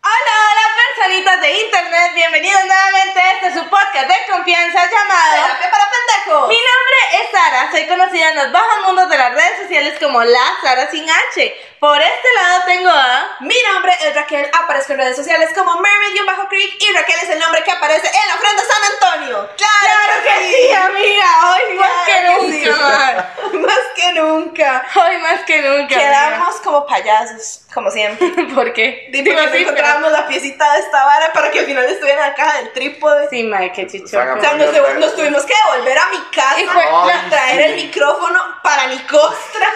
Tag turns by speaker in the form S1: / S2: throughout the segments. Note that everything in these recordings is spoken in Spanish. S1: Hola, hola, personitas de internet. Bienvenidos nuevamente a este su podcast de confianza llamado
S2: Terapia para pendejos.
S1: Mi nombre es Sara. Soy conocida en los bajos mundos de las redes sociales como la Sara sin H. Por este lado tengo a.
S2: Mi nombre es Raquel, aparezco en redes sociales como Mermaid-Bajo Creek y Raquel es el nombre que aparece en la ofrenda San Antonio. ¡Claro,
S1: amiga. Hoy
S2: Claro que sí.
S1: ma.
S2: Más que nunca.
S1: Hoy más que nunca.
S2: Quedamos como payasos, como siempre.
S1: amiga. ¿Por qué?
S2: Y porque
S1: Digo,
S2: no
S1: sí, pero-
S2: encontramos la piecita de esta vara para que al final estuviera en la caja del trípode.
S1: Sí, ma, qué
S2: O
S1: chichón.
S2: sea, nos, devu- nos tuvimos que volver a mi
S1: Y fue
S2: casa
S1: la-
S2: a traer el micrófono para mi costra.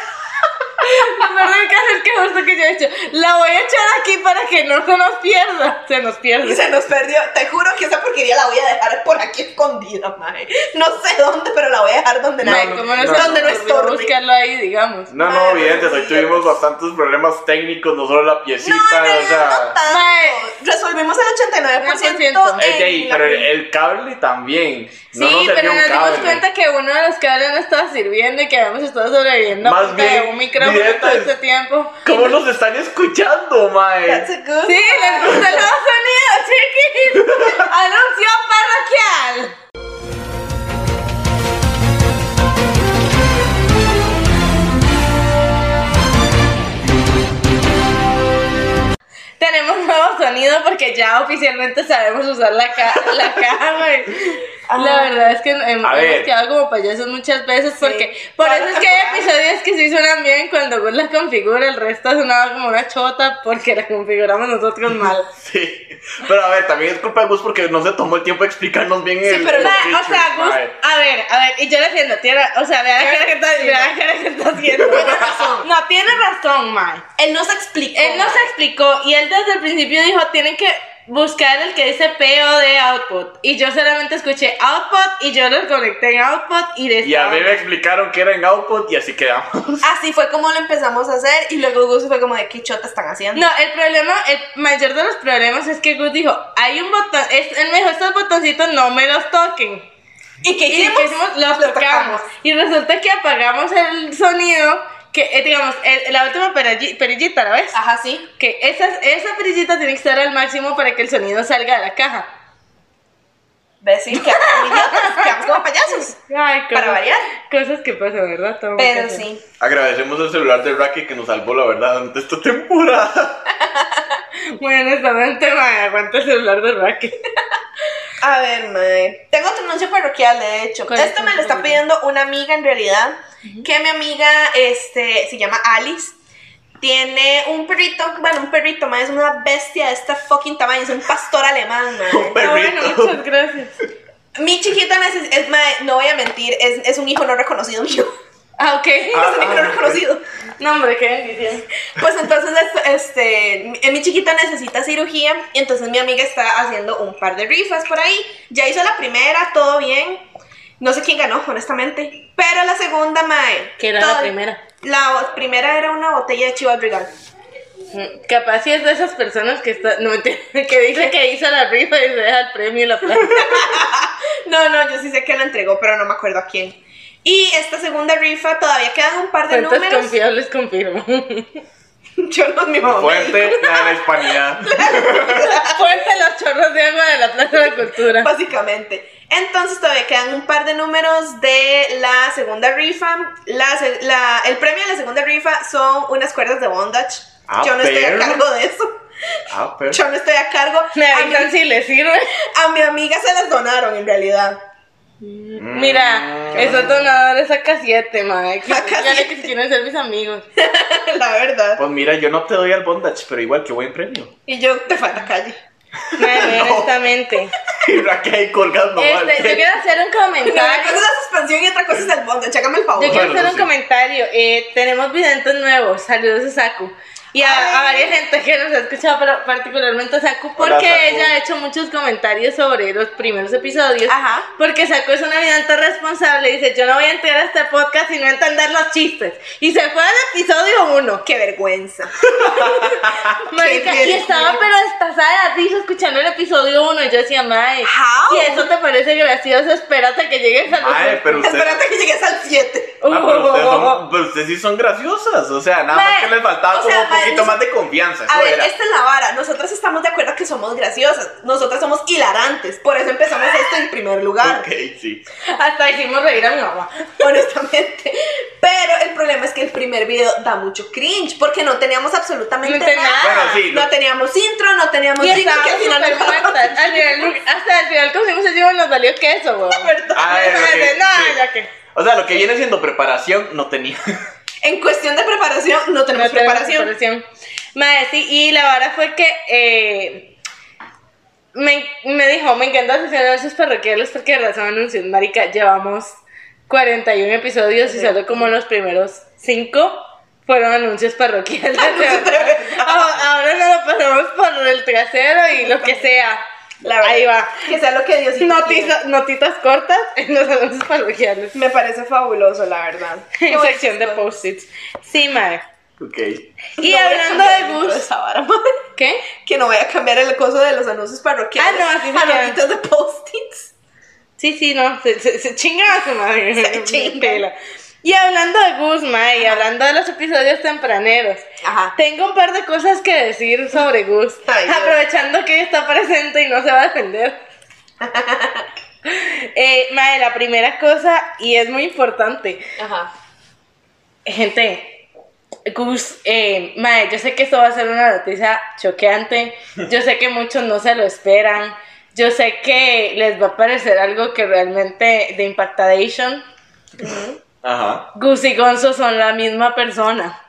S1: Perdón, el caso es que justo que yo he hecho, la voy a echar aquí para que no se nos pierda. Se nos
S2: Y
S1: pierde.
S2: se nos perdió. Te juro que esa porquería la voy a dejar por aquí escondida, mae. No sé dónde, pero la voy a dejar donde
S1: No,
S2: nadie.
S1: como no,
S3: no,
S1: se nos
S2: donde no
S1: ocurrió
S2: estorbe.
S1: buscarlo ahí, digamos.
S3: No,
S2: Ah,
S3: no, evidente, hoy
S2: sí,
S3: tuvimos
S2: ya.
S3: bastantes problemas técnicos, no solo la piecita,
S2: No, en
S3: o
S2: realidad no
S3: sea,
S2: tanto.
S1: Mae.
S2: Resolvimos el 89%
S1: No,
S3: es de ahí,
S2: en la
S3: pero el,
S2: primera.
S3: el cable también. No
S1: sí,
S3: nos sirvió
S1: pero
S3: un
S1: nos dimos
S3: cable.
S1: cuenta que uno de los cables no estaba sirviendo y que habíamos estado sobreviviendo
S3: Más
S1: a punta de
S3: bien,
S1: un micrófono
S3: directo
S1: todo
S3: es-
S1: este tiempo.
S3: ¿Cómo nos están escuchando,
S2: That's
S3: mae?
S2: a good
S1: Sí, les gusta el nuevo sonido, chiquis. Anuncio parroquial. Tenemos nuevo sonido porque ya oficialmente sabemos usar la, ca- la caja, güey. La verdad es que hem- hemos,
S3: A ver.
S1: quedado como payasos muchas veces porque por
S2: Toda
S1: eso
S2: la
S1: es que hay
S2: temporada.
S1: episodios que sí suenan bien cuando Gus las configura, el resto sonaba como una chota porque la configuramos nosotros mal.
S3: Sí, pero a ver, también es culpa de Gus porque no se tomó el tiempo de explicarnos bien el
S1: Pero,
S3: los
S1: ma, o
S3: features,
S1: sea, Gus,
S3: mae.
S1: a ver, a ver, y yo le defiendo, tiene, o sea, vea la cara que está,
S2: Sí,
S1: vea
S2: ma.
S1: la cara que está haciendo.
S2: Tiene razón.
S1: No, tiene razón, Mae.
S2: Él nos explicó.
S1: Él nos explicó y él desde el principio dijo, tienen que buscar el que dice PO de output. Y yo solamente escuché output y yo lo conecté en output y de
S3: Y a mí me explicaron que era en output y así quedamos.
S2: Así fue como lo empezamos a hacer y luego Gus fue como de qué chota están haciendo.
S1: No, el problema, el mayor de los problemas es que Gus dijo, hay un botón, es, él me dijo, estos botoncitos no me los toquen.
S2: ¿Y qué
S1: Y
S2: hicimos?
S1: lo que hicimos, los
S2: Lo
S1: tocamos.
S2: tocamos.
S1: Y resulta que apagamos el sonido, que eh, digamos, el- la última perilli- perillita, ¿la ves?
S2: Ajá, sí.
S1: Que esas, esa perillita tiene que estar al máximo para que el sonido salga de la caja.
S2: ¿Ves? Sí, quedamos como idiotas, quedamos como payasos.
S1: Ay,
S2: Para variar.
S1: Cosas que pasan, ¿verdad? Todo
S2: Pero
S1: pasa.
S2: sí.
S3: Agradecemos el celular de Racky que nos salvó, la verdad, durante esta temporada.
S1: Bueno, honestamente, me aguanta el celular de Raquel.
S2: A ver, mae. Tengo otro anuncio parroquial, de hecho.
S1: ¿Cuál es
S2: Esto
S1: tu
S2: me lo está
S1: anuncio
S2: pidiendo una amiga en realidad. Que mi amiga, este, se llama Alice. Tiene un perrito, bueno, un perrito, mae, es una bestia de este fucking tamaño, es un pastor alemán, mae.
S3: Un perrito.
S1: Bueno, muchas gracias.
S2: Mi chiquita neces- es, mae, no voy a mentir, es, es un hijo no reconocido mío.
S1: Ah, ok.
S3: Ah,
S2: es un hijo no
S3: ok.
S2: reconocido.
S1: No, hombre, qué bendición.
S2: Pues entonces, es- este, mi- mi chiquita necesita cirugía, y entonces mi amiga está haciendo un par de rifas por ahí. Ya hizo la primera, todo bien. No sé quién ganó, honestamente. Pero la segunda, mae.
S1: ¿Qué era la
S2: todo-
S1: primera?
S2: La bo- primera era una botella de Chivas Regal.
S1: Mm, Capaz si es de esas personas que está, no mentira, que dice que hizo la rifa y se deja el premio y la plata.
S2: No, no, yo sí sé que la entregó, pero no me acuerdo a quién. Y esta segunda rifa todavía quedan un par de
S1: Fuentes
S2: números.
S1: confiables confirmo. Fuente
S2: Yo no, mi mamá. me
S3: Fuente, la de la hispanidad.
S1: los chorros de agua de la Plaza de la Cultura.
S2: Pues, Básicamente. Entonces todavía quedan un par de números de la segunda rifa. La se- la- el premio de la segunda rifa son unas cuerdas de bondage.
S3: Ah,
S2: Yo no estoy a
S3: perro.
S2: cargo de eso.
S3: Ah, pero.
S2: Yo no estoy a cargo.
S1: Me
S2: A mi,
S1: avisan si les sirve.
S2: a mi amiga se las donaron en realidad.
S3: Mm.
S1: Mira, esos donadores saca siete, madre.
S2: Saca
S1: Ya le que
S2: siete.
S1: si quieren ser mis amigos.
S2: la verdad.
S3: Pues mira, yo no te doy al bondage, pero igual que buen premio.
S2: Y yo te falta calle.
S1: Madre, honestamente.
S3: Y Raquel ahí colgando mal.
S1: Este, yo quiero hacer un
S2: Una
S1: comentario.
S2: cosa es la suspensión y otra cosa es el bondo. Chácame el favor.
S1: Yo quiero
S3: Bueno,
S1: hacer
S3: eso
S1: un
S3: sí.
S1: comentario. Eh, tenemos videntes nuevos. Saludos a Saku. Y a, a
S2: Ay.
S1: varias gente que nos ha escuchado, pero particularmente a Saku, porque
S3: Saku.
S1: ella ha hecho muchos comentarios sobre los primeros episodios.
S2: Ajá.
S1: Porque Saku es una vidente responsable. Dice: Yo no voy a entrar a este podcast y no entender los chistes. Y se fue al episodio 1.
S2: Qué vergüenza.
S1: Marica, y
S2: vergüenza.
S1: estaba pero destasada de risa escuchando el episodio 1. Y yo decía: Mae,
S2: How?
S1: si eso te parece gracioso, espérate que llegues al
S3: Mae, pero usted-
S2: Espérate que llegues al 7.
S3: Ah, pero ustedes, son- pero ustedes sí son graciosas, o sea, nada más
S2: Mae,
S3: que les faltaba
S2: o
S3: como
S2: sea,
S3: un poquito
S2: mae,
S3: más de confianza,
S2: A
S3: eso
S2: ver, este
S3: era.
S2: esta es la vara. Nosotras estamos de acuerdo que somos graciosas. Nosotras somos hilarantes. Por eso empezamos esto en primer lugar.
S3: Ok, sí.
S1: Hasta hicimos reír a mi mamá.
S2: honestamente. Pero el problema es que el primer video da mucho cringe porque no teníamos absolutamente
S1: No tenía
S2: nada.
S1: nada.
S3: Bueno, sí,
S2: No
S3: lo-
S2: teníamos intro, no teníamos
S1: Y
S2: jingle,
S1: estábamos
S2: que al final
S1: súper
S2: no grabamos.
S1: muertas. Al final, hasta el final conseguimos el y nos valió queso, weón.
S2: Perdón.
S3: A ver, lo que-
S1: no,
S3: sí.
S1: ya que.
S3: O sea, lo que viene siendo preparación no tenía.
S2: En cuestión de preparación,
S1: No
S2: no tenemos
S1: tenemos
S2: preparación.
S1: preparación. Madre, sí, y la vara fue que eh, me, me dijo, me encanta asesinar a sus parroquiales porque de razón anuncios, marica, llevamos 41 episodios y solo como los primeros 5 fueron anuncios parroquiales.
S2: Anuncios de verdad.
S1: ahora, ahora nos lo pasamos por el trasero y lo que sea.
S2: La verdad.
S1: Ahí va.
S2: Que sea lo que Dios quiera.
S1: Notiza- notitas cortas en los anuncios parroquiales.
S2: Me parece fabuloso, la verdad.
S1: En
S2: Qué
S1: sección de
S2: bonito.
S1: post-its. Sí, madre.
S3: Ok.
S1: Y
S2: No voy a
S1: hablando
S2: cambiar
S1: de
S2: el intro
S1: bus.
S2: esa vara, madre.
S1: ¿Qué?
S2: Que no voy a cambiar el coso de los anuncios parroquiales.
S1: Ah, no, así se
S2: a
S1: queda.
S2: notitas de post-its.
S1: Sí, sí, no. Se, se, se chinga a su madre.
S2: Se chinga.
S1: Pela. Y hablando de bus, mae, y hablando de los episodios tempraneros.
S2: Ajá.
S1: Tengo un par de cosas que decir sobre Gus,
S2: Ay, Dios.
S1: aprovechando que ella está presente y no se va a defender. eh, mae, la primera cosa, y es muy importante,
S2: Ajá.
S1: Gente, Gus, eh, mae, yo sé que esto va a ser una noticia choqueante. Yo sé que muchos no se lo esperan. Yo sé que les va a parecer algo que realmente de Impactadation.
S3: Ajá.
S1: Gus y Gonzo son la misma persona.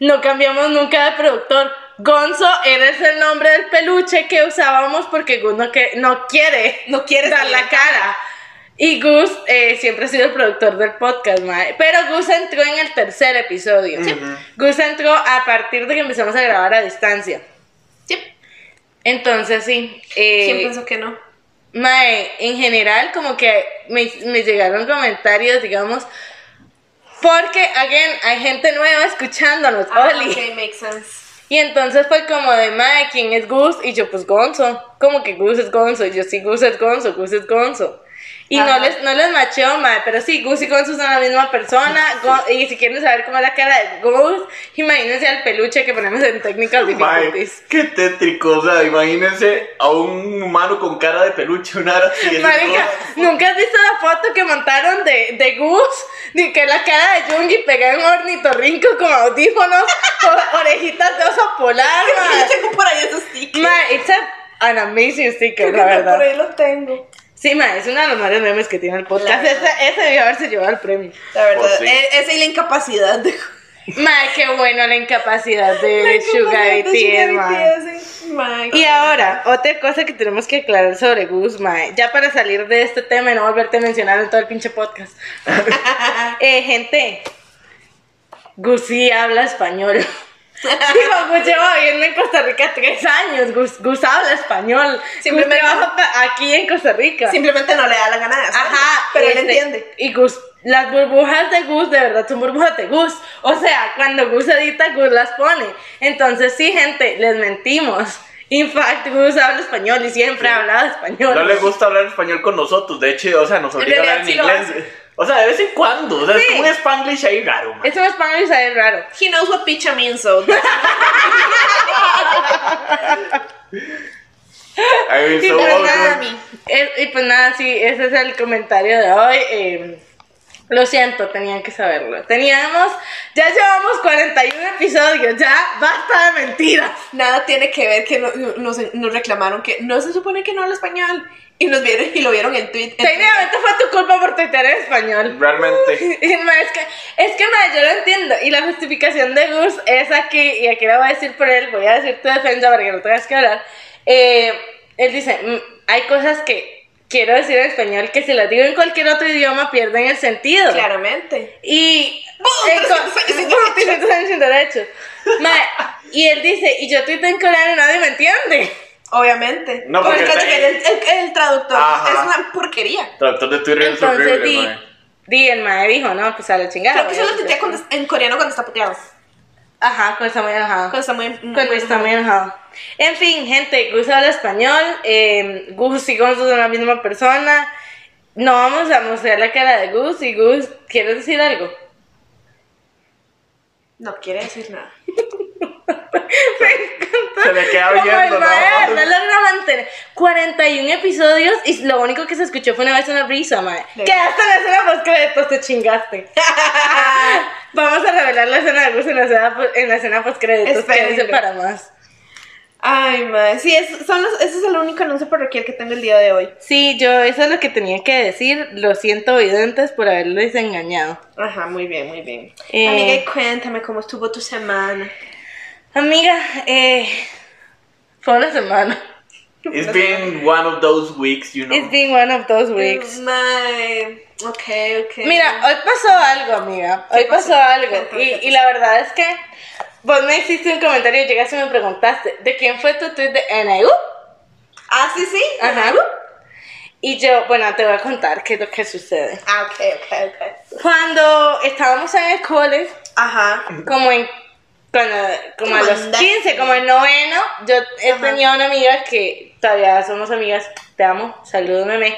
S1: No cambiamos nunca de productor. Gonzo, eres el nombre del peluche que usábamos porque Gus no, que, no quiere
S2: No quieres
S1: dar la cara. Y Gus eh, siempre ha sido el productor del podcast, mae. Pero Gus entró en el tercer episodio. Gus entró a partir de que empezamos a grabar a distancia.
S2: Sí.
S1: Entonces, sí. eh,
S2: ¿Quién pensó que no?
S1: Mae, en general, como que me, me llegaron comentarios, digamos, porque, again, hay gente nueva escuchándonos, Oli.
S2: Ah, ok, makes sense.
S1: Y entonces fue como de, mae, ¿quién es Gus? Y yo, pues Gonzo. Como que Gus es Gonzo. Y yo, sí, Gus es Gonzo, Gus es Gonzo. Y no
S2: Ajá.
S1: les, no les macheó, mae, pero sí, Gus y Gonzo son la misma persona. Go- y si quieren saber cómo es la cara de Gus, imagínense al peluche que ponemos en Technical
S3: Mae,
S1: Difficulties.
S3: qué tétrico, o sea, imagínense a un humano con cara de peluche, una hora así. es
S1: Marica,
S3: todo.
S1: ¿nunca has visto la foto que montaron de, de Gus? De que la cara de Jungi pegada en un ornitorrinco con audífonos, o- orejitas de oso polar,
S2: Yo
S1: mae.
S2: tengo por ahí esos stickers.
S1: Mae, it's a- an amazing sticker,
S2: Creo
S1: la
S2: que por
S1: verdad.
S2: ahí lo tengo.
S1: Sí, mae, es una de los mejores memes que tiene el podcast.
S2: La verdad.
S1: Ese, ese debió haberse llevado el premio.
S2: La verdad,
S3: Pues sí.
S2: e- esa y la incapacidad de.
S1: Mae, qué bueno la incapacidad de
S2: la
S1: Suga
S2: incapacidad de
S1: BTS,
S2: Suga
S1: mae.
S2: BTS, mae.
S1: Y ahora, otra cosa que tenemos que aclarar sobre Gus, mae, ya para salir de este tema y no volverte a mencionar en todo el pinche podcast. Eh, gente, Gus sí habla español. Digo, Gus lleva viviendo en Costa Rica tres años. Gus, Gus habla español. Siempre
S2: Simplemente-
S1: trabaja pa- aquí en Costa Rica.
S2: Simplemente no le da la gana de hacerlo,
S1: Ajá,
S2: pero él
S1: este,
S2: entiende.
S1: Y Gus, las burbujas de Gus de verdad son burbujas de Gus. O sea, cuando Gus edita, Gus las pone. Entonces, sí, gente, les mentimos. In fact, Gus habla español y siempre ha hablado español.
S3: No le gusta hablar español con nosotros, de hecho, o sea, nos obliga a
S2: realidad
S3: hablar en
S2: sí lo
S3: inglés. O sea, de vez en cuando, o sea, es
S1: Sí.
S3: como un spanglish ahí raro, mae.
S1: Es un español sabe raro.
S2: He knows what picha means, so. that's-
S3: I mean,
S1: Sí,
S3: so
S1: pero
S3: old,
S1: nada,
S3: dude.
S1: es- y pues nada, sí, ese es el comentario de hoy. eh, lo siento, tenían que saberlo. Teníamos, ya llevamos 41 episodios, ya basta de mentiras.
S2: Nada tiene que ver que no- nos, nos reclamaron que no se supone que no habla español. Y nos vieron y lo vieron en tweet. en
S1: Técnicamente fue tu culpa por tuitear en español.
S3: Realmente.
S1: Y, ma, es que, es que ma, yo lo entiendo. Y la justificación de Gus es aquí, y aquí la voy a decir por él, voy a decir tu defensa para que no tengas que hablar. Eh, él dice, "Mm, hay cosas que quiero decir en español que si las digo en cualquier otro idioma pierden el sentido.
S2: Claramente.
S1: Y.
S2: ¡Bum!
S1: en co-
S2: 300 años sin
S1: 300 años sin derechos. Ma, y él dice, y yo tuiteo en coreano y nadie me entiende.
S2: Obviamente.
S3: No, porque
S2: Porque
S3: está-
S2: el, el- el traductor
S3: Ajá.
S2: es una porquería.
S3: Traductor de Twitter es
S1: Entonces di,
S3: horrible, mae.
S1: di, el mae dijo, no, pues a la chingada.
S2: Creo que
S1: voy a
S2: solo tuitea
S1: tuitear".
S2: cuando- en coreano cuando está puteado.
S1: Ajá, cuando está muy enojado.
S2: Cuando está muy.
S1: Cuando está muy enojado. En fin, gente, Gus habla español, eh, Gus y Gonzo son la misma persona. No vamos a mostrar la cara de Gus y Gus, ¿quieres decir algo?
S2: No quiere decir nada.
S3: Se le queda
S1: Como el
S3: viendo,
S1: mae, no
S3: ¿no?
S1: logra mantener 41 episodios y lo único que se escuchó fue una vez una brisa, madre.
S2: De
S1: Que hasta la escena postcréditos te chingaste. Vamos a revelar la escena de Gus en la escena, po- en la escena postcréditos.
S2: Espérenlo.
S1: Quédense para más.
S2: Ay, madre. Sí, es, son los- ese es el único anuncio parroquial que tengo el día de hoy.
S1: Sí, yo eso es lo que tenía que decir. Lo siento, videntes, por haberles engañado.
S2: Ajá, muy bien, muy bien.
S1: Eh.
S2: Amiga, y cuéntame cómo estuvo tu semana.
S1: Amiga, eh, fue una semana.
S3: It's been one of those weeks, you know.
S1: It's been one of those weeks.
S2: Mae, Mm, ok, ok.
S1: Pues- Mira, hoy pasó algo, amiga. Hoy
S2: eh, ¿Qué
S1: pasó,
S2: pasó?
S1: algo.
S2: Cuéntame,
S1: Y,
S2: ¿qué
S1: y la verdad es que vos me hiciste un comentario, llegaste y me preguntaste, ¿de quién fue tu tweet de NIU?
S2: Ah, sí, sí.
S1: Ajá. Y yo, bueno, te voy a contar qué es lo que sucede.
S2: Ah, ok, ok, ok.
S1: Cuando estábamos en el cole,
S2: Ajá.
S1: como en cuando, como a
S2: Como
S1: los
S2: en
S1: 15,
S2: décimo.
S1: como en noveno, yo eh,
S2: Ajá.
S1: tenía una amiga que todavía somos amigas, te amo, saludos meme,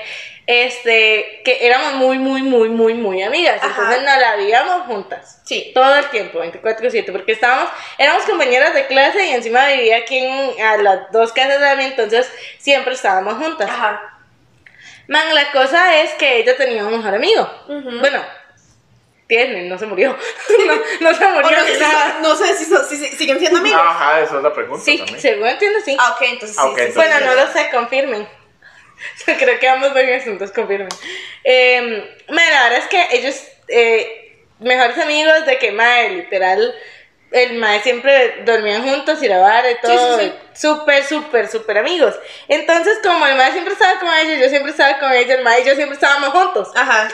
S1: este, que éramos muy, muy, muy, muy, muy amigas,
S2: Ajá.
S1: entonces nos la vivíamos juntas.
S2: Sí.
S1: Todo el tiempo, 24-7, porque estábamos, éramos compañeras de clase y encima vivía aquí en, a las dos casas de mí, entonces siempre estábamos juntas.
S2: Ajá.
S1: Man, la cosa es que ella tenía un mejor amigo.
S2: Ujú.
S1: Bueno, tiene, no se murió. no, no se
S2: O
S1: murió.
S2: no, sé si
S1: ni nada.
S2: son- no sé si, son- si- si- siguen
S3: Ah.
S2: siendo amigos.
S3: Ajá, esa es la pregunta
S1: Sí,
S3: también.
S1: según entiendo, sí.
S2: Ah, ok, entonces sí.
S3: Ah, ok,
S2: sí, sí.
S3: entonces-
S1: bueno, no lo sé, confirmen. Yo creo que ambos van juntos, confirmen. Eh, mae, la verdad es que ellos, eh, mejores amigos de que Mae, literal, el Mae siempre dormían juntos y la vara y todo.
S2: sí, sí.
S1: Súper, súper, súper amigos. Entonces, como el Mae siempre estaba con ellos, yo siempre estaba con ella, el Mae y yo siempre estábamos juntos.
S2: Ajá.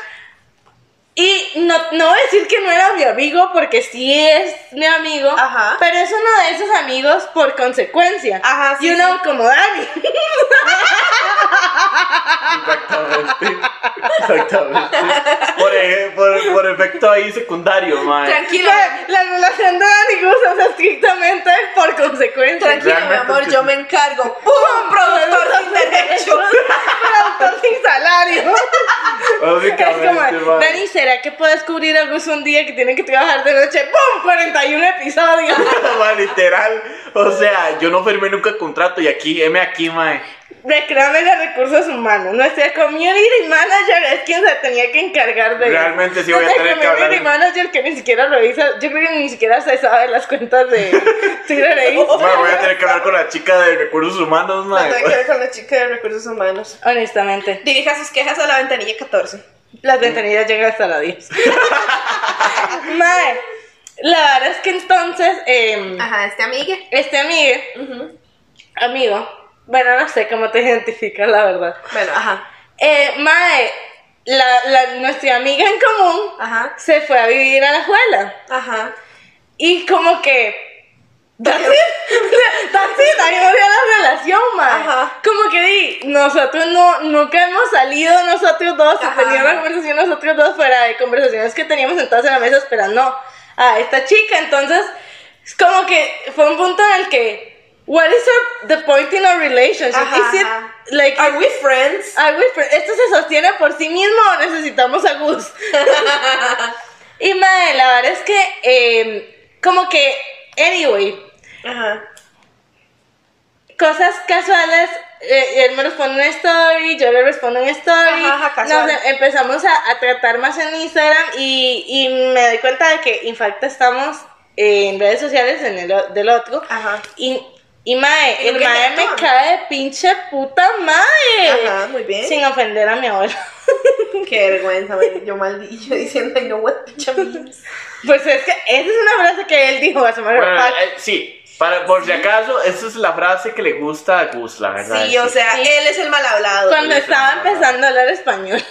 S1: Y no, no voy a decir que no era mi amigo, porque sí es mi amigo,
S2: Ajá.
S1: pero es uno de esos amigos por consecuencia.
S2: Ajá, sí,
S1: y uno como Dani.
S3: Exactamente. Exactamente. Por, eje- por, por efecto ahí secundario, mae.
S2: Tranquilo.
S1: La, la relación de Dani Gus es estrictamente por consecuencia.
S2: Tranquilo, mi
S3: Realmente
S2: amor,
S3: sí.
S2: yo me encargo. ¡Pum! Productor sin derechos.
S1: Productor sin salario. Es
S3: Básicamente,
S1: como,
S3: mae.
S1: Dani, ¿será que puedes cubrir a Gus un día que tiene que trabajar de noche? ¡Pum! 41 episodios.
S3: Mae, literal. O sea, yo no firmé nunca contrato y aquí, M aquí, mae.
S1: Reclame los recursos humanos. Nuestra community manager es quien se tenía que encargar de
S3: Realmente sí voy a
S1: Nuestra
S3: tener que hablar.
S1: community manager que ni siquiera revisa, yo creo que ni siquiera se sabe las cuentas de Twitter e
S3: Mae,
S1: Instagram.
S3: voy a tener que hablar con la chica de recursos humanos,
S2: No tengo que
S3: mae.
S2: ver con la chica de recursos humanos.
S1: Honestamente,
S2: Dirija sus quejas a la ventanilla 14.
S1: las ventanillas llegan hasta la 10. Mae, la verdad es que entonces, eh,
S2: Ajá, este amiga.
S1: este amigo, amigo, bueno, no sé cómo te identificas, la verdad.
S2: Bueno, ajá.
S1: Eh, mae, la, la- nuestra amiga en común
S2: Ajá.
S1: se fue a vivir a la escuela.
S2: Ajá.
S1: Y como que. That's it. That's it. Ahí murió la relación, man.
S2: Ajá.
S1: Como que di, nosotros no, nunca hemos salido nosotros dos. y
S2: Ajá.
S1: Teníamos una conversación nosotros dos fuera de conversaciones que teníamos sentados en la mesa esperando a esta chica. Entonces, es como que fue un punto en el que. What is our- the point in our relationship?
S2: Ajá,
S1: is it
S2: ajá.
S1: like
S2: Are we friends?
S1: Ay, güey, pero esto se sostiene por sí mismo o necesitamos a Gus. y madre, la verdad es que, eh, como que, anyway,
S2: Ajá.
S1: cosas casuales, eh, él me responde una story, yo le respondo una story,
S2: Ajá, ajá, casual.
S1: nos em- empezamos a, a tratar más en Instagram y, y me doy cuenta de que, en fact, estamos eh, en redes sociales en el, o- del otro.
S2: Ajá.
S1: Y, y mae,
S2: Y
S1: el
S2: nunca
S1: mae me
S2: interactúan.
S1: cae de pinche puta madre.
S2: Ajá, muy bien.
S1: Sin ofender a mi abuela.
S2: Qué vergüenza, man. yo maldillo diciendo, I know what bitch means.
S1: Pues es que esa es una frase que él dijo a su madre.
S3: Bueno,
S1: fuck.
S3: eh, sí, Para, por si acaso, esa es la frase que le gusta a Gus, la verdad.
S2: Sí, o
S3: sí.
S2: sea, él es el mal
S3: eh,
S2: hablado.
S1: Cuando estaba empezando a hablar español.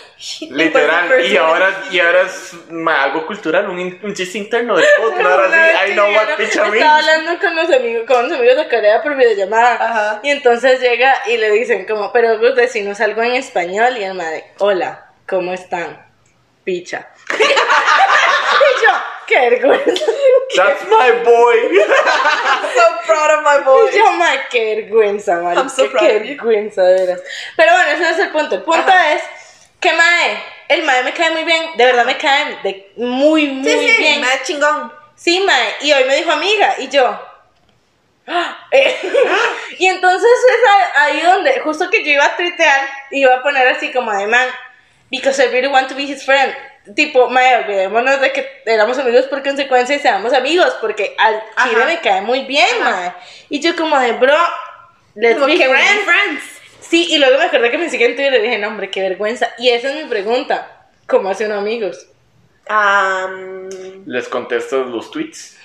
S3: Literal, y ahora, y ahora es ma, algo cultural, un, in- un chiste interno del podcast. Ahora
S1: Una vez
S3: sí, I
S1: que
S3: know what
S1: llegaron,
S3: bitch I
S1: Estaba
S3: mean.
S1: hablando con los amigos, con los amigos de Corea por videollamada.
S2: Ajá.
S1: Y entonces llega y le dicen como, pero Gus, decinos algo en español. Y el madre, hola, ¿cómo están? Picha. y yo, qué vergüenza.
S3: That's my boy.
S2: I'm so proud of my boy.
S1: Y yo, ma, qué vergüenza, marica,
S2: I'm so proud
S1: qué
S2: of you.
S1: vergüenza, de veras. Pero bueno, ese no es el punto. El punto
S2: Ajá.
S1: es que mae, el mae me cae muy bien, de verdad me cae de muy, muy
S2: Sí, sí,
S1: bien.
S2: más chingón.
S1: Sí, mae, y hoy me dijo amiga, y yo. ¡ah! Eh, y entonces es a- ahí donde, justo que yo iba a tuitear, iba a poner así como de man, because I really want to be his friend. Tipo, mae, olvidémonos de que éramos amigos por consecuencia y seamos amigos, porque al
S2: Ajá.
S1: chile me cae muy bien, mae. Y yo, como de bro, let's
S2: Como
S1: be
S2: que
S1: friends.
S2: friends, friends.
S1: Sí, y luego me acordé que me siguen en Twitter y dije, no, hombre, qué vergüenza. Y esa es mi pregunta: ¿cómo hacen amigos?
S2: Um,
S3: Les contesto los tweets.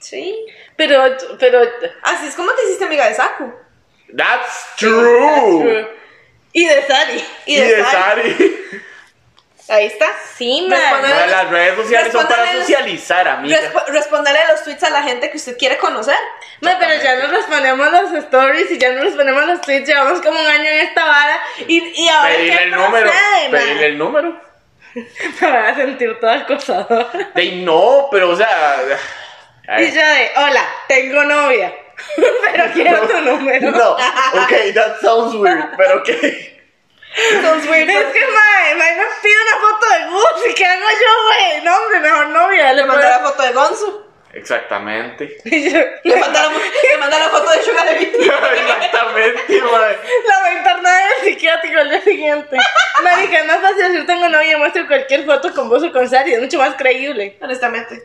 S2: sí.
S1: Pero, pero,
S2: Así es como te hiciste amiga de Saku.
S3: That's true.
S1: Y de Sari.
S3: Y de Sari.
S2: Ahí está.
S1: Sí,
S2: Responde-
S1: man.
S3: Ma, Las redes sociales son para
S2: Respóndale-
S3: socializar, amiga.
S2: Resp- respóndale los tweets a la gente que usted quiere conocer.
S1: Man, pero ya no respondemos los stories y ya no respondemos los tweets. Llevamos como un año en esta vara. Y, y ahora.
S3: Pedirle
S1: ¿qué
S3: el número.
S1: procede, man?
S3: Pedirle el número.
S1: Me voy a sentir toda acosadora.
S3: De no, pero o sea.
S1: Y yo de: Hola, tengo novia. pero quiero tu número.
S3: No, ok, that sounds weird, pero ok.
S2: Those weird-
S1: Es que, mae, mae me pide una foto de Gus. ¿Y qué hago yo, güey? No, hombre, mejor novia.
S2: Le mandó la foto de Gonzo.
S3: Exactamente.
S1: Y yo-
S2: Le mandó la, le mandó la foto de Sugar Baby.
S3: Exactamente, mae.
S1: La voy a internar en el psiquiátrico al día siguiente. Marica, es más fácil decir tengo novia, muestro cualquier foto con vos o con Sari, es mucho más creíble.
S2: Honestamente.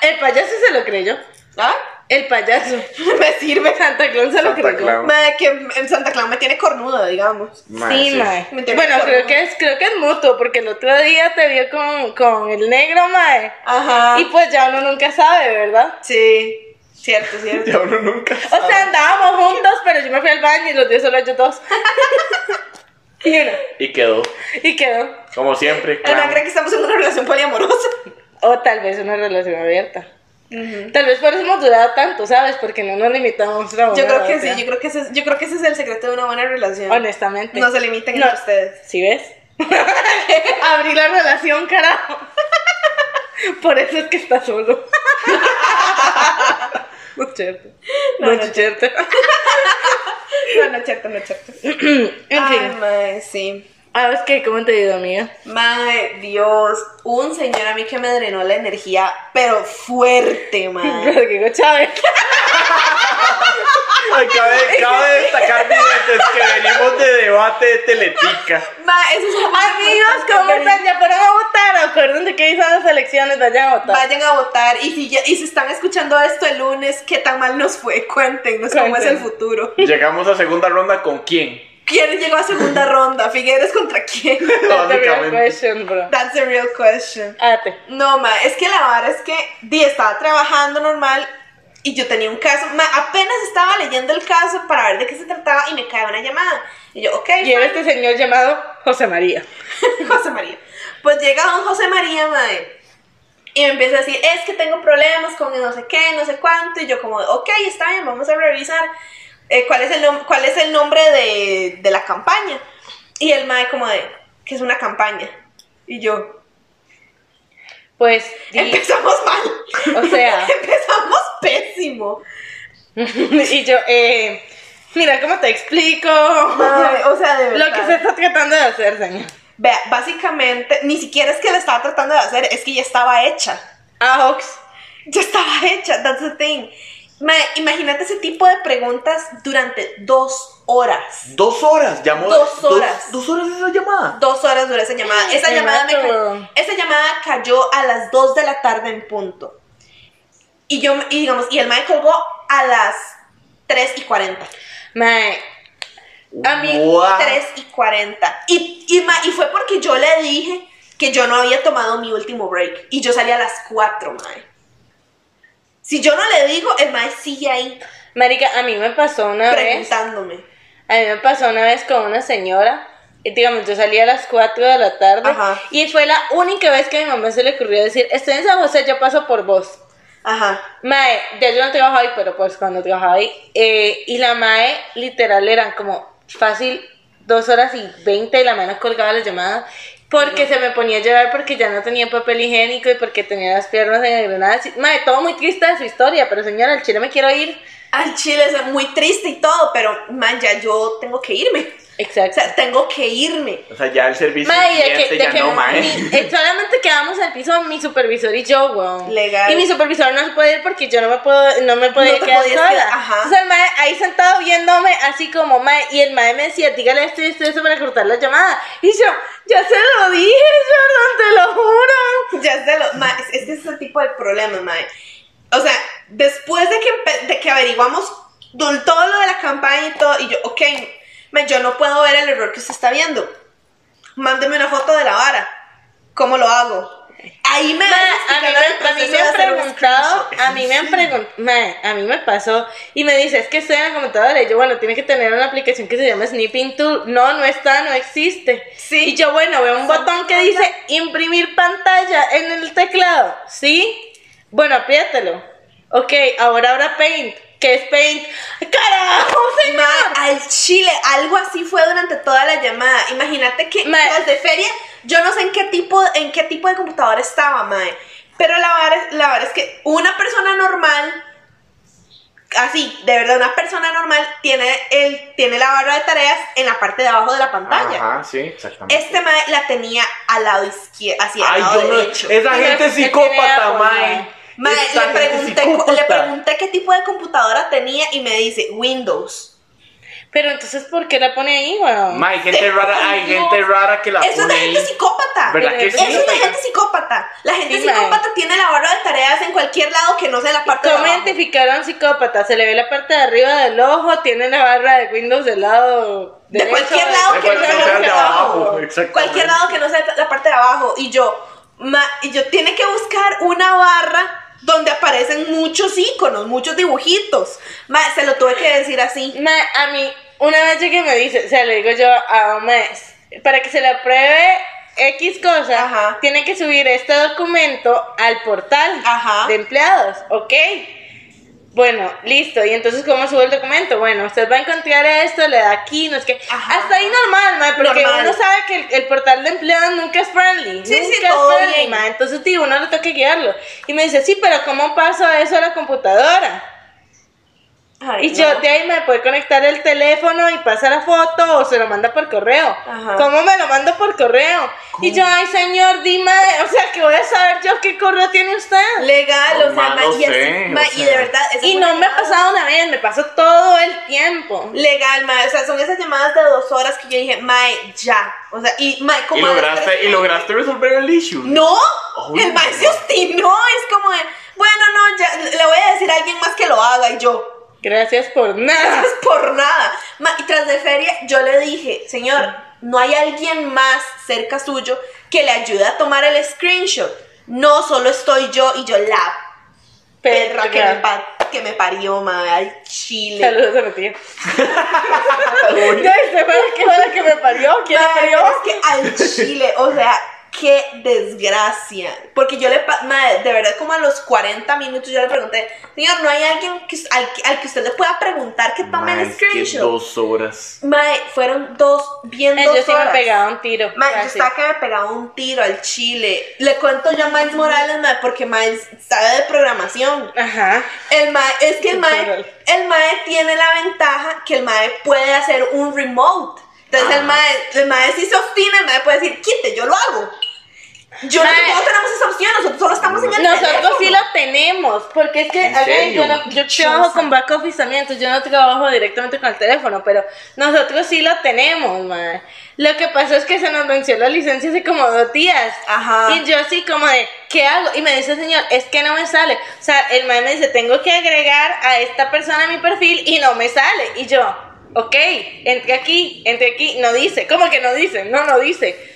S1: El payaso se lo creyó.
S2: ¿Ah?
S1: El payaso. Me sirve, Santa Claus se lo
S3: Santa
S1: creyó.
S3: Claus.
S2: Mae, que en Santa Clara me tiene cornuda, digamos.
S3: Mae,
S1: Sí,
S3: sí.
S1: mae.
S2: Me tiene
S1: Bueno,
S2: que
S1: creo
S2: cortar.
S1: que, es, creo que es mutuo, porque el otro día te vio con, con el negro, mae.
S2: Ajá.
S1: Y pues ya uno nunca sabe, ¿verdad?
S2: Sí. Cierto, cierto.
S3: Ya uno nunca.
S1: O sea, andábamos juntos, pero yo me fui al baño y los dio solo yo dos. y uno.
S3: Y quedó.
S1: Y quedó.
S3: Como siempre.
S2: Ana
S3: claro.
S2: cree que estamos en una relación poliamorosa.
S1: O tal vez una relación abierta.
S2: Ujú.
S1: Tal vez por eso hemos durado tanto, ¿sabes? Porque no nos limitamos. la una
S2: Yo
S1: a
S2: creo
S1: la
S2: que
S1: otra.
S2: sí, yo creo que ese es, yo creo que ese es el secreto de una buena relación.
S1: Honestamente.
S2: No se limiten
S1: No.
S2: entre ustedes.
S1: ¿Sí ves? Abrí la relación, carajo. Por eso es que está solo. no es cierto. No,
S2: No, no
S1: es
S2: es
S1: cierto.
S2: No, no es cierto, no es cierto.
S1: En
S2: Ay,
S1: fin.
S2: mae, sí.
S1: Ah, es que, ¿cómo te digo, amiga?
S2: Mae, Dios, un señor a mí que me drenó la energía, pero fuerte, mae.
S1: Rodrigo Chávez.
S3: Ay, cabe, cabe destacar, mi gente, que venimos de debate de Teletica.
S2: Mae, eso es lo más
S1: Amigos,
S2: importante,
S1: ¿cómo
S2: cariño.
S1: están? ¿Ya fueron a votar? Acuérdense que hizo las elecciones, vayan a votar.
S2: Vayan a votar y si, ya- y si están escuchando esto el lunes, ¿qué tan mal nos fue? Cuéntenos cómo es el
S1: Cuéntenos.
S2: futuro.
S3: Llegamos a segunda ronda con quién?
S2: ¿Quién llegó a segunda ronda? ¿Figueres contra quién?
S1: That's the Este real
S3: Básicamente.
S1: question, bro.
S2: That's the real question.
S1: Ate.
S2: No, ma, es que la vara es que di, estaba trabajando normal y yo tenía un caso. Ma, apenas estaba leyendo el caso para ver de qué se trataba y me cae una llamada. Y yo, ok,
S1: Y era este señor llamado José María.
S2: José María. Pues llega don José María, madre. Y me empieza a decir, es que tengo problemas con no sé qué, no sé cuánto. Y yo como, ok, está bien, vamos a revisar eh, cuál, es el nom- cuál es el nombre de, de la campaña. Y el mae como de, que es una campaña. Y yo,
S1: Pues, di-
S2: empezamos mal.
S1: o sea,
S2: empezamos pésimo.
S1: y yo, eh, mira, ¿cómo te explico?
S2: Mae, o sea, de verdad.
S1: Lo que se está tratando de hacer, señor.
S2: Vea, básicamente, ni siquiera es que la estaba tratando de hacer, es que ya estaba hecha.
S1: Aux.
S2: Ya estaba hecha, that's the thing. Ma, imagínate ese tipo de preguntas durante dos horas.
S3: Dos horas, llamó.
S2: Dos horas.
S3: Dos, dos horas esa llamada.
S2: Dos horas duró esa llamada. Esa
S1: Qué
S2: llamada, me
S1: rato.
S2: ca- esa llamada cayó a las 2 de la tarde en punto. Y yo, y digamos, y el mae colgó a las 3 y 40.
S1: Mae,
S2: A mí,
S3: Wow.
S2: 3 y 40. Y, y, ma- y fue porque yo le dije que yo no había tomado mi último break. Y yo salí a las 4, mae. Si yo no le digo, el mae sigue ahí
S1: Marica, a mí me pasó una vez.
S2: preguntándome.
S1: A mí me pasó una vez con una señora. Y digamos, yo salí a las 4 de la tarde.
S2: Ajá.
S1: Y fue la única vez que a mi mamá se le ocurrió decir: Estoy en San José, yo paso por vos.
S2: Ajá.
S1: Mae, ya yo no trabajo ahí, pero pues cuando trabajaba ahí. eh, y la Mae, literal, eran como fácil dos horas y veinte y la Mae nos colgaba las llamadas. Porque se me ponía a llorar porque ya no tenía papel higiénico y porque tenía las piernas engranadas. Y, Mae, todo muy triste de su historia, pero señora, al chile me quiero ir.
S2: Al chile es muy triste y todo, pero man, ya yo tengo que irme. O
S1: Exacto.
S2: sea, tengo que irme.
S3: O sea, ya el servicio
S1: Mae, de
S3: cliente
S1: que, de
S3: ya
S1: que
S3: no,
S1: mi-
S3: mae.
S1: eh, solamente quedamos al piso mi supervisor y yo, weón.
S2: Legal.
S1: Y mi supervisor no se puede ir porque yo no me puedo, no me podía
S2: No te
S1: quedar
S2: podías
S1: sola.
S2: quedar, ajá.
S1: Entonces el mae ahí sentado viéndome así como mae, y el mae me decía, dígale esto y esto y esto para cortar la llamada. Y yo, ya se lo dije, Jordan, te lo juro.
S2: Ya se lo. ma, es, es que ese es el tipo de problema, mae. O sea, después de que, empe- de que averiguamos do- todo lo de la campaña y todo, y yo, ok, mae, yo no puedo ver el error que usted está viendo. Mándeme una foto de la vara. ¿Cómo lo hago? Ahí me
S1: Mae,
S2: vas
S1: a mí, me,
S2: explicando el
S1: a mí
S2: proceso
S1: me
S2: de
S1: han
S2: hacer un
S1: preguntado,
S2: screenshot.
S1: a mí me han preguntado, mae, a mí me pasó, y me dice, es que estoy en la computadora, y yo, bueno, tiene que tener una aplicación que se llama Snipping Tool, no, no está, no existe.
S2: Sí.
S1: Y yo, bueno, veo un
S2: Son
S1: botón que dice imprimir pantalla en el teclado, ¿sí? Bueno, apriételo. Ok, ahora habrá Paint, ¿qué es Paint? ¡Carajo, ¡Oh, señor!
S2: Ma, al chile, algo así fue durante toda la llamada. Imagínate que
S1: Ma.
S2: las de feria, yo no sé en qué tipo, en qué tipo de computadora estaba, mae. Pero la verdad, la vara es que una persona normal, así, de verdad, una persona normal tiene el, tiene la barra de tareas en la parte de abajo de la pantalla.
S3: Ajá, sí, exactamente.
S2: Este mae la tenía al lado izquierdo, así al
S3: Ay,
S2: lado
S3: yo no.
S2: derecho.
S3: Esa
S1: Pero
S3: gente
S1: es que tiene
S3: psicópata,
S1: agua,
S3: mae.
S2: Ma,
S3: Esa
S2: le
S3: gente
S2: pregunté, cu- le
S3: psicópata.
S2: pregunté qué tipo de computadora tenía y me dice Windows.
S1: Pero entonces, ¿por qué la pone ahí, weón?
S3: Mae, gente rara, hay
S1: Dios.
S3: gente rara que la
S2: Eso es
S3: pone
S2: de
S3: ahí.
S2: gente psicópata.
S3: ¿Verdad que
S1: Eso
S3: sí?
S2: Eso es de gente psicópata. La gente
S1: Sí, mae.
S2: psicópata tiene la barra de tareas en cualquier lado que no sea la parte de
S1: ¿Cómo
S2: abajo.
S1: identificaron psicópata? Se le ve la parte de arriba del ojo, tiene la barra de Windows del lado
S2: De cualquier lado
S3: De
S2: que no sea
S3: cualquier
S2: la
S3: lado
S2: parte
S3: de
S2: de
S3: abajo,
S2: abajo.
S3: exactamente.
S2: Cualquier lado que no sea la parte de abajo. Y yo, ma- y yo tiene que buscar una barra donde aparecen muchos iconos, muchos dibujitos. Ma, se lo tuve que decir así.
S1: Ma, a mí, una vez llegué y me dice, o sea, le digo yo a Omes, para que se le apruebe X cosa,
S2: Ajá.
S1: tiene que subir este documento al portal
S2: Ajá.
S1: de empleados, ¿ok? Bueno, listo. ¿Y entonces cómo subo el documento? Bueno, usted va a encontrar esto, le da aquí, no es que...
S2: Ajá.
S1: Hasta ahí normal, ma, porque
S2: Normal.
S1: uno sabe que el, el portal de empleados nunca es friendly.
S2: Sí, sí,
S1: nunca es
S2: todo
S1: friendly,
S2: bien.
S1: ma, Entonces, digo, uno le toca guiarlo. Y me dice, sí, pero ¿cómo paso eso a la computadora?
S2: Ay,
S1: Y
S2: no.
S1: yo de ahí me puede conectar el teléfono y pasa la foto o se lo manda por correo.
S2: Ajá.
S1: ¿Cómo me lo mando por correo? Y yo, ay señor, dime, o sea, que voy a saber yo qué correo tiene usted.
S2: Legal, o
S3: No,
S2: sea,
S3: ma,
S2: ma,
S3: no
S2: y, así,
S3: sé,
S2: ma,
S3: o
S2: y de
S3: sea.
S2: verdad. esa
S1: Y
S2: fue
S1: no
S2: una
S1: me ha
S2: llamada
S1: pasado una vez, me pasó todo el tiempo.
S2: Legal, mae. O sea, son esas llamadas de dos horas que yo dije, mae, ya. O sea, y mae,
S3: Y
S2: como. a las tres-
S3: lograste, y lograste resolver el issue.
S2: No,
S3: Oh,
S2: el mae se obstinó. Es como de, bueno, no, ya le voy a decir a alguien más que lo haga. Y yo,
S1: Gracias por nada.
S2: gracias por nada. Ma, y tras de feria, yo le dije, señor, no hay alguien más cerca suyo que le ayude a tomar el screenshot. No, solo estoy yo y yo la perra que me, par- que me parió, mae, al chile.
S1: Saludos a mi tío. Ya se fue que fue la que me parió, ¿quién la
S2: Madre,
S1: parió?
S2: pero Es que al chile, o sea, qué desgracia. Porque yo le, pa- madre, de verdad, como a los 40 minutos yo le pregunté, señor, ¿no hay alguien que, al, que- al que usted le pueda preguntar que tome
S3: Mae,
S2: el
S3: es que
S2: screenshot?
S3: dos horas.
S2: Madre, fueron dos, bien
S1: Ay,
S2: dos
S1: Eh, Yo sí me
S2: horas.
S1: pegaba un tiro.
S2: Madre, yo
S1: casi.
S2: estaba que me pegaba un tiro al chile. Le cuento yo a Miles Morales, madre, porque Miles sabe de programación.
S1: Ajá.
S2: El mae, es que el mae,
S1: Tutorial.
S2: el mae tiene la ventaja que el mae puede hacer un remote. Entonces el
S3: Ah.
S2: mae, el mae si se obstina, el mae puede decir, quite, yo lo hago. Yo
S1: Mae.
S2: nosotros tenemos esa opción, nosotros solo estamos en el
S1: Nosotros
S2: teléfono.
S1: sí lo tenemos, porque es que
S3: ¿En
S1: hagan,
S3: serio?
S1: yo, no- yo trabajo con back office también, entonces yo no trabajo directamente con el teléfono, pero nosotros sí lo tenemos, madre. Lo que pasó es que se nos venció la licencia hace como dos días.
S2: Ajá.
S1: Y yo así como de, ¿qué hago? Y me dice, señor, es que no me sale. O sea, el man me dice, tengo que agregar a esta persona a mi perfil y no me sale. Y yo, ok, entre aquí, entre aquí, no dice. ¿Cómo que no dice? No, no dice.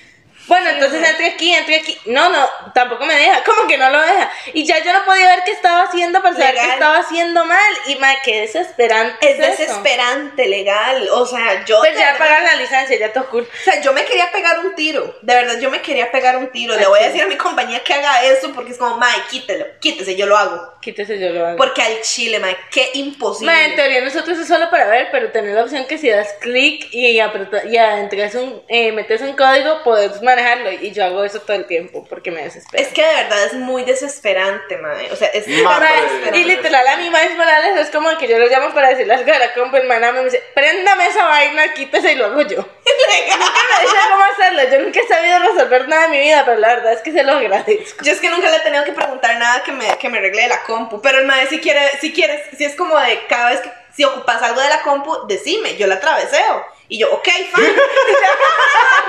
S1: Bueno, entonces entre aquí, entre aquí. No, no, tampoco me deja, como que no lo deja. Y ya yo no podía ver qué estaba haciendo para saber
S2: Legal.
S1: que estaba haciendo mal. Y ma, qué desesperante.
S2: Es
S1: eso.
S2: desesperante, legal. O sea, yo.
S1: Pues
S2: de
S1: ya
S2: verdad-
S1: pagas la licencia, ya tocó.
S2: O sea, yo me quería pegar un tiro. De verdad, yo me quería pegar un tiro. Le voy a decir a mi compañía que haga eso porque es como, mae, quítelo, quítese, yo lo hago.
S1: Quítese, yo lo hago.
S2: Porque al chile, mae, qué imposible.
S1: Ma, en teoría nosotros es solo para ver, pero tener la opción que si das clic y, apreta- y entras un, eh, metes un código, puedes manejarlo. Y yo hago eso todo el tiempo porque me desespero.
S2: Es que de verdad es muy desesperante, mae. O sea, es
S3: Mae,
S2: tan
S3: pero-
S2: desesperante.
S1: Y literal, a mí Miles Morales es como que yo lo llamo para decirle algo a la compa, hermana, me dice, préndame esa vaina, quítese y lo hago yo. Nunca me dice cómo hacerlo, yo nunca he sabido resolver nada de mi vida, pero la verdad es que se lo agradezco.
S2: Yo es que nunca le he tenido que preguntar nada que me, que me arregle de la compu. Pero el mae, si quiere, si quieres, si es como de cada vez que si ocupas algo de la compu, decime, yo la atraveseo. Y yo, ok, fine.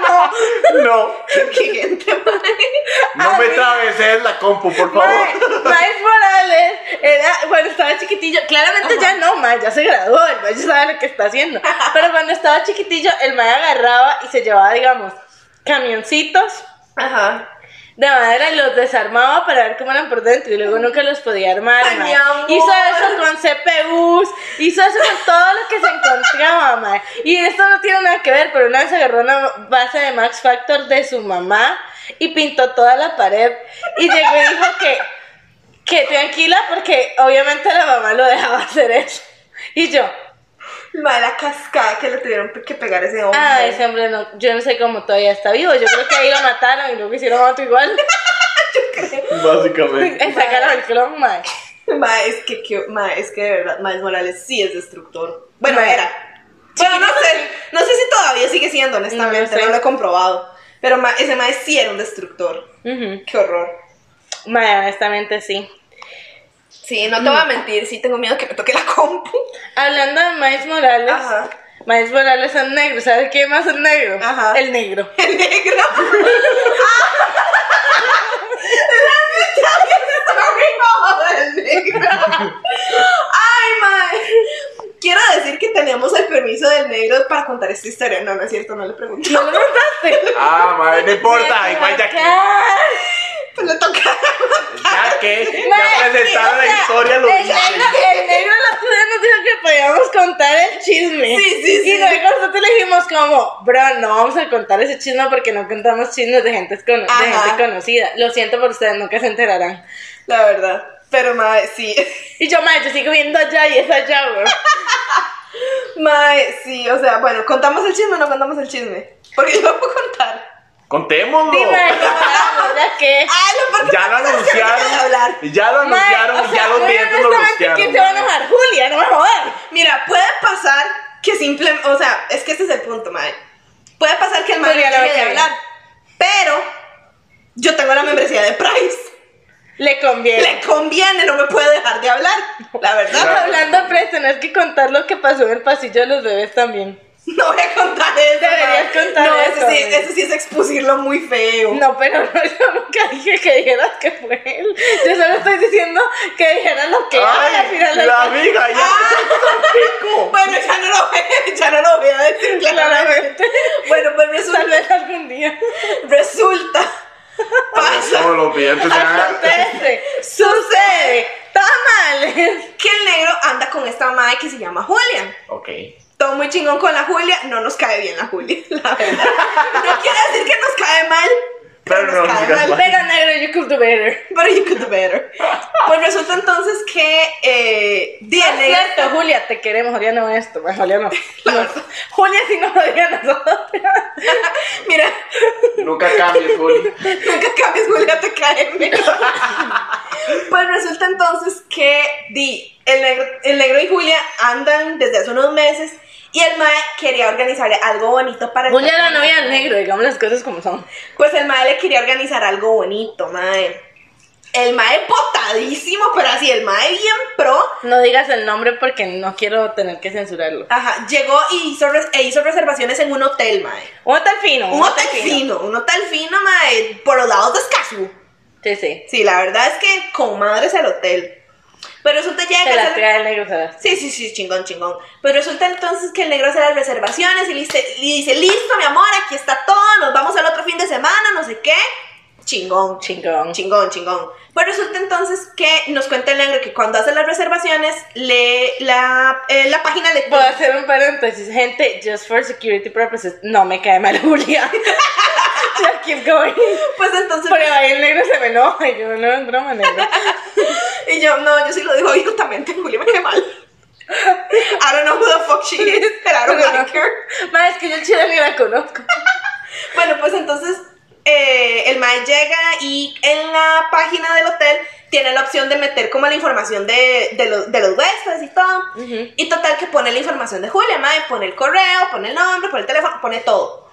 S2: no,
S3: No,
S2: qué gente, mae.
S3: no me traveses la compu, por favor.
S1: Mae, Miles Morales era, cuando estaba chiquitillo, claramente ya no, mae, ya se graduó, el mae ya sabe lo que está haciendo. Pero cuando estaba chiquitillo, el mae agarraba y se llevaba, digamos, camioncitos
S2: Ajá.
S1: de madera y los desarmaba para ver cómo eran por dentro y luego nunca los podía armar.
S2: Ay,
S1: mae.
S2: mi amor.
S1: Hizo eso con CPUs, hizo eso con todo lo que se encontraba, mae. Y esto no tiene nada que ver, pero una vez agarró una base de Max Factor de su mamá y pintó toda la pared y llegó y dijo que, que tranquila porque obviamente la mamá lo dejaba hacer eso. Y yo,
S2: Mae, la cascada que le tuvieron que pegar a ese hombre.
S1: ah, ese hombre no, yo no sé cómo todavía está vivo, yo creo que ahí lo mataron y luego hicieron otro igual.
S3: Básicamente.
S1: Sacaron el clon, mae.
S2: Ma, es que, que- ma, es que de verdad, Miles Morales sí es destructor. Bueno,
S1: Ma.
S2: era. Bueno, no sé, no sé si todavía sigue siendo, honestamente,
S1: No
S2: no,
S1: lo sé.
S2: lo he comprobado. Pero ma, ese mae sí era un destructor.
S1: Ujú.
S2: Qué horror.
S1: Mae, honestamente sí.
S2: Sí, no te voy a mentir, sí tengo miedo que me toque la compu.
S1: Hablando de Miles Morales,
S2: Ajá.
S1: Miles Morales es negro, ¿sabes qué más es negro?
S2: Ajá.
S1: El negro.
S2: El negro. El negro. Ay, mae. Quiero decir que teníamos el permiso del negro para contar esta historia. No, no es cierto, no le pregunté.
S1: ¿No lo notaste?
S3: Ah, madre, no importa,
S1: Ay,
S3: igual ya que.
S1: acá.
S2: Pues le toca.
S3: Ya que.
S1: Mae,
S3: Ya presentaron
S1: o
S3: la
S1: sea,
S3: historia, lo
S1: el negro, el negro la otra vez nos dijo que podíamos contar el chisme.
S2: Sí, sí, sí.
S1: Y luego nosotros le dijimos como, bro, no vamos a contar ese chisme porque no contamos chismes de gente, cono- de
S2: Ajá.
S1: gente conocida. Lo siento por ustedes, nunca se enterarán.
S2: La verdad. Pero, mae, sí.
S1: Y yo, mae, yo sigo viendo allá y es allá, bro.
S2: Mae, sí. O sea, bueno, ¿contamos el chisme o no contamos el chisme? Porque yo lo puedo contar.
S3: Contémoslo.
S1: Dime, ¿cómo ¿Ya qué?
S2: Ah, lo parte-
S3: Ya lo
S2: Deja de hablar.
S3: anunciaron. Ya lo
S1: Mae,
S3: anunciaron,
S1: o sea,
S3: ya los
S1: muy
S3: dientes lo
S1: honestamente, ¿Quién se va a
S3: anunciaron.
S1: enojar? Julia, no me jodas.
S2: Mira, puede pasar que simplemente, o sea, es que este es el punto, madre. Puede pasar que el
S1: Pues
S2: madre
S1: ya lo
S2: deje de
S1: que-
S2: hablar, pero yo tengo la membresía de Price.
S1: Le conviene.
S2: Le conviene, no me puede dejar de hablar, la verdad.
S3: Claro.
S1: Hablando, pues, tenés que contar lo que pasó en el pasillo de los bebés también.
S2: No voy a contar eso. mae.
S1: Deberías contar
S2: no,
S1: eso,
S2: eso. sí,
S1: mae.
S2: eso sí es expusirlo muy feo.
S1: No, pero no, yo nunca dije que dijeras que fue él. Yo solo estoy diciendo que dijeras lo que
S3: Ay,
S1: era, al final del- Ah,
S3: la amiga, ya pico.
S2: Bueno, ya no lo voy a, ya no lo voy a decir claramente.
S1: Claramente.
S2: Bueno, pues
S1: Tal
S2: resulta,
S1: vez algún día.
S2: resulta, pasa,
S3: Todos los dientes ya.
S1: Acontece.
S2: sucede
S1: Tamales.
S2: que el negro anda con esta madre que se llama Julian.
S3: Ok.
S2: todo muy chingón con la Julia, no nos cae bien la Julia, la verdad. No quiero decir que nos cae mal, pero,
S3: Pero
S2: nos
S3: no
S2: cae
S3: nos cae
S2: mal.
S3: mal.
S1: Pero negro, you could do better.
S2: Pero you could do better. Pues resulta entonces que eh,
S1: Es
S2: DNA.
S1: cierto, Julia, te queremos. Julia no esto, pues, Julia no. No. Julia sí nos odia a nosotros.
S2: Mira,
S3: Nunca cambies, Juli.
S2: nunca cambies Julia, te cae mejor. Pues resulta entonces que di, el negro, el negro y Julia andan desde hace unos meses y el Mae quería organizarle algo bonito para el
S1: Julia era
S2: matrimonio.
S1: novia del negro, digamos las cosas como son.
S2: Pues el mae le quería organizar algo bonito, mae. El mae botadísimo, pero así, el mae bien pro.
S1: No digas el nombre porque no quiero tener que censurarlo.
S2: Ajá, llegó y hizo, res- e hizo reservaciones en un hotel, mae.
S1: Un hotel Ah, fino.
S2: Un hotel fino, un hotel fino, mae, por los lados de Escazú.
S1: Sí, sí.
S2: Sí, la verdad es que con madres el hotel. Pero resulta ya que
S1: Se la
S2: hacer-
S1: tira el negro, se la-
S2: Sí, sí, sí, chingón, chingón. Pues resulta entonces que el negro hace las reservaciones y le dice, le dice, listo, mi amor, aquí está todo, nos vamos al otro fin de semana, no sé qué. Chingón,
S1: Chingón.
S2: chingón, chingón. Pues resulta entonces que nos cuenta el negro que cuando hace las reservaciones, le, la, eh, la página le...
S1: Voy a hacer un paréntesis, gente, just for security purposes, no me cae mal Julia. Just keep going.
S2: Pues entonces...
S1: Pero ahí el negro se me enoja y yo, no, es broma, negro.
S2: Y yo, no, yo sí lo digo abiertamente, Julia, me cae mal. I don't know who the fuck she is, but I don't like her.
S1: Ma, es que yo el chile ni la conozco.
S2: Bueno, pues entonces eh, el mae llega y en la página del hotel tiene la opción de meter como la información de, de, los- de los huéspedes y todo.
S1: Ujú.
S2: Y total que pone la información de Julia, mae, pone el correo, pone el nombre, pone el teléfono, pone todo.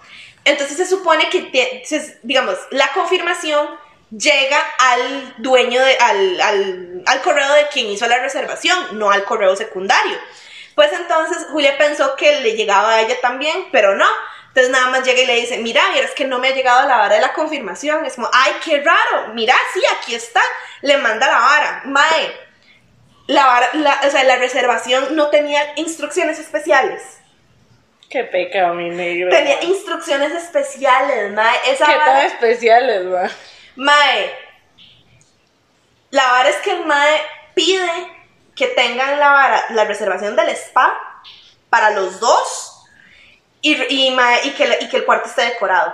S2: Entonces se supone que, tie- se- digamos, la confirmación llega al dueño, de, al, al, al correo de quien hizo la reservación, no al correo secundario. Pues entonces Julia pensó que le llegaba a ella también, pero no. Entonces nada más llega y le dice, mira, mira, es que no me ha llegado la vara de la confirmación. Es como, ay, qué raro, mira, sí, aquí está. Le manda la vara, mae. La, vara- la, o sea, la reservación no tenía instrucciones especiales.
S1: Qué pecado, mi negro.
S2: Tenía
S1: ma.
S2: instrucciones especiales, mae. Esa
S1: Qué tan
S2: vara-
S1: especiales, ma.
S2: Mae, la vara es que el Mae pide que tengan la, vara- la reservación del spa para los dos y, y, mae, y que, la- y que el cuarto esté decorado.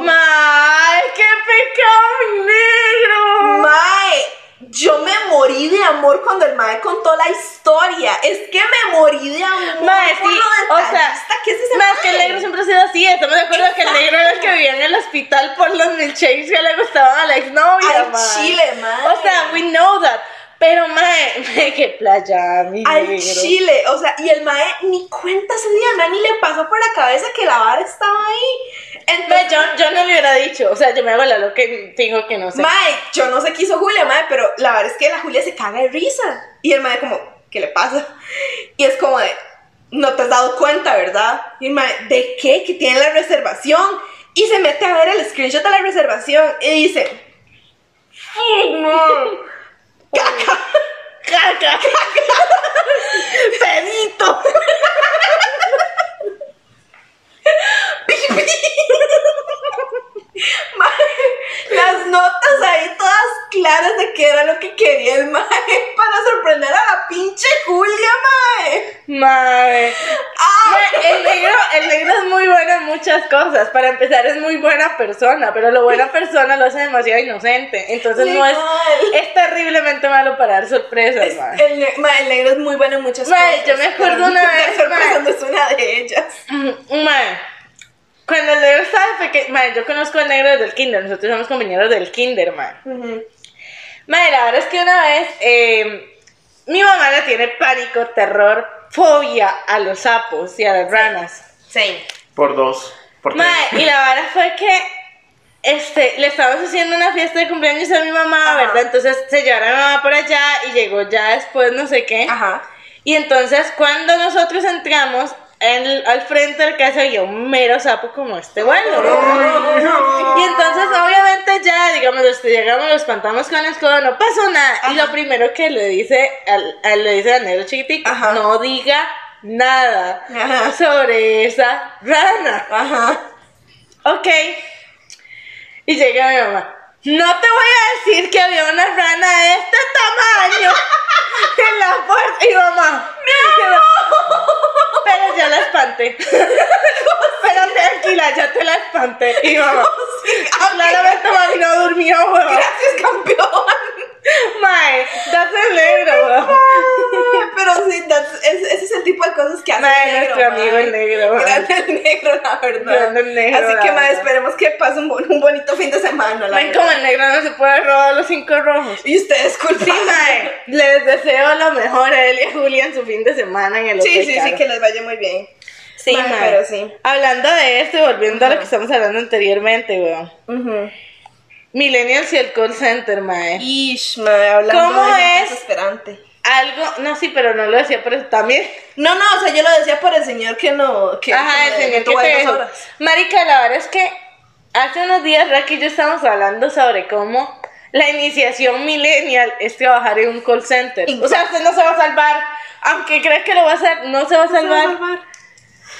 S1: Ma, qué pecado, mi negro.
S2: Mae, yo me morí de amor cuando el Mae contó la historia. Es que me morí de amor.
S1: Mae,
S2: por
S1: sí,
S2: lo
S1: o sea,
S2: detallista que es ese
S1: Ma, es que el
S2: mae.
S1: negro siempre ha sido así. Estamos de acuerdo que el negro era el que vivía en el hospital por los milkshakes que le gustaban a la exnovia,
S2: Al
S1: ma.
S2: chile, mae.
S1: O sea, we know that. Pero, mae, mae, qué playa, mi
S2: al
S1: negro.
S2: chile, o sea, y el mae ni cuenta ese día, mae, ni le pasó por la cabeza que la vara estaba ahí.
S1: Mae,
S2: Entonces,
S1: yo, yo no le hubiera dicho. O sea, yo me hago la loca y digo que no sé.
S2: Mae, yo no sé qué hizo Julia, mae, pero la verdad es que la Julia se caga de risa. Y el mae como, ¿qué le pasa? Y es como de, no te has dado cuenta, ¿verdad? Y el mae, ¿de qué? Que tiene la reservación. Y se mete a ver el screenshot de la reservación y dice, "Fuck, no. Caca.
S1: caca, pedito.
S2: Mae, las notas ahí todas claras de que era lo que quería el mae para sorprender a la pinche Julia, mae.
S1: Mae.
S2: ¡Ah!
S1: Mae, El negro, el negro es muy bueno en muchas cosas. Para empezar, es muy buena persona, pero lo buena persona lo hace demasiado inocente. Entonces no es,
S2: Legal.
S1: es terriblemente malo para dar sorpresas,
S2: Es-
S1: mae.
S2: el, ne- ma, el negro es muy bueno en muchas
S1: Ma,
S2: cosas.
S1: yo me acuerdo una
S2: La
S1: vez,
S2: sorpresa
S1: ma.
S2: no es una de ellas.
S1: Mm, Mae. Cuando el negro estaba pequeño, mae, yo conozco al negro desde el kinder, nosotros somos compañeros del kinder, mae. Madre, la verdad es que una vez eh, mi mamá le tiene pánico, terror, fobia a los sapos y a las ranas.
S2: Sí.
S3: Por dos. Por tres.
S1: Madre, y la vara fue que este, le estábamos haciendo una fiesta de cumpleaños a mi mamá,
S2: Ajá.
S1: ¿verdad? Entonces se llevaron a mi mamá por allá y llegó ya después no sé qué.
S2: Ajá.
S1: Y entonces cuando nosotros entramos, el- al frente del casa había un mero sapo como este vuelo. Y entonces, obviamente, ya, digamos, los que llegamos, lo espantamos con el escoba, no pasó nada. Y lo primero que le dice al, al- le dice al negro chiquitico,
S2: Ajá.
S1: no diga nada
S2: Ajá.
S1: sobre esa rana.
S2: Ajá.
S1: Ok. Y llega mi mamá. No te voy a decir que había una rana de este tamaño en la puerta. Y mamá. Pero ya la espanté. Pero tranquila, ya te la espanté. Y mamá. Claramente mami no durmió, weón.
S2: Gracias, campeón.
S1: Mae, date el negro, weón.
S2: Pero sí, that's- es- ese es el tipo de cosas que hace
S1: Mae,
S2: el negro.
S1: nuestro amigo
S2: ma.
S1: el negro, ma.
S2: Grande el negro, la verdad.
S1: Grande el negro,
S2: Así
S1: la
S2: que, ma,
S1: verdad.
S2: esperemos que pase un, bon- un bonito fin de semana. La
S1: Ven
S2: verdad.
S1: como el negro no se puede robar los cinco rojos.
S2: Y ustedes culpan.
S1: Sí, mae, les deseo lo mejor a él y a Julia en su fin de semana en el
S2: Sí,
S1: hotel
S2: sí, sí,
S1: Caro.
S2: que les vaya muy bien.
S1: Sí,
S2: Mae,
S1: mae.
S2: pero sí.
S1: Hablando de esto y volviendo a lo que estamos hablando anteriormente, weón.
S2: Ujú.
S1: Millennials y el call center, mae.
S2: Ish, mae, hablando
S1: ¿Cómo
S2: de gente
S1: es?
S2: desesperante.
S1: Algo, no, sí, pero no lo decía, pero también.
S2: No, no, o sea, yo lo decía por el señor que no. Que
S1: Ajá, el
S2: que me
S1: señor que
S2: detuvo
S1: te
S2: ahí dos
S1: dejó.
S2: horas.
S1: Marica, la verdad es que hace unos días Raquel y yo estábamos hablando sobre cómo La iniciación millennial es trabajar en un call center. O sea, usted no se va a salvar. Aunque crees que lo va a hacer, no se va a salvar.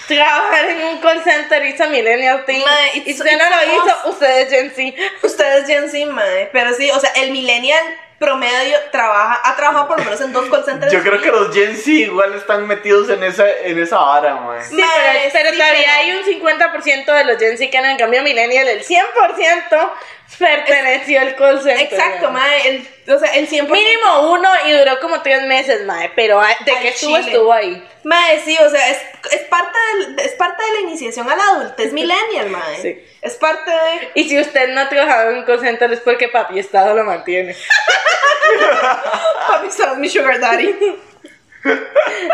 S1: Trabajar en un call center hizo millennial thing.
S2: Mae,
S1: y
S2: it's-
S1: si usted no
S2: it's
S1: lo
S2: almost-
S1: hizo, usted es Gen Z.
S2: Ustedes ya encima, eh, pero sí, o sea, el millennial promedio trabaja, ha trabajado por lo menos en dos call centers.
S3: Yo creo que los Gen Z igual están metidos en esa, en esa vara, mae.
S1: Sí,
S2: Mae,
S1: pero, pero
S2: sí,
S1: todavía
S2: pero-
S1: hay un 50% de los Gen Z que no, en cambio millennial, el 100% perteneció al call center.
S2: Exacto,
S1: mae.
S2: mae, el, o sea, el 100%.
S1: Mínimo uno y duró como tres meses, mae. Pero ah, de
S2: Al
S1: que estuvo,
S2: chile.
S1: estuvo ahí.
S2: Mae, sí, o sea, es, es, parte del- es parte de la iniciación a la adultez millennial, mae.
S1: Sí.
S2: Es parte de...
S1: Y si usted no ha trabajado en un call center es porque papi Estado lo mantiene.
S2: Papi, sos mi sugar daddy.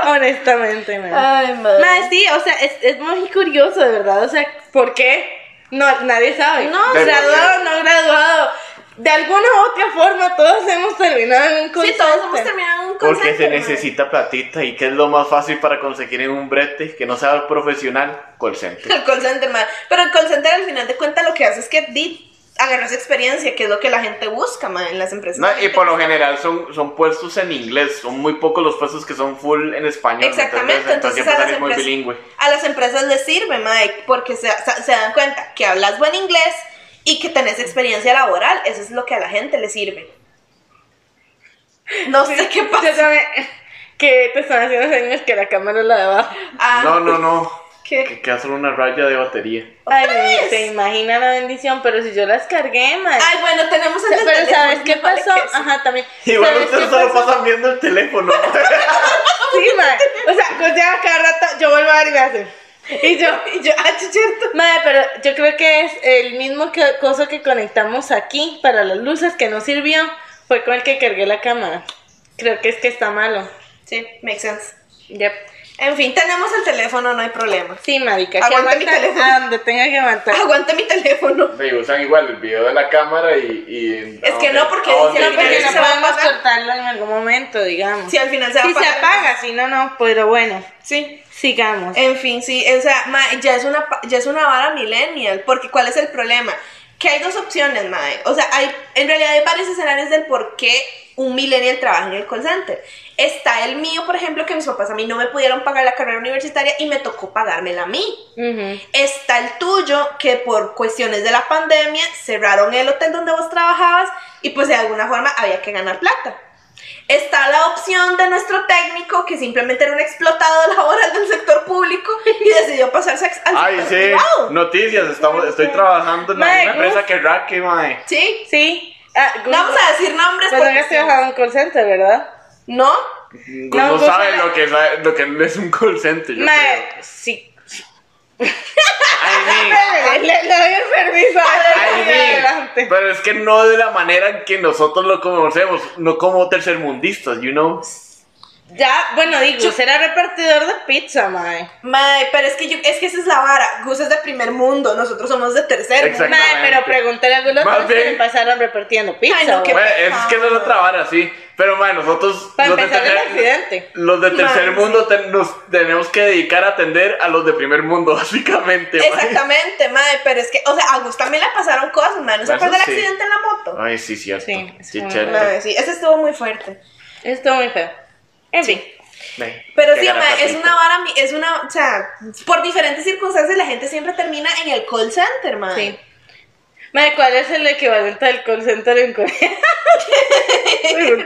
S1: Honestamente, mae.
S2: Ay, mae.
S1: Mae, sí, o sea, es, es muy curioso, de verdad. O sea, ¿por qué? No, nadie sabe.
S2: No,
S3: De
S1: graduado, no graduado. De alguna u otra forma, todos hemos terminado en un call
S2: sí, todos hemos
S1: center.
S2: terminado en un call
S3: Porque se
S2: center, mae.
S3: necesita platita y que es lo más fácil para conseguir en un brete que no sea profesional, call center.
S2: El call center, mae. Pero el call center al final de cuentas lo que hace es que di, agarras experiencia, que es lo que la gente busca, mae, en las empresas.
S3: No, y por lo general son, son puestos en inglés, son muy pocos los puestos que son full en español. ¿me
S2: Exactamente,
S3: entendés? Entonces
S2: entonces,
S3: siempre
S2: a, las
S3: salís muy
S2: empresas-
S3: bilingüe.
S2: a las empresas les sirve, Mike, porque se, se- se dan cuenta que hablas buen inglés y que tenés experiencia laboral. Eso es lo que a la gente le sirve. No sé qué
S1: Yo
S2: pasa.
S1: también- que te están haciendo señas que la cámara es la de abajo.
S2: Ah,
S3: No, no, no.
S2: ¿Qué?
S3: Que, que hacen una raya de batería.
S1: Ay,
S2: vez?
S1: se imagina la bendición, pero si yo las cargué, mae.
S2: Ay, bueno, tenemos el
S1: O sea,
S2: del
S1: pero
S2: teléfono,
S1: ¿sabes qué
S2: no vale
S1: pasó?
S2: que eso.
S1: Ajá, también.
S3: Igual
S1: ¿Sabes
S3: ustedes
S1: qué
S3: solo
S1: pasó?
S3: pasan viendo el teléfono.
S1: Sí, mae. O sea, golpeaba cada rato, yo vuelvo a ver y me hace. Y yo,
S2: Y yo, ah, sí, cierto.
S1: Madre, pero yo creo que es el mismo que- cosa que conectamos aquí para las luces que no sirvió, fue con el que cargué la cámara. Creo que es que está malo.
S2: Sí, makes sense.
S1: Yep.
S2: En fin, tenemos el teléfono, no hay problema.
S1: Sí, marica, que
S2: Aguanta mi
S1: aguanta
S2: teléfono. Ah,
S1: a donde tenga que aguantar.
S2: Aguanta mi teléfono.
S3: Sí, usan igual el video de la cámara y... y-
S2: Es que
S3: ah,
S2: no,
S3: ok.
S2: porque
S3: Ah, ok,
S2: dicen,
S1: No, porque
S3: ok.
S1: no
S2: se va a
S1: podemos
S2: apagar.
S1: cortarlo en algún momento, digamos.
S2: Si al final se va
S1: si
S2: a
S1: se
S2: apagar.
S1: apaga, si no, no, pero bueno,
S2: Sí.
S1: sigamos.
S2: En fin, sí, o sea, mae, ya es una pa- ya es una vara millennial, porque ¿cuál es el problema? Que hay dos opciones, mae. O sea, hay en realidad hay varios escenarios del por qué un millennial trabaja en el call center. Está el mío, por ejemplo, que mis papás a mí no me pudieron pagar la carrera universitaria y me tocó pagármela a mí.
S1: Ujú.
S2: Está el tuyo, que por cuestiones de la pandemia cerraron el hotel donde vos trabajabas y pues de alguna forma había que ganar plata. Está la opción de nuestro técnico, que simplemente era un explotado laboral del sector público y decidió pasarse al sector
S3: Ay, sí.
S2: privado.
S3: Noticias, estamos, estoy trabajando en la
S1: Mae,
S3: misma empresa
S1: Gus.
S3: que Racky, mae.
S2: Sí.
S1: Sí. Ah,
S2: No vamos a decir nombres
S1: Pero
S2: porque
S1: nunca has trabajado en un call center, ¿verdad?
S2: ¿No?
S3: Gus
S1: No,
S3: No,
S1: Gus
S3: sabe
S1: sabe-
S3: lo que, sabe- lo que es un call center, yo creo.
S1: Mae, sí.
S3: Ay, sí.
S1: Le,
S2: Eh,
S1: le- le doy el permiso.
S3: Ay, sí.
S1: Adelante.
S3: Pero es que no de la manera en que nosotros lo conocemos, no como tercermundistas, you know.
S1: Ya, bueno, digo, será repartidor de pizza, mae.
S2: Mae, pero es que, yo, es que esa es la vara. Gus es de primer mundo, nosotros somos de tercer mundo.
S3: Exacto.
S1: Mae, pero pregúntale a algunos
S3: Más
S1: otros que
S3: bien-
S1: le pasaron repartiendo pizza.
S2: Ay, no, qué
S1: güey.
S3: Bueno, es que no es otra vara, sí. Pero, mae, nosotros.
S1: Para
S3: los de
S1: empezar el
S3: tercer-
S1: accidente.
S3: Los de tercer
S2: Mae,
S3: mundo te- nos tenemos que dedicar a atender a los de primer mundo, básicamente. mae.
S2: Exactamente, mae, pero es que, o sea, a Gus también le pasaron cosas, mae. ¿No se
S3: Eso
S2: acuerda
S3: sí.
S2: del accidente en la moto?
S3: Ay, sí, cierto.
S1: Sí, es
S3: Sí,
S1: una-
S3: cierto.
S2: Mae, sí, ese estuvo muy fuerte.
S1: Esto muy feo. En fin.
S3: Ve,
S2: Pero
S3: qué
S2: sí,
S3: gana
S2: ma, es
S3: platita.
S2: una vara, mi- es una, o sea, por diferentes circunstancias la gente siempre termina en el call center, man.
S1: Sí. Mae, ¿cuál es el equivalente del call center en Corea?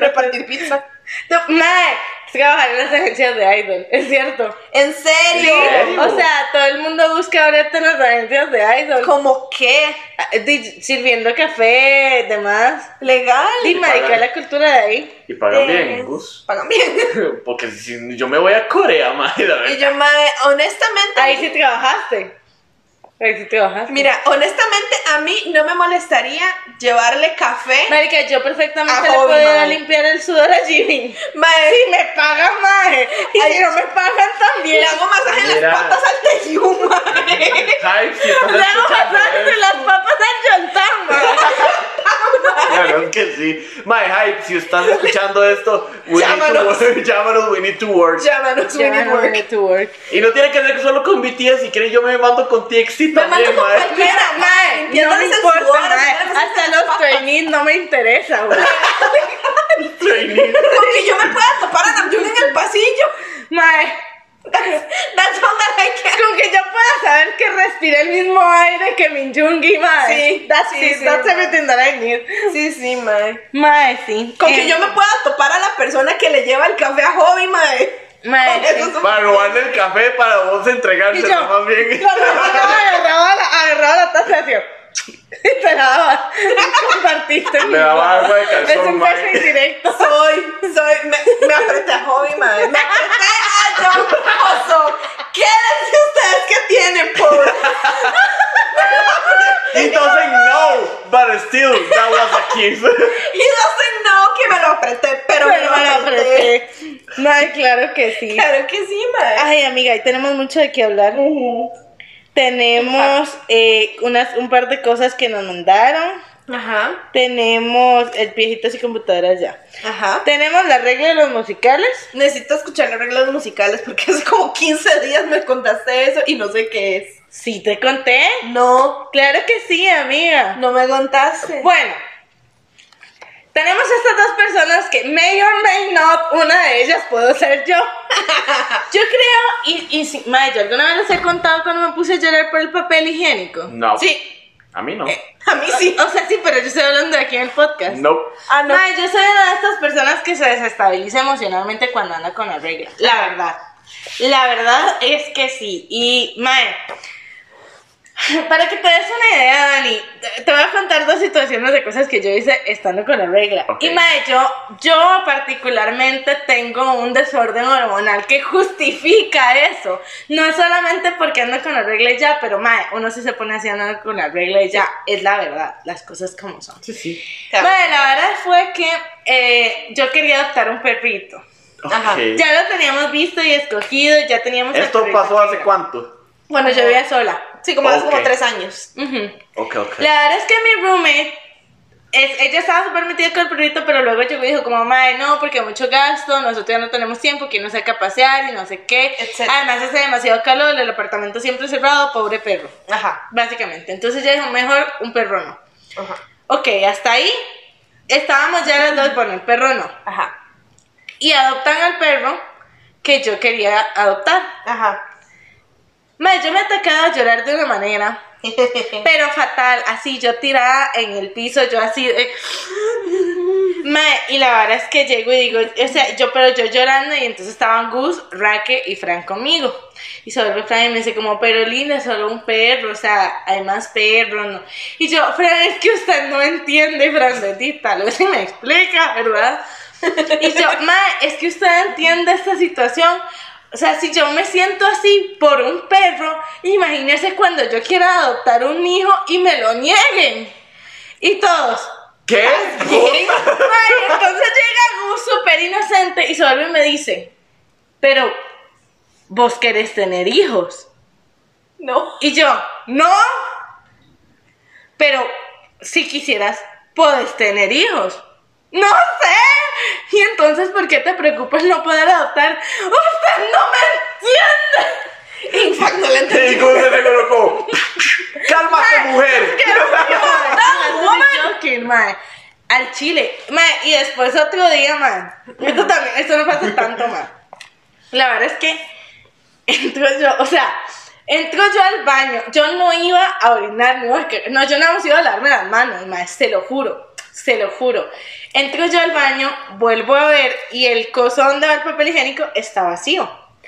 S2: Repartir pizza.
S1: No, Mae, trabajar en las agencias de idol, es cierto.
S2: ¿En
S3: ¿En
S2: serio?
S3: serio?
S1: O sea, todo el mundo busca ahorita en las agencias de idol.
S2: ¿Cómo qué?
S1: Ah, di- Sirviendo café, demás.
S2: ¿Legal?
S1: Di, marica,
S3: pagan.
S1: la cultura de ahí.
S3: Y pagan
S2: Eh,
S3: bien, Gus.
S2: Pagan bien.
S3: Porque si yo me voy a Corea, madre, la
S2: Y
S3: verdad.
S2: yo, ma, honestamente,
S1: Ahí sí trabajaste. Ahí sí trabajaste.
S2: mira, honestamente a mí no me molestaría llevarle café.
S1: Marica, yo perfectamente
S2: A
S1: le
S2: hobby,
S1: puedo
S2: mae.
S1: limpiar el sudor a Jimmy.
S2: Ma,
S1: Si me pagan, mae. Y
S2: Ay,
S1: si no me pagan también.
S2: le hago masaje en
S3: Mira.
S2: las patas al Teyu, mae.
S3: Ay, si estás
S1: Le hago
S3: escuchando
S1: masaje de
S3: esto,
S1: las papas al John Tan, mae.
S3: ya la verdad es que sí. My Hype, si estás escuchando esto, we
S2: Llámanos.
S3: Need to work. llámanos, we need to work.
S2: Llámanos, we need work.
S1: Need to work.
S3: Y no tiene que ver solo con BTS, si quieres yo me mando con TXT
S2: Me mando
S3: también,
S2: con
S3: mae.
S2: cualquiera, mae.
S1: No me
S2: Entiéndanse en su
S1: importa,
S2: hora,
S1: mae.
S2: entiéndanse en
S1: Hasta
S2: su
S1: los
S2: papa.
S1: trainees no me interesa, güey.
S3: Trainee.
S2: Con que yo me pueda topar a Namjoon en el pasillo.
S1: Mae,
S2: That's, that's all that I can.
S1: con que yo pueda saber que respiré el mismo aire que Minjungi, mae.
S2: Sí,
S1: that's
S2: sí,
S1: it,
S2: sí,
S1: that's
S2: mae.
S1: everything that I need.
S2: Sí, sí, mae.
S1: Mae, sí.
S2: Con
S1: Eh,
S2: que yo me pueda topar a la persona que le lleva el café a Hobby, mae.
S1: Mae,
S2: Eso
S1: sí.
S2: son-
S3: Para robarle el café para vos entregárselo
S1: Y yo,
S3: más bien.
S1: La mamá agarraba la, agarraba la taza y hacía, y te la daba. Y compartiste. mi
S3: daba
S1: mamá.
S3: agua de calzón,
S1: Es un
S3: mae.
S1: beso indirecto.
S2: Soy, soy, me, me apreté a Hobby, mae. Me apreté a John Pozo. Quédense ustedes que tienen, pobre.
S3: He doesn't know, but still, that was a kiss.
S2: Y doesn't know que me lo apreté,
S1: Pero
S2: pero, me
S1: me la
S2: lo apreté.
S1: apreté. Mae, claro que sí.
S2: Claro que sí, mae.
S1: Ay, amiga, ahí tenemos mucho de qué hablar. Tenemos eh, unas, un par de cosas que nos mandaron.
S2: Ajá,
S1: Tenemos el viejitos y computadoras ya.
S2: ajá.
S1: Tenemos la regla de los musicales.
S2: Necesito escuchar las reglas musicales porque hace como 15 días me contaste eso y no sé qué es.
S1: Sí, te conté.
S2: No,
S1: Claro que sí, amiga.
S2: no me contaste.
S1: Bueno, tenemos estas dos personas que may or may not, una de ellas puedo ser yo. Yo creo, y, y si, mae, yo alguna vez les he contado cuando me puse a llorar por el papel higiénico.
S3: No.
S1: Sí.
S3: A mí no.
S1: Eh,
S2: a mí sí.
S1: O sea, sí, pero yo estoy hablando de aquí en el podcast.
S3: Nope.
S2: Ah, no.
S1: Mae, yo soy una de estas personas que se desestabiliza emocionalmente cuando anda con la regla. La verdad. La verdad es que sí. Y, Mae, para que te des una idea, Dani, te- te voy a contar dos situaciones de cosas que yo hice estando con la regla.
S3: Ok.
S1: Y, Mae, yo, yo particularmente tengo un desorden hormonal que justifica eso. No es solamente porque ando con la regla y ya, pero, Mae, uno sí se pone así andando con la regla y ya. Es la verdad, las cosas como son.
S3: Sí, sí.
S1: Bueno, la verdad fue que eh, yo quería adoptar un perrito.
S2: Ajá.
S3: Ok.
S1: Ya lo teníamos visto y escogido, ya teníamos... el
S3: ¿Esto
S1: perrito
S3: pasó hace
S1: que-
S3: cuánto?
S1: Bueno, yo vivía sola.
S2: Sí, como hace como
S3: Ok.
S2: tres años.
S1: Ujú.
S3: Ok, ok.
S1: La verdad es que mi roommate, es, ella estaba súper metida con el perrito, pero luego llegó y dijo como, madre, no, porque mucho gasto, nosotros ya no tenemos tiempo, que no saca a pasear y no sé qué.
S2: Etcétera.
S1: Además hace demasiado calor, el apartamento siempre cerrado, pobre perro,
S2: Ajá,
S1: básicamente. Entonces ella dijo, mejor un perro no.
S2: ajá,
S1: Ok, hasta ahí estábamos ya las dos, bueno, el perro no.
S2: ajá,
S1: y adoptan al perro que yo quería adoptar.
S2: ajá.
S1: Mae, yo me atacaba a llorar de una manera, pero fatal, así yo tirada en el piso, yo así de- Mae, y la verdad es que llego y digo, o sea, yo, pero yo llorando, y entonces estaban Gus, Raque y Fran conmigo. Y se vuelve Fran y me dice como, pero linda, solo un perro, o sea, hay más perros, ¿no? Y yo, Fran, es que usted no entiende, Fran, bendita, lo se me explica, ¿verdad? Y yo, ma, es que usted entiende esta situación. O sea, si yo me siento así por un perro, imagínese cuando yo quiera adoptar un hijo y me lo nieguen. Y todos.
S3: ¿Qué?
S1: Mae, entonces llega un súper inocente y se vuelve y me dice, pero vos querés tener hijos.
S2: No.
S1: Y yo, no. Pero si quisieras, puedes tener hijos. No sé. Y entonces, ¿por qué te preocupas no poder adoptar? Usted no me
S2: In fact, no le
S3: Y
S2: entendí.
S3: Gus se seguro como, ¡Cálmate, mujer!
S1: entiende. I'm joking, mae. Al chile. Mae, y después otro día, mae. Esto también, esto no pasa tanto, mae. La verdad es que entro yo, o sea, entro yo al baño. Yo no iba a orinar, no, iba a que- no yo nada más iba a lavarme las manos, mae, se lo juro, se lo juro. Entro yo al baño, vuelvo a ver y el coso donde va el papel higiénico está vacío.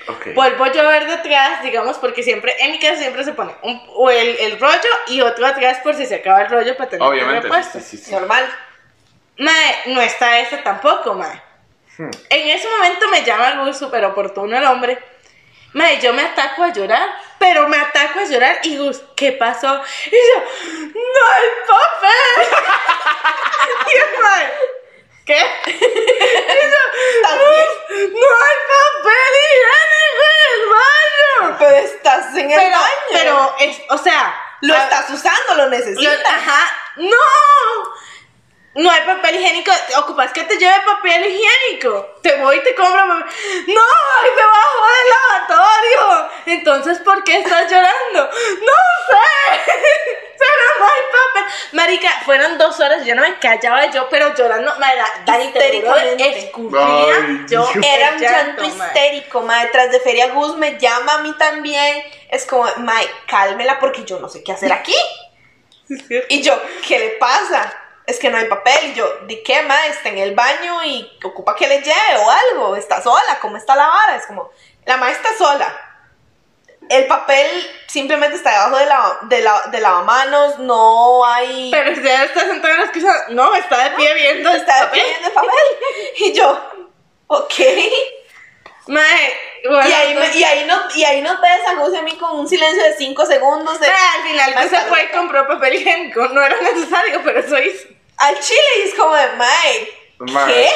S3: Ok.
S1: Vuelvo yo a ver detrás, digamos, porque siempre, en mi casa siempre se pone un, o el, el rollo y otro atrás por si se acaba el rollo para tener
S3: Obviamente.
S1: repuesto.
S3: Sí, sí, sí.
S2: Normal.
S1: Mae, no está ese tampoco, mae.
S3: Hmm.
S1: En ese momento me llama algo súper oportuno el hombre. Mae, yo me ataco a llorar, pero me ataco a llorar y Gus, ¿qué pasó? Y yo, ¡no el papel! y el mae, ¿qué? y yo, "Gus, ¡no el papel higiénico en el baño!
S2: Pero estás en el
S1: Pero,
S2: baño.
S1: pero, es, o sea,
S2: Lo
S1: a-
S2: estás usando, lo
S1: lo-
S2: necesitas.
S1: ajá, ¡no!
S2: No hay papel higiénico. Ocupas que te lleve papel higiénico. Te voy y te compro. papel- No, ay, me bajo del lavatorio. Entonces, ¿por qué estás llorando? No sé. Pero no hay papel. Marica, fueron dos horas. Yo no me callaba yo, pero llorando. Madre,
S1: Dani, te juro,
S2: escupía.
S3: Ay,
S2: yo
S3: Dios.
S2: era un
S1: llanto,
S2: llanto
S1: mae.
S2: histérico, mae. Tras de Feria Gus me llama a mí también. Es como, mae, cálmela porque yo no sé qué hacer aquí. Y yo, ¿qué le pasa? Es que no hay papel. Y yo, ¿de qué, mae? Está en el baño y ocupa que le lleve o algo. Está sola, ¿cómo está la vara? Es como, la mae está sola. El papel simplemente está debajo de la, de la, de lavamanos, no hay...
S1: Pero ya está sentada en las cosas. No, está de pie viendo
S2: no
S1: el
S2: está
S1: papel.
S2: pidiendo el papel. Y yo, ok.
S1: Mae, bueno,
S2: Y ahí, me-
S1: entonces-
S2: y, ahí nos, y ahí nos ves a Gus y a mí con un silencio de 5 segundos de,
S1: Mae, al final
S2: Mae,
S1: que se
S2: está-
S1: fue y compró papel higiénico. No era necesario, pero eso hizo.
S2: al chile y es como de, mae,
S3: Mae,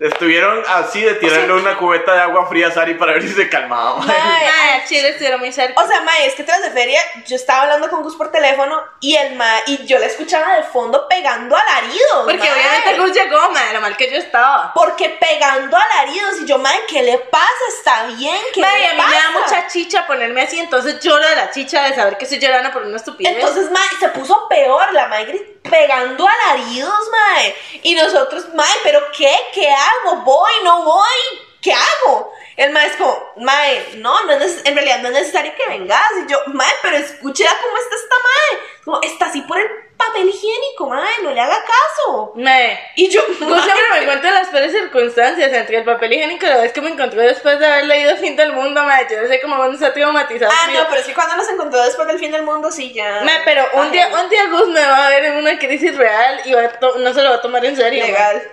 S3: Estuvieron así de tirarle una cubeta de agua fría a Sari para ver si se calmaba. mae.
S2: mae.
S1: Mae, al chile estuvieron muy cerca.
S2: O sea, mae, es que tras de feria yo estaba hablando con Gus por teléfono y el mae, y yo la escuchaba de fondo pegando alaridos.
S1: Porque
S2: mae.
S1: obviamente Gus llegó, mae, lo mal que yo estaba.
S2: Porque pegando alaridos y yo, mae, ¿qué le pasa? Está bien, ¿qué
S1: Mae,
S2: le
S1: a mí me da
S2: pasa?
S1: mucha chicha ponerme así, entonces lloro de la chicha de saber que estoy llorando por una estupidez.
S2: Entonces, mae, se puso peor la mae grit- pegando alaridos, mae. Y nosotros, mae, ¿pero qué? ¿Qué hago? ¿Voy? ¿No voy? ¿Qué hago? El mae es como, mae, no, no es neces- en realidad no es necesario que vengas. Y yo, mae, pero escúchela cómo está esta mae. Como, está así por el papel higiénico, mae, no le haga caso.
S1: Mae,
S2: Y yo,
S1: Gus
S2: mae,
S1: siempre me encuentro las peores circunstancias entre el papel higiénico y la vez que me encontró después de haber leído Fin del Mundo, mae, yo no sé cómo uno está traumatizado.
S2: Ah,
S1: mío.
S2: no, pero es que cuando nos encontró después del fin del mundo, sí, ya. Ah,
S1: Mae, pero un día,
S2: Ajá.
S1: un día Gus me va a ver en una crisis real y va a to- no se lo va a tomar en serio. mae.
S2: Legal,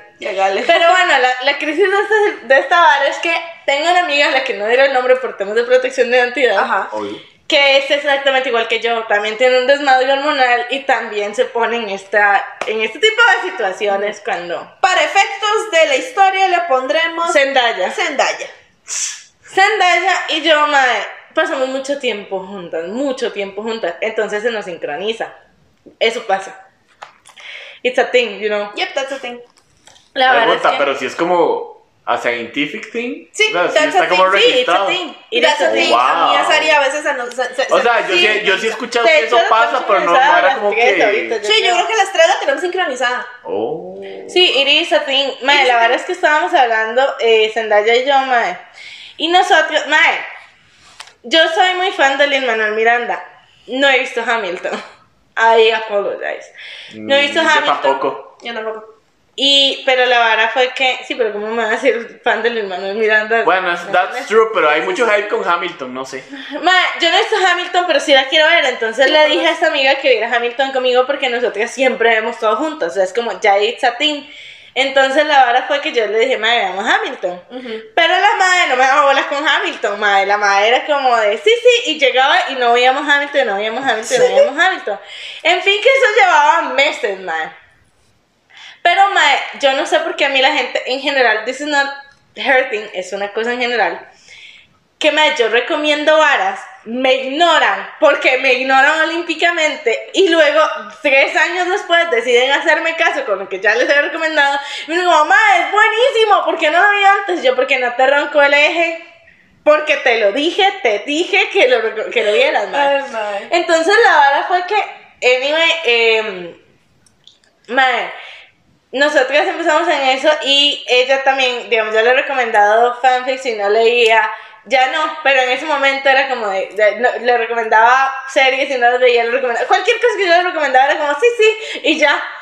S2: legal.
S1: Pero bueno, la, la crisis de esta, de esta vara es que tengo una amiga a la que no diré el nombre por temas de protección de identidad,
S2: Ajá.
S3: Obvio.
S1: que es exactamente igual que yo, también tiene un desmadre hormonal y también se pone en, esta, en este tipo de situaciones cuando...
S2: Para efectos de la historia le pondremos
S1: Zendaya.
S2: Zendaya.
S1: Zendaya y yo, mae, pasamos mucho tiempo juntas, mucho tiempo juntas, entonces se nos sincroniza. Eso pasa. It's a thing, you know.
S2: Yep, that's a thing.
S1: La verdad
S3: Pregunta,
S1: es que...
S3: pero si es como a scientific thing.
S2: Sí,
S3: o sea, si
S2: that's
S3: está
S2: a
S3: como
S2: thing, sí, it's
S3: registrado.
S1: a thing.
S2: Y
S1: Y
S2: that's a
S3: that's-
S2: thing.
S3: Wow.
S2: A mí a Sari a veces se nos... se- se-
S3: O
S2: se-
S3: sea, yo sí, yo sí he escuchado que eso
S1: De hecho,
S3: pasa, pero no, no
S1: sincronizada
S3: era
S1: las
S3: como
S1: tres ahorita,
S3: que.
S2: Sí, yo creo que las tres la tenemos sincronizada.
S3: Oh.
S1: Sí, Iris a thing. Mae, la verdad es que estábamos hablando, eh, Zendaya y yo, mae. Y nosotros, mae, yo soy muy fan de Lin Manuel Miranda. No he visto Hamilton. I apologize. No he
S3: Mm,
S1: visto
S3: yo
S1: Hamilton.
S3: tampoco.
S2: Yo tampoco.
S1: Y, pero la vara fue que, sí, pero ¿cómo me van a ser fan de Lin Manuel Miranda?
S3: Bueno, es- that's true, pero hay mucho hype con Hamilton, no sé.
S1: Mae, yo no he visto Hamilton, pero sí la quiero ver. Entonces le dije a esta amiga que viera Hamilton conmigo porque nosotras siempre vemos todos juntos. O sea, es como, ya it's a team. Entonces la vara fue que yo le dije, mae, veamos Hamilton. Pero la madre no me daba bolas con Hamilton, madre. La madre era como de sí, sí, y llegaba y no veíamos Hamilton, no veíamos Hamilton, no veíamos Hamilton. En fin, que eso llevaba meses, madre. Pero, madre, yo no sé por qué a mí la gente en general, this is not hurting, es una cosa en general, que, madre, yo recomiendo varas, me ignoran, porque me ignoran olímpicamente, y luego, tres años después, deciden hacerme caso con lo que ya les había recomendado, y me dicen, como, madre, es buenísimo, ¿por qué no lo vi antes? Yo, porque no te ronco el eje, porque te lo dije, te dije que lo, reco- que lo vieras, madre.
S2: mae.
S1: Entonces la vara fue que, anyway, eh, madre, nosotras empezamos en eso y ella también, digamos, yo le he recomendado fanfics y no leía, ya no, pero en ese momento era como de, de- no, le recomendaba series y no las veía, le recomendaba, cualquier cosa que yo le recomendaba era como, sí, sí, y ya.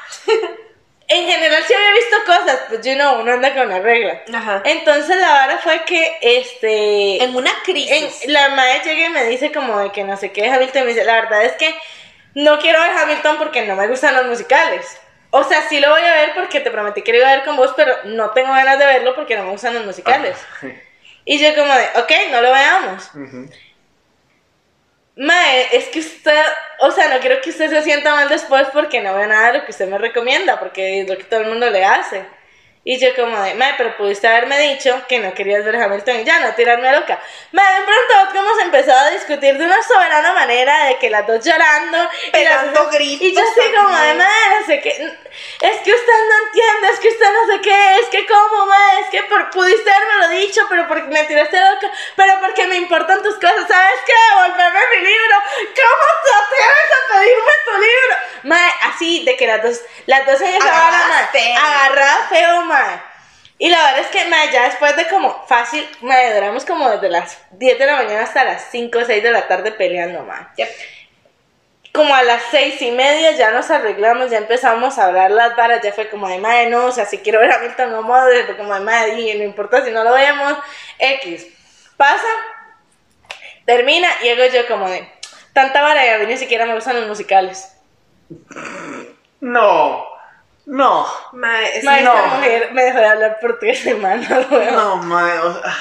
S1: en general sí había visto cosas, pues yo no, uno anda con la regla.
S2: Ajá.
S1: Entonces la vara fue que, este...
S2: En una crisis.
S1: En- la madre llega y me dice como de que no sé qué es Hamilton. y Me dice, la verdad es que no quiero ver Hamilton porque no me gustan los musicales. O sea, sí lo voy a ver porque te prometí que lo iba a ver con vos, pero no tengo ganas de verlo porque no me gustan los musicales. Y yo como de, ok, no lo veamos.
S3: Ujú.
S1: Mae, es que usted, o sea, no quiero que usted se sienta mal después porque no veo nada de lo que usted me recomienda, porque es lo que todo el mundo le hace. Y yo como de, mae, pero pudiste haberme dicho que no querías ver Hamilton y ya no tirarme a loca. Mae, de pronto hemos empezado a discutir de una soberana manera de que las dos llorando. y
S2: Pegando
S1: las-
S2: gritos
S1: Y yo así como de,
S2: también.
S1: mae, no sé qué. Es que usted no entiende, es que usted no sé qué, es que cómo, mae, es que por, pudiste haberme lo dicho, pero porque me tiraste loca, pero porque me importan tus cosas, ¿sabes qué? Devolverme mi libro. ¿Cómo te atreves a pedirme tu libro? Mae, así de que las dos, las dos en esa
S2: Agarradas
S1: hora, mae,
S2: feo.
S1: agarradas feo, mae. Y la verdad es que, mae, ya después de como fácil, mae, duramos como desde las 10 de la mañana hasta las 5 o 6 de la tarde peleando, mae.
S2: Yep.
S1: Como a las seis y media ya nos arreglamos, ya empezamos a hablar las varas, ya fue como de madre, no, o sea, si quiero ver a Milton no modo, fue como de madre, y no importa si no lo vemos, X. Pasa, termina, y luego yo como de, tanta vara y a mí ni siquiera me gustan los musicales.
S3: No, no,
S2: Mae, es-
S1: Mae, esta
S3: No.
S1: mujer me dejó de hablar por tres semanas, weón.
S3: no, mae. o sea,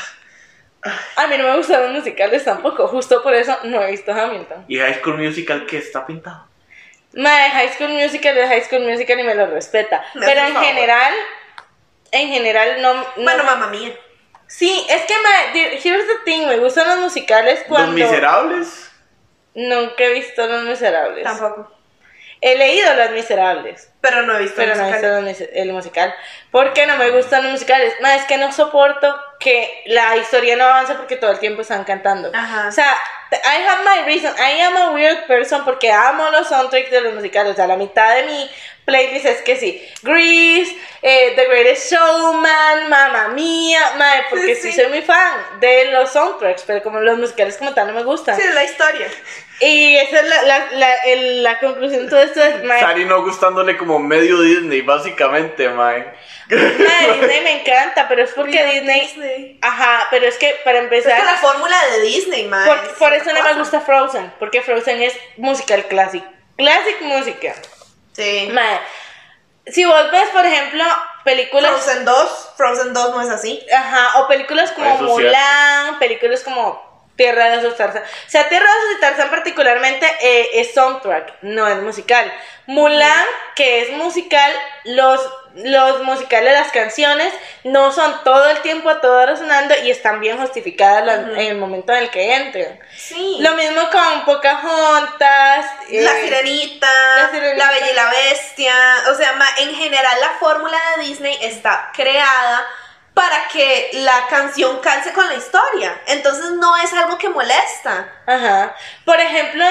S1: A mí no me gustan los musicales tampoco, justo por eso no he visto Hamilton.
S3: y High School Musical que está pintado.
S1: Mae, High School Musical es High School Musical y me lo respeta.
S2: Me
S1: Pero
S2: hace
S1: en
S2: favor.
S1: general, en general no... no
S2: bueno, mamá mía.
S1: Sí, es que me, di- here's the thing, me gustan los musicales cuando
S3: Los Miserables.
S1: nunca he visto Los Miserables.
S2: Tampoco.
S1: He leído Los Miserables,
S2: Pero no he visto
S1: pero no he
S2: musical.
S1: visto los mis- el musical. ¿Por qué no me gustan los musicales? Ma, es que no soporto que la historia no avance porque todo el tiempo están cantando.
S2: Ajá.
S1: O sea, t- I have my reason. I am a weird person porque amo los soundtracks de los musicales. O sea, la mitad de mi playlist es que sí. Grease, eh, The Greatest Showman, Mamma Mía. Madre, porque sí,
S2: Sí, sí.
S1: soy muy fan de los soundtracks, pero como los musicales como tal no me gustan.
S2: Sí, es la historia.
S1: Y esa es la, la, la, el- la conclusión de todo esto. Es, mae,
S3: Sari no gustándole como medio Disney, básicamente, mae.
S1: mae, Disney me encanta, pero es porque
S2: Viva
S1: Disney...
S2: Disney.
S1: Ajá, pero es que para
S2: Es que la
S1: empezar...
S2: fórmula de Disney, mae.
S1: Por,
S2: es
S1: por
S2: otra
S1: eso no me
S2: cosa.
S1: gusta Frozen, porque Frozen es musical classic. Classic música.
S2: Sí.
S1: Mae, si vos ves, por ejemplo, películas...
S2: Frozen 2. Frozen 2 no es así.
S1: Ajá, o películas como
S3: Eso es cierto.
S1: Mulan, películas como Tierra de Osos Tarzán. O sea, Tierra de Osos y Tarzán particularmente eh, es soundtrack, no es musical. Mulan, que es musical, los, los musicales, las canciones, no son todo el tiempo a todo hora sonando y están bien justificadas las- en el momento en el que entran.
S2: Sí.
S1: Lo mismo con Pocahontas. eh,
S2: La sirenita,
S1: La
S2: la
S1: Sirenita.
S2: Bella y la Bestia, o sea, ma, en general la fórmula de Disney está creada para que la canción calce con la historia, entonces no es algo que molesta.
S1: Ajá. Por ejemplo,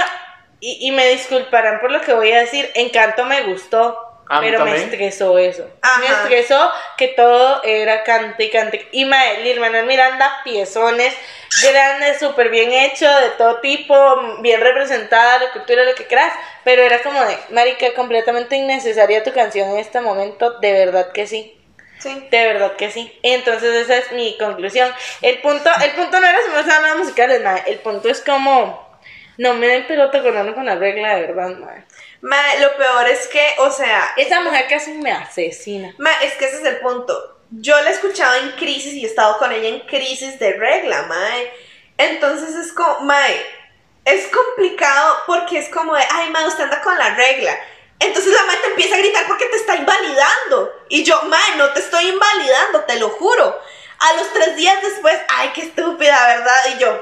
S1: y, y me disculparán por lo que voy a decir, Encanto me gustó,
S3: A mí
S1: pero me
S3: también.
S1: estresó eso. Me
S2: Ajá.
S1: estresó que todo era cante y cante. Y mae, Lil Manuel Miranda, piezones grandes, súper bien hecho, de todo tipo, bien representada, la cultura, lo que quieras, pero era como de, marica, completamente innecesaria tu canción en este momento, de verdad que sí.
S2: Sí.
S1: De verdad que sí. Entonces esa es mi conclusión. El punto, el punto no era si me gustaban las musicales, nada. El punto es como no me den pelota con uno con la regla de verdad, madre.
S2: Ma, lo peor es que, o sea,
S1: Esa mujer casi me asesina.
S2: ma, es que ese es el punto. Yo la he escuchado en crisis y he estado con ella en crisis de regla, mae. Entonces es como, mae, es complicado porque es como de, ay, mae, usted anda con la regla. Entonces la mae te empieza a gritar porque te está invalidando. Y yo, mae, no te estoy invalidando, te lo juro. A los tres días después, ay, qué estúpida, ¿verdad? Y yo,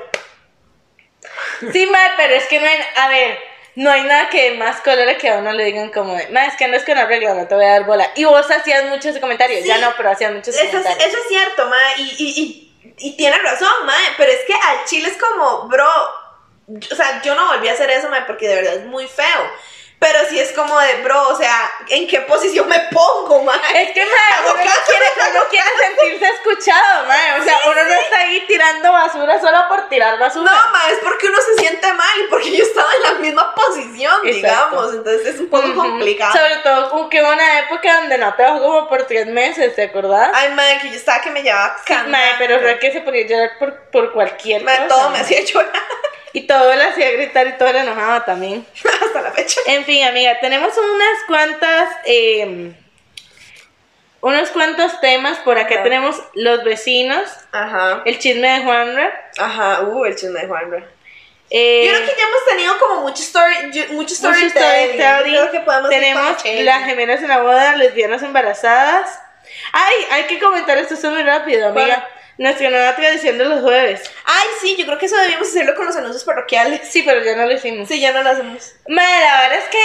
S1: Sí, madre, pero es que no hay, a ver, no hay nada que más colore que a uno le digan como de, madre, es que andas con la regla, no te voy a dar bola. Y vos hacías muchos comentarios,
S2: Sí.
S1: ya no, pero hacías muchos
S2: eso es,
S1: comentarios.
S2: eso es cierto, mae, y, y, y, y tiene razón, mae, pero es que al chile es como, bro, o sea, yo no volví a hacer eso, mae, porque de verdad es muy feo. Pero sí es como de, bro, o sea, ¿en qué posición me pongo, mae?
S1: Es que, madre, uno no
S2: Abogado,
S1: quiere, uno
S2: abogado.
S1: quiere sentirse escuchado, madre. O sea, uno no está ahí tirando basura solo por tirar basura.
S2: No, ma, es porque uno se siente mal y porque yo estaba en la misma posición,
S1: Exacto.
S2: digamos. Entonces es un poco
S1: Ujú.
S2: Pues complicado.
S1: Sobre todo como que hubo una época donde no te bajó como por tres meses, ¿te acordás?
S2: Ay, madre, que yo estaba que me llevaba cantando.
S1: Mae, pero Raquel que se podía llorar por, por cualquier
S2: Mae,
S1: cosa.
S2: todo me hacía llorar
S1: Y todo le hacía gritar y todo le enojaba también.
S2: hasta la fecha.
S1: En fin, amiga, tenemos unas cuantas... eh, unos cuantos temas. Por acá
S2: Ajá.
S1: tenemos los vecinos,
S2: Ajá,
S1: el chisme de Juanra.
S2: ajá, uh, el chisme de Juan, bro.
S1: eh,
S2: Yo creo que ya hemos tenido como mucho story, yo- mucho
S1: mucho
S2: storytelling. Yo
S1: storytelling.
S2: creo que podemos ir
S1: tenemos
S2: con-
S1: las gemelas en la boda, lesbianas embarazadas. Ay, hay que comentar esto esto es muy rápido, amiga.
S2: ¿Cuál?
S1: Nuestra nueva tradición de los jueves.
S2: Ay, sí, yo creo que eso debíamos hacerlo con los anuncios parroquiales.
S1: Sí, pero ya no lo hicimos.
S2: Sí, ya no lo hacemos.
S1: Madre, la verdad es que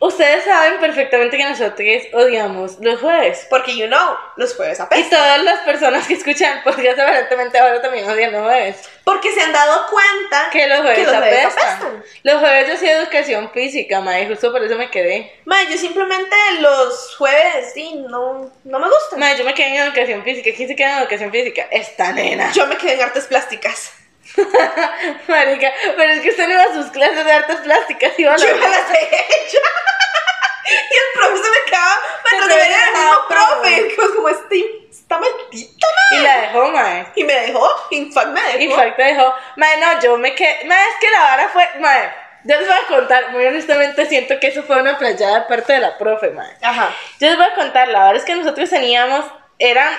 S1: ustedes saben perfectamente que nosotros odiamos los jueves.
S2: Porque, you know, los jueves
S1: Y
S2: apestan.
S1: todas las personas que escuchan podcast aparentemente ahora también odian los jueves.
S2: Porque se han dado cuenta
S1: Que los jueves,
S2: que los jueves
S1: apestan.
S2: apestan.
S1: Los jueves yo hacía educación física, madre, justo por eso me quedé.
S2: Mae, yo simplemente los jueves, sí, no, no me gustan.
S1: Madre, yo me quedé en educación física. ¿Quién se queda en educación física? Esta nena.
S2: Yo me quedé en artes plásticas.
S1: Marica, pero es que usted no iba a sus clases de artes plásticas, iba a
S2: Yo
S1: la-
S2: me las he hecho. y el profe se me acaba. Me lo
S1: Se te
S2: debería el
S1: había
S2: mismo
S1: dejado
S2: profe. Y yo como este, está maldita.
S1: y la dejó, madre.
S2: Y me dejó. Infact me dejó.
S1: Y Facta dejó, madre, no, yo me quedé, madre, es que la vara fue, madre, yo les voy a contar, muy honestamente siento que eso fue una playada de parte de la profe, madre.
S2: Ajá.
S1: Yo les voy a contar, la verdad es que nosotros teníamos, eran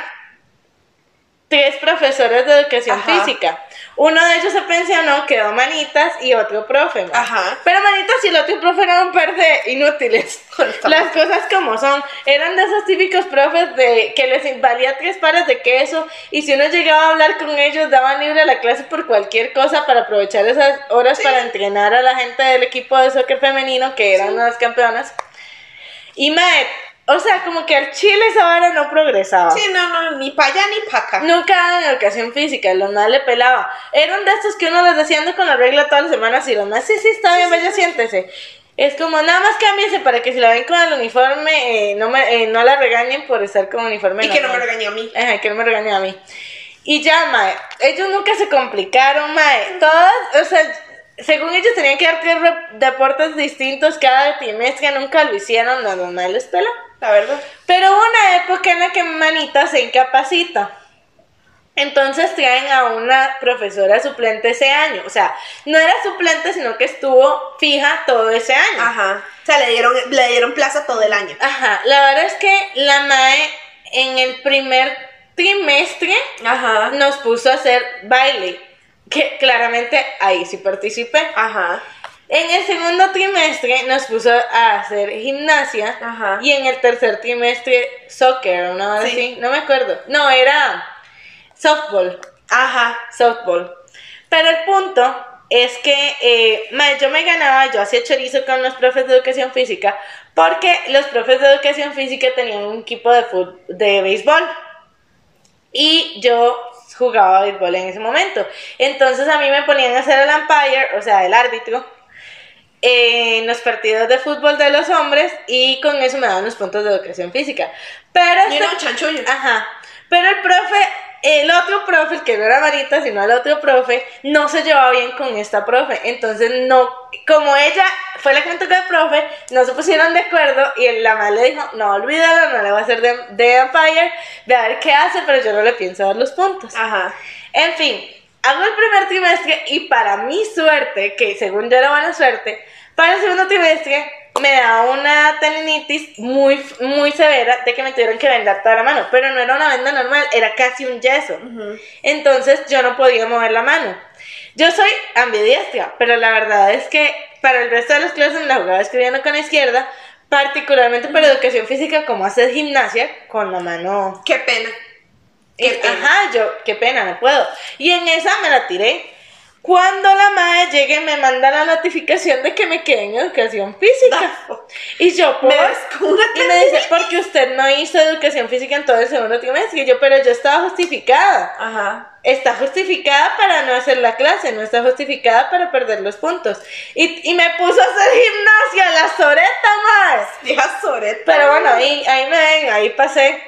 S1: tres profesores de educación
S2: Ajá.
S1: física. Uno de ellos se pensionó, quedó Manitas y otro profe. ¿no?
S2: Ajá.
S1: Pero Manitas y el otro profe eran un par de inútiles.
S2: Honestamente.
S1: Las cosas como son. Eran de esos típicos profes de que les valía tres pares de queso y si uno llegaba a hablar con ellos daban libre la clase por cualquier cosa para aprovechar esas horas para entrenar a la gente del equipo de soccer femenino que eran las campeonas. Y Mae, o sea, como que al chile esa vara no progresaba.
S2: Sí, no, no, ni para allá ni para acá.
S1: Nunca daban educación física, los más le pelaba. Eran de estos que uno les decía ando con la regla todas las semanas y los más, sí, sí, está bien, vaya, siéntese. Es como, nada más cámbiese para que si la ven con el uniforme, eh, no, me, eh, no la regañen por estar con uniforme.
S2: y que no me
S1: normal.
S2: regañó a mí.
S1: Ajá, que no me regañe a mí. Y ya, mae, ellos nunca se complicaron, mae. Todas, o sea, según ellos tenían que dar tres re- deportes distintos cada trimestre, nunca lo hicieron, la mamá les peló.
S2: La verdad.
S1: Pero hubo una época en la que Manita se incapacita. Entonces traen a una profesora suplente ese año. O sea, no era suplente, sino que estuvo fija todo ese año.
S2: Ajá. O sea, le dieron, le dieron plaza todo el año.
S1: Ajá, la verdad es que la MAE en el primer trimestre
S2: Ajá.
S1: nos puso a hacer baile, que claramente ahí sí participé.
S2: Ajá.
S1: En el segundo trimestre nos puso a hacer gimnasia
S2: Ajá.
S1: y en el tercer trimestre soccer, una hora
S2: Sí.
S1: así, no me acuerdo. No, era softball,
S2: Ajá.
S1: softball. Pero el punto es que eh, mae, yo me ganaba, yo hacía chorizo con los profes de educación física porque los profes de educación física tenían un equipo de fut- de béisbol. Y yo jugaba béisbol en ese momento. Entonces a mí me ponían a hacer el umpire, o sea, el árbitro, en los partidos de fútbol de los hombres y con eso me daban los puntos de educación física. Pero
S2: Y
S1: este-
S2: no, chanchullo.
S1: Ajá. Pero el profe, el otro profe, el que no era Marita, sino el otro profe, no se llevaba bien con esta profe. Entonces, no, como ella fue la que me tocó de profe, no se pusieron de acuerdo y el- la madre le dijo, no, olvídalo, no le va a hacer de, de umpire, ve a ver qué hace, pero yo no le pienso dar los puntos.
S2: Ajá.
S1: En fin, hago el primer trimestre y para mi suerte, que según yo era buena suerte, para el segundo trimestre me da una tendinitis muy, muy severa de que me tuvieron que vendar toda la mano, pero no era una venda normal, era casi un yeso. Entonces yo no podía mover la mano. Yo soy ambidiestra, pero la verdad es que para el resto de las clases me la jugaba escribiendo con la izquierda, particularmente para educación física, como hacer gimnasia con la mano
S2: Qué pena.
S1: y,
S2: Qué pena.
S1: Eh, ajá, yo, qué pena, no puedo. Y en esa me la tiré. Cuando la madre llegue, me manda la notificación de que me quedé en educación física. Y yo, ¿por?
S2: Me ves con una
S1: Y me dice, porque usted no hizo educación física en todo el segundo trimestre. Y yo, pero yo estaba justificada.
S2: Ajá.
S1: Está justificada para no hacer la clase, no está justificada para perder los puntos. Y, y me puso a hacer gimnasia, la soreta, más.
S2: Vieja soreta.
S1: Pero bueno, ahí, ahí me ven, ahí pasé.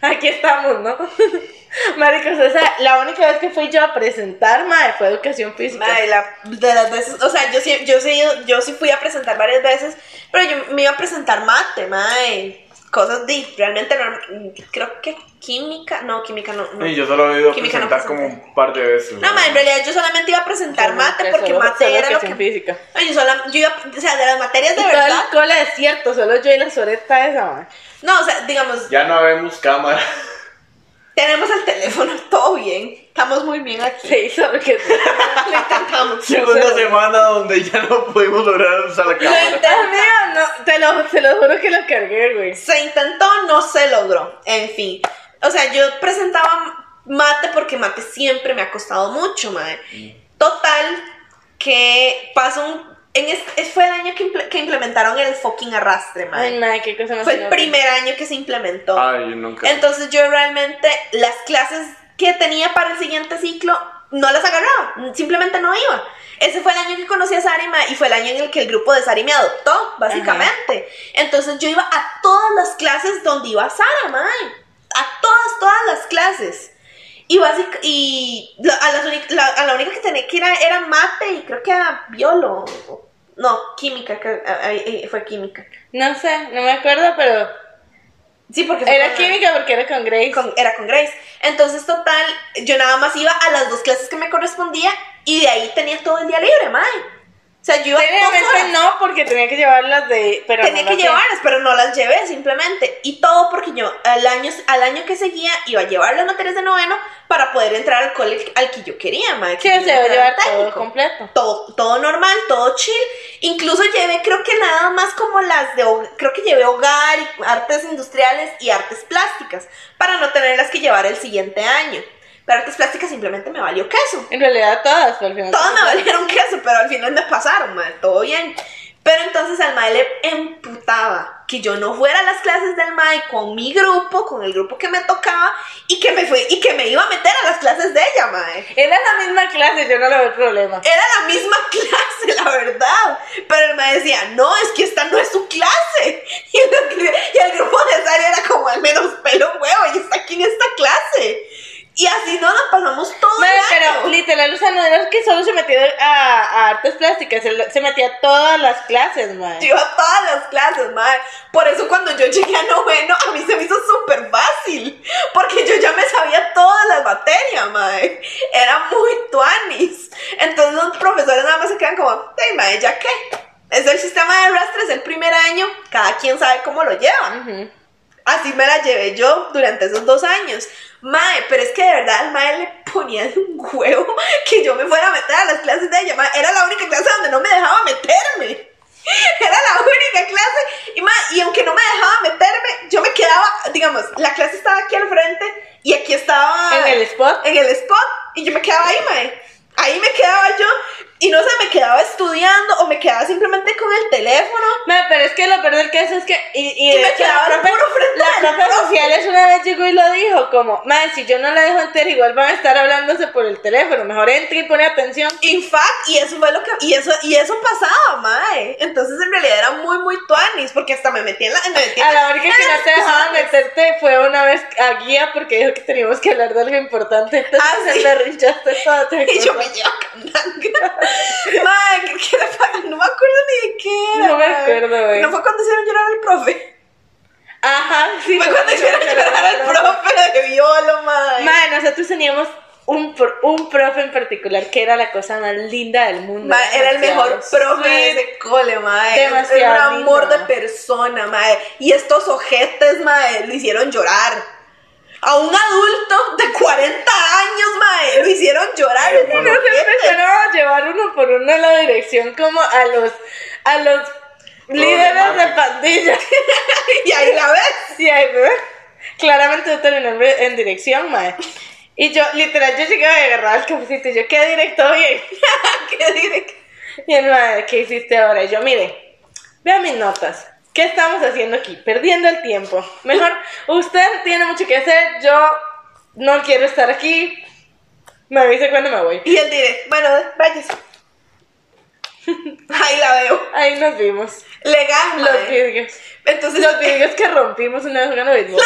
S1: Aquí estamos, ¿no? Maricos, o sea, la única vez que fui yo a presentar, madre, fue educación física.
S2: Madre, la- de las veces, o sea, yo sí, yo sí, yo sí fui a presentar varias veces, pero yo me iba a presentar mate, madre. Cosas de, realmente no, creo que química, no, química no. no.
S3: Y yo solo he ido a
S2: Química no
S3: presentar como un par de veces.
S2: No, ma, en realidad yo solamente iba a presentar mate
S1: Solo-
S2: porque
S1: solo
S2: mate era lo
S1: educación
S2: que.
S1: física.
S2: Ay, yo, sola- yo iba- o sea, de las
S1: Y
S2: materias de
S1: toda
S2: verdad.
S1: la cola es cierto, solo yo y la soreta esa, madre.
S2: No, o sea, digamos,
S3: Ya no vemos cámara.
S2: tenemos el teléfono, todo bien. Estamos muy bien aquí.
S1: Se hizo lo que.
S2: Lo intentamos.
S3: Llegó una semana donde ya no pudimos lograr usar la
S2: Lo
S3: cámara.
S1: Dios
S2: intentamos.
S1: mío, no, te lo, se lo juro que lo cargué, güey.
S2: Se intentó, no se logró. En fin. O sea, yo presentaba mate porque mate siempre me ha costado mucho, madre. Total, que pasó un. En este, fue el año que, imple- que implementaron el fucking arrastre, madre.
S1: Ay, madre, qué cosa más.
S2: fue el
S1: inútil.
S2: primer año que se implementó.
S3: Ay, yo nunca.
S2: Entonces yo realmente las clases que tenía para el siguiente ciclo no las agarraba, simplemente no iba. Ese fue el año que conocí a Sarima y fue el año en el que el grupo de Sari me adoptó, básicamente. Entonces yo iba a todas las clases donde iba Sara, mae. A todas, todas las clases. Y, básica- y la- a, las uni- la, a la única que tenía que ir a- era mate y creo que a biolo. o- No, química, que- a- a- a- fue química.
S1: No sé, no me acuerdo, pero.
S2: Sí, porque fue
S1: Era
S2: con-
S1: química porque era con Grace.
S2: con- era con Grace. Entonces, total, yo nada más iba a las dos clases que me correspondía y de ahí tenía todo el día libre, mae. O sea, yo iba dos horas.
S1: Técnicamente no, porque tenía que llevarlas de. Pero
S2: tenía
S1: no
S2: que
S1: las-
S2: llevarlas, pero no las llevé simplemente. Y todo porque yo al año, al año que seguía iba a llevar las materias de noveno para poder entrar al cole al que yo quería, mae.
S1: Sí,
S2: que
S1: o
S2: yo
S1: sea, iba a
S2: entrara
S1: llevar
S2: al
S1: todo
S2: técnico.
S1: completo.
S2: todo, todo normal, todo chill. Incluso llevé, creo que nada más como las de, ho- creo que llevé hogar, y artes industriales y artes plásticas, para no tenerlas que llevar el siguiente año. Pero artes plásticas simplemente me valió queso.
S1: En realidad todas, pero al final.
S2: Todas me valieron queso, pero al final me pasaron, mae, todo bien. Pero entonces al mae le emputaba que yo no fuera a las clases del mae con mi grupo, con el grupo que me tocaba, y que me, fue, y que me iba a meter a las clases de ella, mae.
S1: Era la misma clase, yo no le veo problema.
S2: Era la misma clase, la verdad. Pero él me decía, no, es que esta no es su clase. Y el, y el grupo de Sara era como, al menos pelo huevo, y está aquí en esta clase. Y así nos la pasamos todo
S1: Madre,
S2: el año.
S1: pero literal, o sea, no era que solo se metía a, a artes plásticas, se, se metía a todas las clases, madre.
S2: Yo a todas las clases, madre. Por eso cuando yo llegué a noveno, a mí se me hizo súper fácil. Porque yo ya me sabía todas las materias, madre. Era muy tuanis. Entonces los profesores nada más se quedan como, hey, madre, ¿ya qué? Es el sistema de arrastre, es el primer año. Cada quien sabe cómo lo llevan.
S1: Ujú.
S2: Así me la llevé yo durante esos dos años. Mae, pero es que de verdad al mae le ponía de un huevo que yo me fuera a meter a las clases de ella. mae. era la única clase donde no me dejaba meterme. Era la única clase. Y, mae, y aunque no me dejaba meterme, yo me quedaba, digamos, la clase estaba aquí al frente y aquí estaba
S1: En el spot.
S2: en el spot y yo me quedaba ahí, mae. Ahí me quedaba yo y no sé, me quedaba estudiando o me quedaba simplemente con el teléfono.
S1: Madre, pero es que lo peor del caso es que. Y, y,
S2: Y
S1: de
S2: me
S1: hecho,
S2: quedaba
S1: la
S2: el
S1: profe,
S2: puro frente
S1: la
S2: del
S1: profe
S2: profe.
S1: sociales una vez llegó y lo dijo, como, madre, si yo no la dejo entera, igual van a estar hablándose por el teléfono. Mejor entre y pone atención.
S2: In fact, y eso fue lo que. Y eso, y eso pasaba, mae. Entonces en realidad era muy, muy tuanis, porque hasta me metí en la. Me metí en
S1: A
S2: la-
S1: la hora que
S2: en
S1: no
S2: las
S1: te dejaban
S2: discusiones.
S1: meterte fue una vez a guía porque dijo que teníamos que hablar de algo importante. Entonces
S2: Ah, sí.
S1: se berrinchaste toda tu
S2: Y yo me llevo cananga. mae, ¿qué, qué le pa- No me acuerdo ni de qué era.
S1: No me
S2: mae.
S1: acuerdo, güey.
S2: No fue cuando hicieron llorar al profe.
S1: Ajá, sí.
S2: Fue cuando hicieron llorar al profe de violo, mae.
S1: Mae, nosotros teníamos un, pro- un profe en particular que era la cosa más linda del mundo.
S2: Ma, era el mejor
S1: demasiado
S2: profe de
S1: sweet.
S2: ese cole, mae.
S1: Demasiado
S2: Era un amor
S1: lindo.
S2: de persona, mae. Y estos ojetes, mae, lo hicieron llorar. A un adulto de 40 años, mae, lo hicieron llorar. esos
S1: Nos
S2: ojetes.
S1: empezaron a llevar uno por uno a la dirección como a los, a los líderes de
S3: Problemáticos.
S1: pandillas.
S2: Y ahí la ves.
S1: Sí, ahí ve. Claramente yo terminé en- en dirección, mae. Y yo, literal, yo llegué a agarrar el cafecito y yo, ¿qué directo bien?
S2: ¿Qué diré?
S1: Y el mae, ¿qué hiciste ahora? Y yo, mire, vea mis notas. ¿Qué estamos haciendo aquí? Perdiendo el tiempo. Mejor, usted tiene mucho que hacer, yo no quiero estar aquí. Me avisa cuando me voy.
S2: Y él diré, bueno, váyase. Ahí la veo.
S1: Ahí nos vimos.
S2: Legal,
S1: Los
S2: mae.
S1: vidrios.
S2: Entonces,
S1: Los vidrios que rompimos una vez jugando béisbol.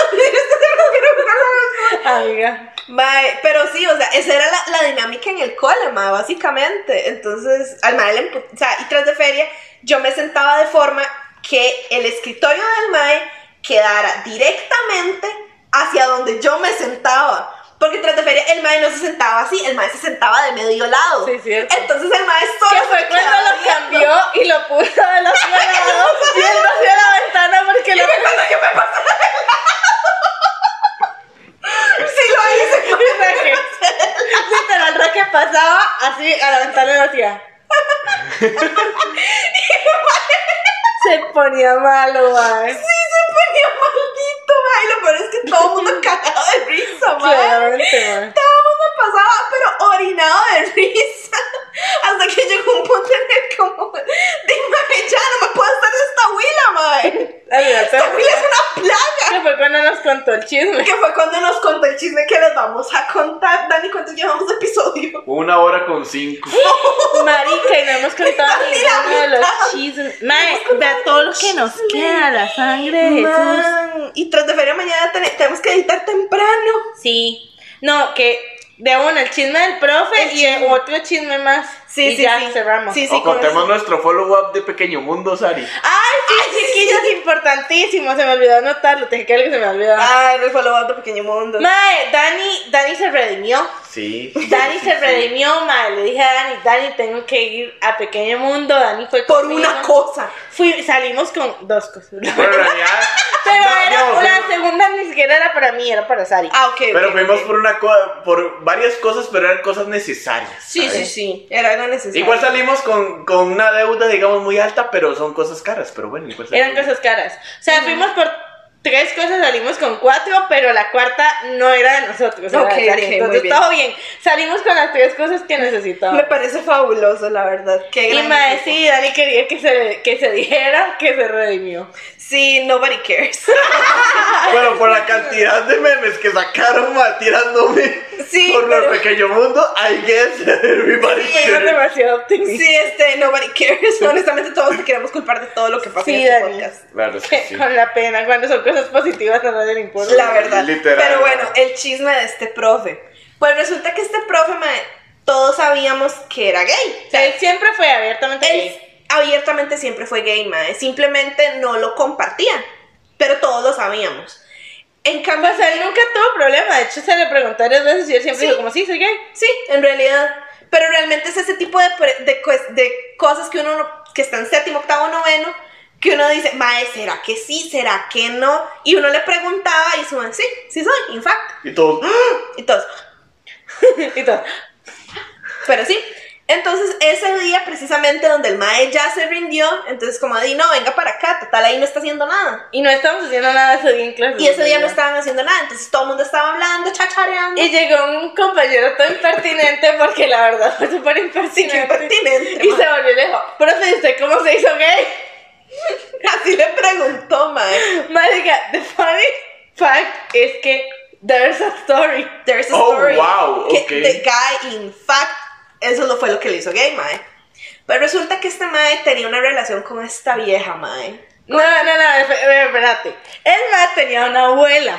S1: Amiga.
S2: Mae, pero sí, o sea, esa era la, la dinámica en el cole, mae, básicamente. Entonces, al mae le empu- o sea, y tras de feria, yo me sentaba de forma que el escritorio del mae quedara directamente hacia donde yo me sentaba. Porque tras de feria el mae no se sentaba así, el mae se sentaba de medio lado.
S1: Sí, cierto.
S2: Entonces el mae
S1: Que
S2: solo
S1: fue
S2: se
S1: cuando
S2: quedaba
S1: lo
S2: viendo.
S1: cambió y lo puso de los lados y él no hacia la ventana porque lo
S2: Cuando yo me pasé de lado. sí lo hice.
S1: así a la ventana y lo hacía. Se ponía malo, mae.
S2: Sí, se ponía maldito, ma. Y lo peor es que todo el mundo cagado de risa, ma.
S1: Claramente, ma.
S2: Todo el mundo pasaba, pero orinado de risa. Hasta que llegó un punto en el como, dime, ya no me puedo hacer de esta huila, ma.
S1: La verdad,
S2: Esta huila es una plaga.
S1: que fue cuando nos contó el chisme.
S2: Que fue cuando nos contó el chisme que les vamos a contar. Dani, ¿cuántos llevamos de episodio?
S3: Una hora con cinco.
S1: Marica, y no hemos contado
S2: Casi la
S1: ninguno de los
S2: mitad.
S1: chismes. Mae, vea todo lo que nos queda, la sangre de Jesús.
S2: Man, y tras de feria mañana ten- tenemos que editar temprano.
S1: Sí. No, que de uno el chisme del profe
S2: El
S1: y el
S2: chisme.
S1: otro chisme más.
S2: Sí,
S1: y
S2: sí,
S1: ya
S2: sí.
S1: cerramos.
S2: Sí, sí,
S3: o
S2: con
S3: contemos
S2: eso.
S3: nuestro follow-up de Pequeño Mundo, Sari.
S1: Ay, sí, chiquillos, importantísimo. Se me olvidó anotarlo. Te dije que algo se me olvidó.
S2: Ay, el follow-up de Pequeño Mundo.
S1: Mae, Dani, Dani se redimió.
S3: Sí.
S1: Dani
S3: Sí,
S1: se
S3: sí.
S1: redimió, mae. Le dije a Dani, Dani, tengo que ir a Pequeño Mundo. Dani fue
S2: Por
S1: conmigo.
S2: una cosa.
S1: Fui, salimos con dos cosas.
S3: Pero en realidad.
S1: Pero
S3: no,
S1: era,
S3: digamos,
S1: la
S3: fuimos-
S1: segunda ni siquiera era para mí, era para Sari.
S2: Ah, ok.
S3: Pero
S2: ok,
S3: fuimos
S2: ok.
S3: por una co- por varias cosas, pero eran cosas necesarias.
S2: Sí, sí,
S3: ¿sabes?
S2: sí. Era algo necesario.
S3: Igual salimos con, con una deuda, digamos, muy alta, pero son cosas caras. Pero bueno, igual
S1: Eran
S3: salimos.
S1: cosas caras. O sea, fuimos por tres cosas, salimos con cuatro, pero la cuarta no era de nosotros. Era
S2: Ok,
S1: de Sari.
S2: ok,
S1: Entonces,
S2: muy bien.
S1: todo bien. Salimos con las tres cosas que
S2: Me
S1: necesitábamos.
S2: parece fabuloso, la verdad. Qué
S1: Y
S2: gran
S1: mae,
S2: equipo.
S1: sí, Dani quería que se, que se dijera que se redimió.
S2: Sí, nobody cares.
S3: Ah, Bueno, por la cantidad de memes que sacaron mal tirándome
S2: Sí,
S3: por
S2: pero-
S3: el pequeño mundo, I guess everybody
S2: Sí,
S3: cares.
S1: Fueron demasiado optimistas.
S2: sí, este, nobody cares. Honestamente, todos te queremos culpar de todo lo que pasó
S1: Sí,
S2: en este
S1: Dani.
S2: podcast.
S3: Claro, es que sí.
S1: Con la pena, cuando son cosas positivas a nadie le importa.
S2: La verdad.
S3: Literal.
S2: Pero bueno, el chisme de este profe. Pues resulta que este profe, mae, todos sabíamos que era gay.
S1: O sea, él siempre fue abiertamente
S2: Él
S1: gay.
S2: abiertamente siempre fue gay, mae. Simplemente no lo compartían. Pero todos lo sabíamos. En cambio,
S1: O sea, Pues, él nunca tuvo problema. De hecho, se le preguntó varias veces y él siempre
S2: Sí.
S1: dijo como, sí, soy gay.
S2: sí, en realidad. Pero realmente es ese tipo de, pre- de, cues- de cosas que uno, no- que está en séptimo, octavo, noveno, que uno dice, mae, ¿será que sí? ¿Será que no? Y uno le preguntaba y su mae, sí, sí soy, in fact.
S3: Y todos,
S2: Y todos,
S1: y todo.
S2: Pero sí. Entonces, ese día precisamente donde el mae ya se rindió, entonces como di, no, venga para acá, total, ahí no está haciendo nada.
S1: Y no estamos haciendo nada ese día en clase.
S2: Y ese día no estaban haciendo nada, entonces todo el mundo estaba hablando, chachareando.
S1: Y llegó un compañero todo impertinente porque la verdad fue súper
S2: Sí, qué
S1: impertinente.
S2: impertinente.
S1: Y
S2: mae.
S1: se volvió y le dijo, profe, ¿y usted cómo se hizo gay?
S2: Así le preguntó, mae.
S1: Marica, the funny fact es que there's a story.
S2: There's a
S3: Oh,
S2: story.
S3: wow,
S2: que
S3: ok.
S2: The guy, in fact, eso lo fue lo que le hizo gay, mae. Pero resulta que este mae tenía una relación con esta vieja, mae.
S1: No, no, no, esp- eh, espérate. El más tenía una abuela.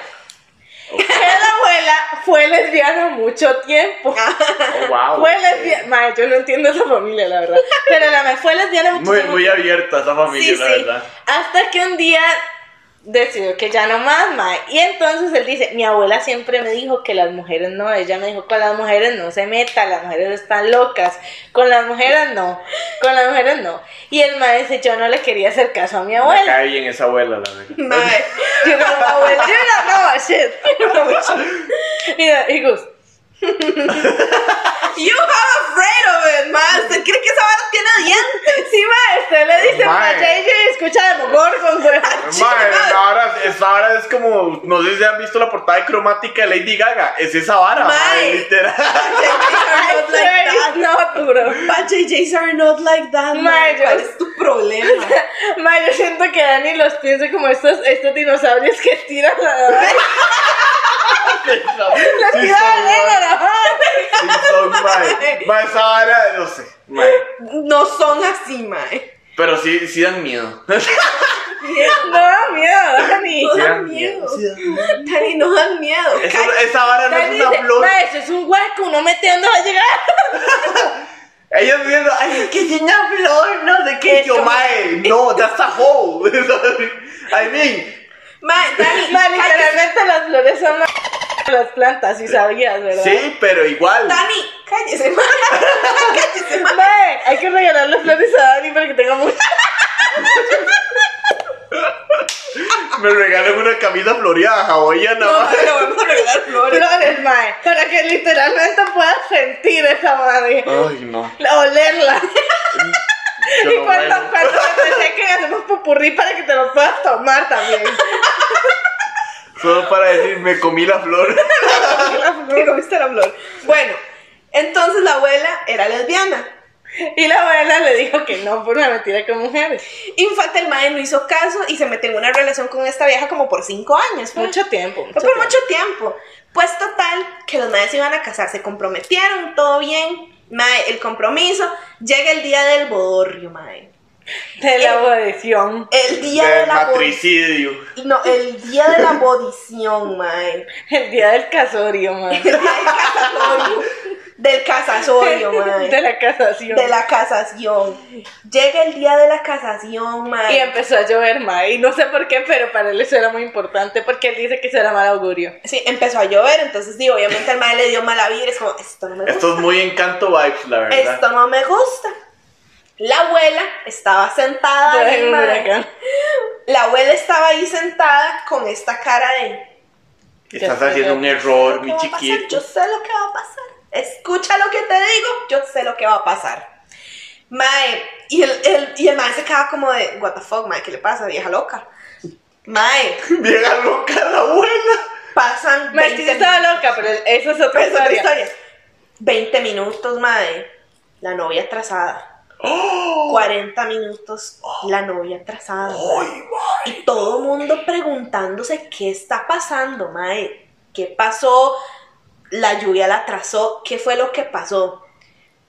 S1: La abuela fue lesbiana mucho tiempo.
S2: Ah.
S3: oh, wow.
S1: Fue lesbiana. Madre, yo no entiendo esa familia, la verdad. Pero la me fue lesbiana mucho
S3: Muy,
S1: tiempo.
S3: muy abierta esa familia, la verdad.
S1: Hasta que un día decidió que ya no más, mae. Y entonces él dice, mi abuela siempre me dijo que las mujeres no, ella me dijo, con las mujeres no se meta, las mujeres están locas, con las mujeres no, con las mujeres no. Y el mae dice, yo no le quería hacer caso a mi
S3: Me
S1: abuela.
S3: cae bien esa abuela, la verdad.
S2: Mae.
S1: Yo no, la abuela, yo no, no, shit. Y, y Gus,
S2: You have a friend of it, mae. ¿Usted cree que esa vara tiene dientes?
S1: sí, mae, usted le dice,
S3: Mae.
S1: mae, ya ella escucha de Gorgon, güey.
S3: Madre, la vara- esa vara es como, no sé si han visto la portada de cromática de Lady Gaga, es esa vara,
S2: Mae.
S3: madre, literal.
S2: Are not like that.
S1: No, duro.
S2: But JJs are not like that,
S1: My
S2: man.
S1: God.
S2: ¿Cuál es tu problema?
S1: Ma, yo siento que Dani los piensa como estos, estos dinosaurios que tiran la Los
S3: Sí
S1: tiran
S3: son,
S1: al
S3: mae.
S1: negro.
S3: Sí son, mae. Mae, esa vara, no sé, mae.
S2: No son así, mae.
S3: Pero sí, sí dan miedo.
S1: No da miedo, Dani.
S2: No
S3: Sí
S2: dan
S3: dan
S2: miedo.
S3: miedo.
S2: Dani, no dan miedo.
S3: Esa,
S2: Cállate.
S3: esa vara no
S1: Dani
S3: es una
S1: dice,
S3: flor.
S1: ma, eso es un hueco, uno mete dónde va a llegar.
S3: Ellos diciendo, ay, es que es una flor, no sé qué.
S1: Es
S3: Yo,
S1: como-
S3: mae, no, that's a hole. I mean,
S2: Mae, Dani,
S1: Ma,
S2: cállate.
S1: literalmente las flores son las, las plantas, si sabías, ¿verdad?
S3: sí, pero igual.
S2: Dani, cállese, mae. cállese, mae.
S1: Ma, hay que regalar las flores a Dani para que tenga mucho.
S3: Me regalan una camisa floreada hawaiana.
S2: No,
S3: mae.
S2: le vamos a regalar flores.
S1: Flores, mae. Para que literalmente puedas sentir esa madre.
S3: Ay, no.
S1: Olerla.
S3: Yo
S1: y
S3: no
S1: cuando,
S3: vuelvo.
S1: cuando te sequen, hacemos pupurrí para que te lo puedas tomar también.
S3: Solo para decir, me comí la flor.
S2: Te comiste la flor. Bueno, entonces la abuela era lesbiana.
S1: Y la abuela le dijo que no, por una mentira con mujeres.
S2: Y en fact, el mae no hizo caso y se metió en una relación con esta vieja como por cinco años. fue.
S1: Mucho tiempo.
S2: Fue por Ah, mucho tiempo. Pues total, que los maes iban a casar, se comprometieron, todo bien. Mae, el compromiso. Llega el día del bodorrio, mae.
S1: De la abolición.
S2: El día de
S3: Del
S2: la bo-
S3: matricidio.
S2: No, el día de la bodición, mae.
S1: El día del casorio, mae.
S2: El día del casasorio. Del casasorio, mae.
S1: De la casación.
S2: De la casación. Llega el día de la casación, mae.
S1: Y empezó a llover, mae. Y no sé por qué, pero para él eso era muy importante porque él dice que eso era mal augurio.
S2: Sí, empezó a llover, entonces digo, obviamente al mae le dio mala vibra, es como, esto no me gusta,
S3: Esto es muy encanto vibes, la verdad.
S2: esto no me gusta. La abuela estaba sentada
S1: Fue
S2: ahí,
S1: un
S2: mae.
S1: huracán.
S2: La abuela estaba ahí sentada con esta cara de,
S3: Estás
S1: Ya
S3: haciendo
S1: sé.
S3: un error,
S2: "Yo
S3: mi
S2: sé lo que va a pasar,
S3: chiquito.
S2: yo sé lo que va a pasar, escucha lo que te digo, yo sé lo que va a pasar. Mae, y el, el, y el mae se quedaba como de, what the fuck, mae, ¿qué le pasa, vieja loca? Mae,
S3: Vieja loca la abuela.
S2: pasan
S1: Mae,
S2: 20
S1: sí estaba loca, pero eso es otra
S2: Pero es otra
S1: historia.
S2: historia. 20 minutos, madre. La novia atrasada.
S3: ¡Oh!
S2: 40 minutos, la novia atrasada. y todo el mundo preguntándose qué está pasando, madre. ¿Qué pasó? La lluvia la atrasó. ¿Qué fue lo que pasó?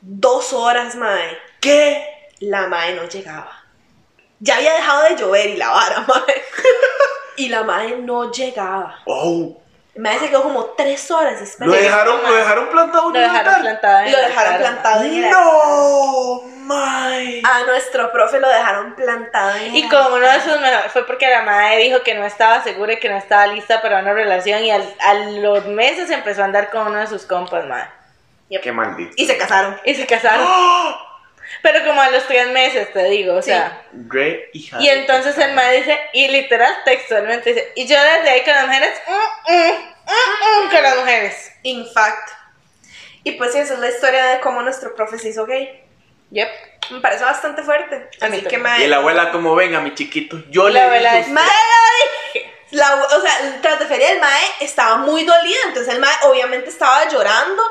S2: Dos horas, madre. ¿Qué? La madre no llegaba. Ya había dejado de llover y la vara, madre. y la madre no llegaba.
S3: Oh,
S2: Me se quedó como tres horas
S3: lo
S2: esperando.
S3: dejaron, lo dejaron plantado en
S1: Lo
S3: un
S1: dejaron
S3: altar.
S1: plantada. en
S2: Lo
S1: el
S2: dejaron
S1: altar, mae.
S2: plantado en el
S3: No, my.
S2: A nuestro profe lo dejaron plantado en
S1: Y
S2: el
S1: como uno de
S2: altar.
S1: sus mejores, fue porque la madre dijo que no estaba segura y que no estaba lista para una relación y al- a los meses empezó a andar con uno de sus compas, madre.
S3: Qué maldito. ¡Ah!
S2: Y se casaron.
S1: Y se casaron. Pero como a los tres meses, te digo, o
S2: Sí.
S1: sea.
S3: Re hija.
S1: Y entonces
S3: ah.
S1: el madre dice, y literal textualmente dice, y yo desde ahí con las mujeres, mm, mm, mm, mm, con las mujeres.
S2: In fact. Y pues esa es la historia de cómo nuestro profe se hizo gay.
S1: Yep.
S2: Me parece bastante fuerte.
S1: A mí
S2: Así que,
S1: también.
S3: Y
S2: mae.
S3: la abuela, como venga, mi chiquito. Yo
S1: La
S3: le
S1: abuela
S3: dije
S1: es-
S2: Mae, la- o sea, tras de feria el mae estaba muy dolido, entonces el mae obviamente estaba llorando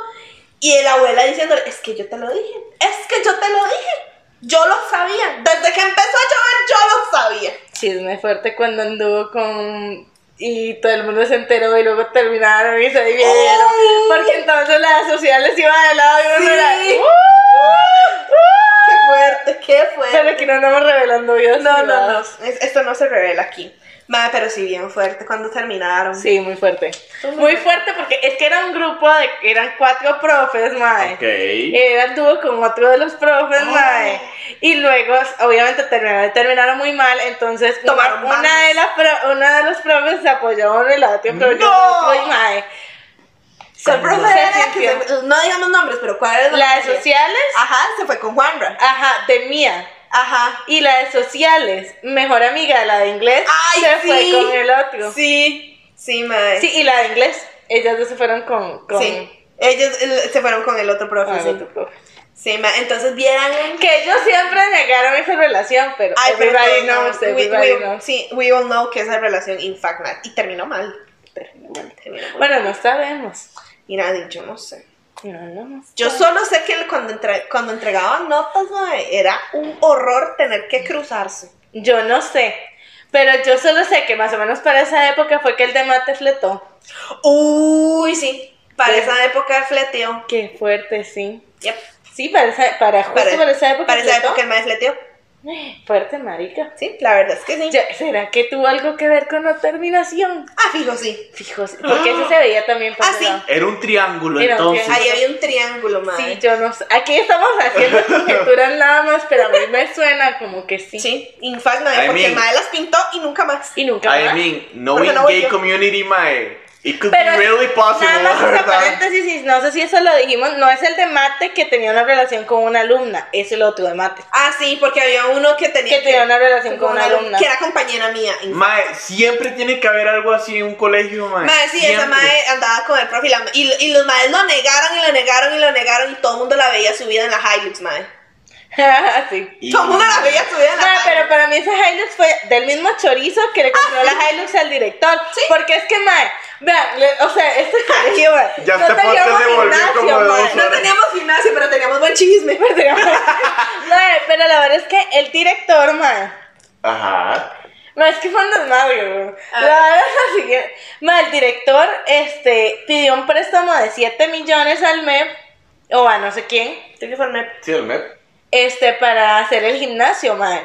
S2: y la abuela diciéndole, es que yo te lo dije, es que yo te lo dije, yo lo sabía, desde que empezó a llover yo lo sabía.
S1: Chisme fuerte cuando anduvo con... Y todo el mundo se enteró y luego terminaron y se dividieron.
S2: Oh.
S1: Porque entonces las sociales iban de lado y uno era...
S2: Sí.
S1: "Uh".
S2: Qué fuerte, qué fuerte.
S1: Pero que no andamos revelando videos.
S2: No, no, no.
S1: privados.
S2: es- esto no se revela aquí. Ma, pero sí, bien fuerte cuando terminaron.
S1: Sí, muy fuerte.
S2: Muy
S1: Muy fuerte porque es que era un grupo de. Eran cuatro profes, mae.
S3: Ok.
S2: Eh,
S1: Él anduvo con otro de los profes,
S2: Ah.
S3: Oh.
S1: mae. Y luego, obviamente, terminaron, terminaron muy mal. Entonces, una-
S2: Tomaron
S1: una,
S2: bandos.
S1: de las pro- una de los profes se apoyó a uno y la otra apoyó
S2: ¡No!
S1: a otro, y, mae.
S2: ¿Cuál profe
S1: Se
S2: era la que se-
S1: sintió.
S2: No digamos nombres, pero ¿cuál era
S1: La de
S2: que-
S1: sociales,
S2: Ajá, se fue con Juanra.
S1: ajá, de mía.
S2: Ajá.
S1: Y la de sociales, mejor amiga de la de inglés,
S2: Ay,
S1: se
S2: sí.
S1: fue con el otro. Sí.
S2: Sí, sí, mae.
S1: y la de inglés, ellas dos se fueron con. con
S2: Sí. Ellos eh, se fueron con el otro profe.
S1: con el
S2: sí,
S1: otro profe.
S2: Sí, mae. Entonces vieran.
S1: Que ellos siempre negaron esa relación, pero
S2: Ay, pero
S1: everybody
S2: todos
S1: knows,
S2: saben. We-
S1: everybody
S2: we-
S1: knows.
S2: Sí, we all know que esa relación, in fact, mal. Y terminó mal. Terminó mal. Terminó mal.
S1: Bueno, no sabemos.
S2: Y nada, yo no sé.
S1: No hablamos.
S2: Yo solo sé que cuando, entre- cuando entregaban notas, mae, era un horror tener que cruzarse.
S1: Yo no sé. Pero yo solo sé que más o menos para esa época fue que el de mate fletó.
S2: Uy, sí. Para
S1: Sí.
S2: esa época fleteó.
S1: Qué fuerte, sí.
S2: Yep.
S1: Sí, para esa, para, justo para, esa época.
S2: Para esa
S1: fletó.
S2: época el mae fleteó.
S1: Fuerte, marica.
S2: Sí, la verdad es que sí.
S1: Ya, ¿Será que tuvo algo que ver con la terminación?
S2: Ah, fijo, sí.
S1: Fijos, porque eso se veía también
S2: Ah,
S1: pasado.
S2: sí.
S3: Era un triángulo,
S1: Era un
S3: entonces.
S1: triángulo.
S2: Ahí había un triángulo, madre.
S1: Sí, yo no sé. Aquí estamos haciendo conjeturas nada más, pero a mí me suena como que sí.
S2: Sí, infact, madre,
S3: I
S2: porque el
S3: mean-
S2: mae las pintó y nunca más.
S1: Y nunca
S3: I
S1: más.
S3: mean, knowing
S2: no voy
S3: gay
S2: yo.
S3: community, mae. It could
S1: Pero
S3: be really possible,
S1: nada más esa
S3: ¿verdad?
S1: paréntesis, y no sé si eso lo dijimos, no es el de mate que tenía una relación con una alumna, es el otro de mate.
S2: Ah, sí, porque había uno que tenía
S1: Que tenía una relación con una alumna.
S2: que era compañera mía.
S3: Mae, siempre tiene que haber algo así en un colegio, mae.
S2: Mae, sí, esa
S3: Siempre.
S2: mae andaba con el profe y, la- y, y los maes lo negaron y lo negaron y lo negaron y todo el mundo la veía subida en la Hilux, mae.
S1: Ah, sí.
S3: Y-
S2: Todo el mundo la veía subida en la
S1: Ma,
S2: Hilux.
S1: pero para mí esa Hilux fue del mismo chorizo que le compró la Hilux al director. Porque es que, mae, vean, le- o sea, este colegio, mae,
S3: Ya este podcast
S1: teníamos
S3: se volvió
S1: gimnasio,
S3: como de
S1: mae,
S3: dos
S1: no
S2: No teníamos gimnasio, pero teníamos buen chisme.
S1: teníamos- Mae, pero la verdad es que el director, mae,
S3: Ajá.
S1: No, es que fue un desmadre, güey.
S2: Ah.
S1: La verdad es la siguiente. Ma, el director este, pidió un préstamo de 7 millones al MEP, o a no sé quién,
S2: Tengo que formar.
S3: Sí, el MEP.
S1: este, para hacer el gimnasio, mae.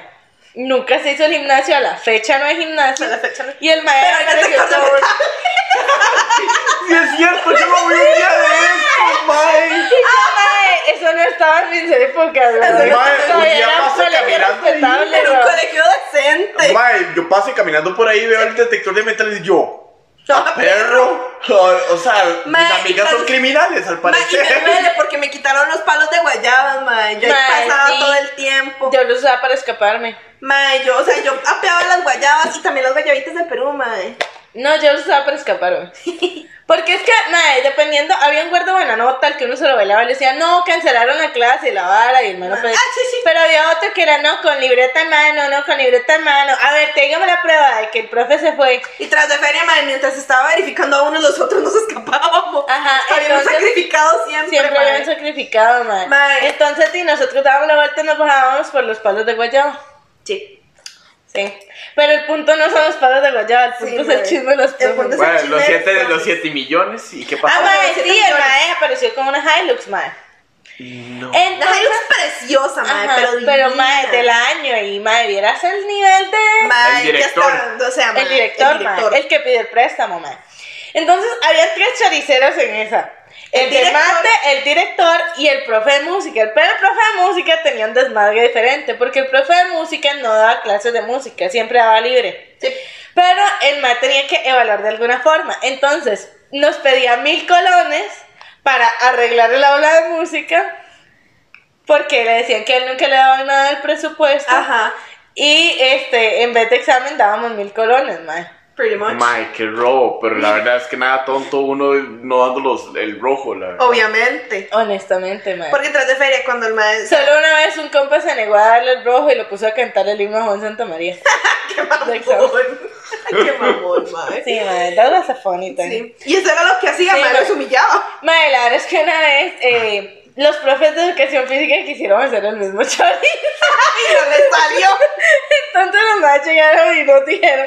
S1: Nunca se hizo el gimnasio, a la fecha no hay gimnasio.
S2: A la fecha no-
S1: Y el
S2: Pero
S1: maestro
S2: ya te
S1: apareció
S2: acordé.
S1: todo-
S3: Sí, es cierto, yo no vi un día de esto, mae.
S1: Mae, Eso no estaba en mis épocas, güey.
S3: Mae, un
S1: Todavía
S3: día
S1: era un
S3: paso
S1: colegio
S3: caminando ahí.
S1: respetable,
S2: Era un
S1: güey.
S2: colegio decente.
S3: Mae, yo paso caminando por ahí, veo el detector de metales y yo. ¡Ah, perro! O, o sea, mis
S2: Mae,
S3: amigas
S2: y
S3: son
S2: pas-
S3: criminales, al
S2: Mae, y me
S3: parecer.
S2: duele porque me quitaron los palos de guayabas, mae. Yo
S1: Mae,
S2: ahí pasaba
S1: sí.
S2: todo el tiempo.
S1: Yo lo usaba para escaparme.
S2: Mae, yo, o sea, yo apeaba las guayabas y también las guayabitas del Perú, mae.
S1: No, yo lo usaba para escapar, güey. Porque es que, madre, dependiendo, había un gordo buena nota al que uno se lo bailaba y le decía, no, cancelaron la clase y la vara y el mano
S2: Ah,
S1: pues-
S2: sí, sí.
S1: Pero había otro que era, no, con libreta en mano, no, con libreta en mano. A ver, téngame la prueba de que el profe se fue.
S2: Y tras de feria, mae, mientras estaba verificando a uno, los otros nos escapábamos.
S1: Ajá,
S2: Habíamos
S1: entonces-
S2: sacrificado siempre,
S1: Siempre
S2: mae.
S1: habían sacrificado, madre.
S2: Mae.
S1: Entonces, y nosotros dábamos la vuelta y nos bajábamos por los palos de guayaba.
S2: Sí.
S1: Sí. Pero el punto no son los palos de guayaba, el punto es el
S2: mae.
S1: chisme de los
S2: El
S1: profes.
S2: punto es-
S3: Bueno, los
S2: chismes,
S3: siete,
S2: pues.
S3: los siete millones, ¿y qué
S1: Ah,
S3: pasa?
S1: madre,
S2: siete
S1: sí, el
S2: millones.
S1: mae apareció con una Hilux, madre.
S3: No.
S2: La
S1: Entonces,
S2: Hilux es preciosa, mae,
S1: Ajá,
S2: pero
S1: pero
S2: divina.
S1: mae, del año y mae, vieras el nivel de
S2: Mae,
S3: El
S2: ya
S3: director.
S2: está, o sea, mae,
S1: el director, mae,
S2: director.
S1: el que pide el préstamo, mae. Entonces, había tres choriceros en esa. El,
S2: El
S1: de
S2: director.
S1: mate, el director y el profe de música. Pero el profe de música tenía un desmadre diferente, porque el profe de música no daba clases de música, siempre daba libre.
S2: Sí.
S1: Pero el mae tenía que evaluar de alguna forma. Entonces, nos pedía mil colones para arreglar el aula de música, porque le decían que él nunca le daba nada del presupuesto.
S2: Ajá,
S1: Y este, en vez de examen dábamos mil colones, mae.
S2: pretty much.
S3: Mae, qué robo, pero la verdad es que nada tonto uno no dando los, el rojo, la verdad.
S2: Obviamente.
S1: Honestamente, mae.
S2: Porque tras de feria, cuando el maestro.
S1: Solo una vez un compa se negó a darle el rojo y lo puso a cantar el himno a Juan Santa María.
S2: ¡Qué mamón! ¡Qué mamón, mae!
S1: Sí, mae, that was a funny time.
S2: Sí. Y eso era lo que hacía,
S1: Sí,
S2: mae,
S1: mae.
S2: los humillaba.
S1: Mae, la verdad es que una vez eh, los profes de educación física quisieron hacer el mismo chorizo.
S2: Y no le salió.
S1: Entonces los más llegaron y nos dijeron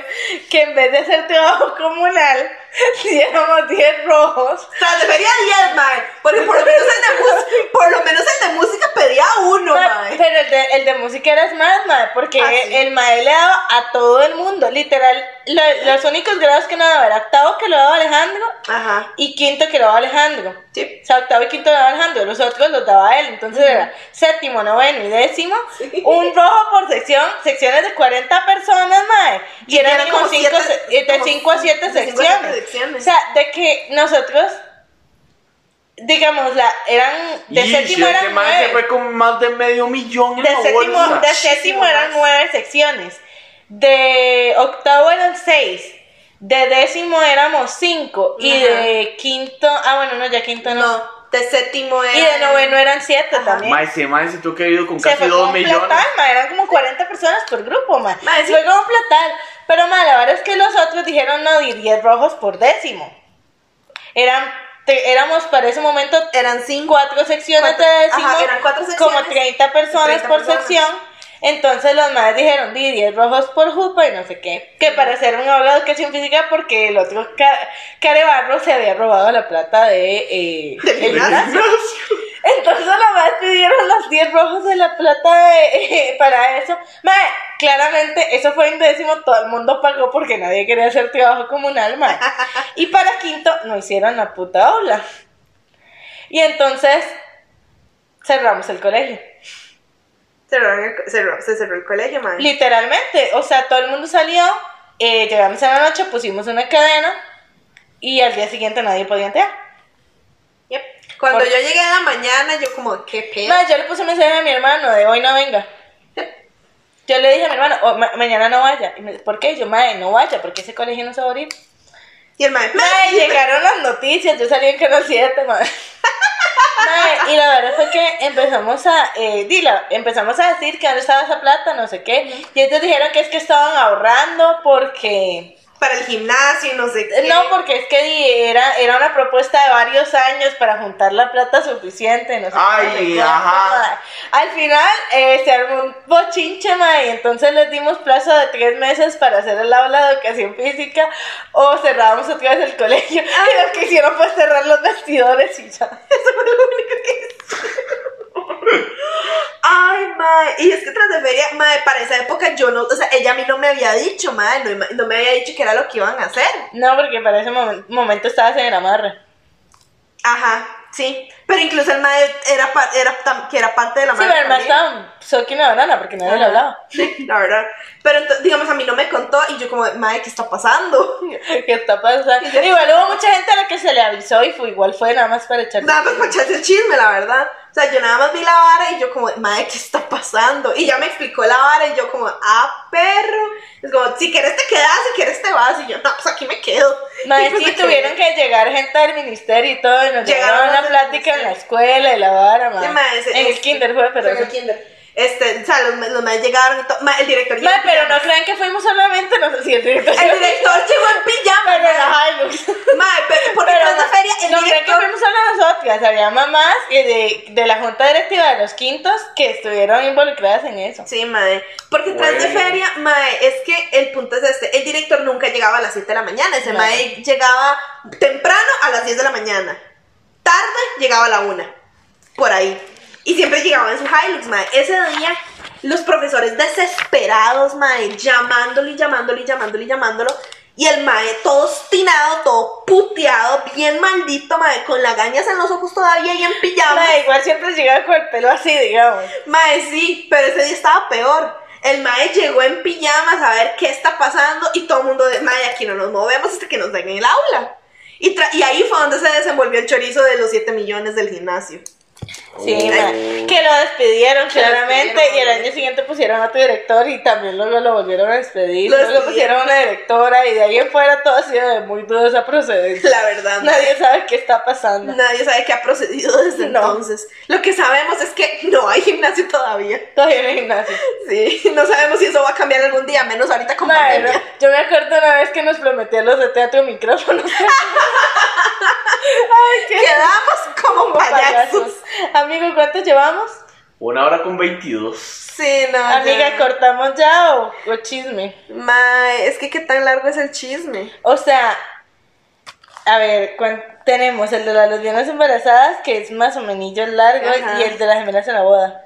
S1: que en vez de hacer trabajo comunal, diéramos 10 rojos.
S2: Tras de feria, 10, mae. Porque por lo menos el de, mus- por lo menos el de música pedía uno,
S1: Ma-
S2: mae.
S1: Pero el de, el de música era más, mae, porque
S2: Oh Ah, sí.
S1: el mae le daba a todo el mundo, literal. lo- los únicos grados que no daba era octavo que lo daba Alejandro
S2: Ajá.
S1: y quinto que lo daba Alejandro.
S2: Sí.
S1: O sea, octavo y quinto lo daba Alejandro, los otros los daba él. Entonces era séptimo, noveno y décimo.
S2: Sí.
S1: Un rojo por sección, secciones de 40 personas, mae. Y, eran,
S2: eran
S1: como
S2: como
S1: 5
S2: siete-
S1: de 5 a
S2: como
S1: 7
S2: cinco a siete
S1: secciones.
S2: secciones.
S1: O sea, de que nosotros, digamos, la, eran de
S3: Y
S1: séptimo
S3: ese
S1: eran
S3: mae se
S1: nueve.
S3: fue con más de medio millón en
S1: De
S3: la
S1: séptimo,
S3: bolsa.
S1: de séptimo eran
S2: más.
S1: nueve secciones. De octavo eran seis. De décimo éramos cinco. Y
S2: Ajá.
S1: de quinto. Ah, bueno, no, ya quinto no.
S2: No, de séptimo era.
S1: Y de noveno eran siete
S2: Ajá.
S1: también.
S3: Mae, ese mae se tuvo que haber ido con
S1: Se
S3: casi
S1: fue con
S3: dos
S1: un
S3: millones.
S1: platal, ma, eran como 40 personas por grupo, ma.
S2: Ma, sí.
S1: Fue como un platal. Pero, ma, la verdad es que los otros dijeron no, di 10 rojos por décimo. Eran, te- éramos para ese momento eh,
S2: Eran cinco.
S1: cuatro secciones
S2: Cuatro.
S1: de décimo,
S2: Ajá, eran cuatro secciones.
S1: como 30 personas
S2: 30
S1: por
S2: personas.
S1: sección. Entonces los madres dijeron, di 10 rojos por jupa y no sé qué. Que para hacer un aula de educación física porque el otro Ca- Carebarro se había robado la plata de... eh,
S2: Del
S1: el
S2: gimnasio.
S1: gimnasio. Entonces los madres pidieron los 10 rojos de la plata de- eh, para eso. Mae, claramente eso fue en décimo, todo el mundo pagó porque nadie quería hacer trabajo comunal, mae. Y para quinto no hicieron la puta aula. Y entonces cerramos el colegio.
S2: Cerraron el- cerró- Se cerró el colegio, mae.
S1: Literalmente, o sea, todo el mundo salió, eh, llegamos a la noche, pusimos una cadena Y al día siguiente nadie podía entrar.
S2: Yep. Cuando
S1: Por-
S2: yo llegué en la mañana, yo como, qué pedo.
S1: Mae, yo le puse un mensaje a mi hermano de hoy no venga. Yo le dije a mi hermano, "O, ma- mañana no vaya. Y me dice, ¿Por qué? Yo, madre, no vaya, porque ese colegio no se va a abrir.
S2: Y el mae,
S1: Mae, llegaron las noticias, yo salí en Canal 7, mae. Mae, y la verdad fue que empezamos a, eh, di, la- empezamos a decir que dónde estaba esa plata, no sé qué. Y ellos dijeron que es que estaban ahorrando porque...
S2: para el gimnasio y no sé qué.
S1: Eh, No, porque es que di, era, era una propuesta de varios años para juntar la plata suficiente, no sé qué,
S3: Ay,
S1: no sé qué,
S3: ajá.
S1: mae. Al final eh, se armó un bochinche, mae, y entonces les dimos plazo de tres meses para hacer el aula de educación física o cerrábamos otra vez el colegio. Y lo que hicieron fue cerrar los vestidores y ya.
S2: Ay, mae. Y es que tras de feria, mae, para esa época yo no, o sea, ella a mí no me había dicho, mae, no, ima- no me había dicho que era lo que iban a hacer.
S1: No, porque para ese momen- momento estabas en el amarre.
S2: Ajá, sí. Pero incluso el mae era, pa- era tam- que era parte de la
S1: Sí, pero el
S2: madre
S1: más
S2: también.
S1: estaba soquina de banana porque nadie le
S2: Ajá.
S1: hablaba.
S2: Sí, la verdad. Pero ento- digamos, a mí no me contó y yo como, mae, ¿qué está pasando?
S1: ¿Qué está pasando? Igual hubo mucha gente a la que se le avisó y fue, igual fue nada más para echar
S2: Nada más para echarse el chisme, la verdad. O sea, yo nada más vi la vara y yo como, madre, ¿qué está pasando? Y ya me explicó la vara y yo como, ah, perro. Es como, si quieres te quedas, si quieres te vas. Y yo, no, pues aquí me quedo.
S1: Mae,
S2: Y pues
S1: sí,
S2: me
S1: tuvieron
S2: quedé.
S1: que llegar gente del ministerio y todo, y nos
S2: Llegaron
S1: llegaron
S2: los
S1: una
S2: del
S1: plática en la escuela y la vara, mae.
S2: Sí, mae, ese-
S1: en el
S2: ese-
S1: kinder fue, pero...
S2: fue en el kinder. Este, o sea, los, los maes llegaron y todo. mae, el director llegó
S1: Mae,
S2: en
S1: pero no
S2: pijama.
S1: crean que fuimos solamente, no sé si el director...
S2: El director llegó en pijama.
S1: Pero en
S2: mae.
S1: la Hilux.
S2: Mae, pero porque
S1: Pero,
S2: tras de feria el
S1: no crean que
S2: director...
S1: fuimos solo nosotras, había mamás eh, de, de la junta directiva de los quintos que estuvieron involucradas en eso.
S2: Sí, mae. Porque tras de
S3: Bueno.
S2: feria, mae, es que el punto es este. El director nunca llegaba a las 7 de la mañana. Ese
S1: No.
S2: mae llegaba temprano a las 10 de la mañana. Tarde llegaba a la 1. Por ahí. Y siempre llegaba en su Hilux, mae. Ese día, los profesores desesperados, mae, llamándolo y llamándolo y llamándolo y llamándolo. Y el mae todo ostinado, todo puteado, bien maldito, mae, con lagañas en los ojos todavía y en pijama.
S1: Mae, igual siempre llegaba con el pelo así, digamos.
S2: Mae, sí, pero ese día estaba peor. El mae llegó en pijamas a ver qué está pasando y todo el mundo de mae, aquí no nos movemos hasta que nos den el aula. Y, tra- y ahí fue donde se desenvolvió el chorizo de los 7 millones del gimnasio.
S1: Sí,
S3: Oh.
S1: mae, que lo despidieron
S2: Que lo
S1: claramente y
S2: despidieron,
S1: el
S2: obvio.
S1: año siguiente pusieron a tu director y también luego lo volvieron a despedir.
S2: Lo
S1: luego
S2: despidieron.
S1: pusieron a una directora y de ahí en fuera todo ha sido de muy dudosa procedencia.
S2: La verdad.
S1: Nadie sabe qué está pasando.
S2: Nadie sabe qué ha procedido desde
S1: No.
S2: entonces. Lo que sabemos es que no hay gimnasio todavía.
S1: Todavía en el gimnasio.
S2: Sí, no sabemos si eso va a cambiar algún día, menos ahorita con
S1: Mae,
S2: pandemia.
S1: no, yo me acuerdo una vez que nos prometieron los de teatro micrófonos. Ay, qué
S2: Quedamos como payasos.
S1: payasos. Amigo, ¿cuánto llevamos?
S3: Una hora con 22.
S2: Sí, no. Ah, ya.
S1: Amiga, ¿cortamos ya o, o chisme?
S2: Mae, es que qué tan largo es el chisme.
S1: O sea, a ver, cuan- tenemos el de las lesbianas embarazadas, que es más o menos largo,
S2: Ajá.
S1: y el de las gemelas en la boda.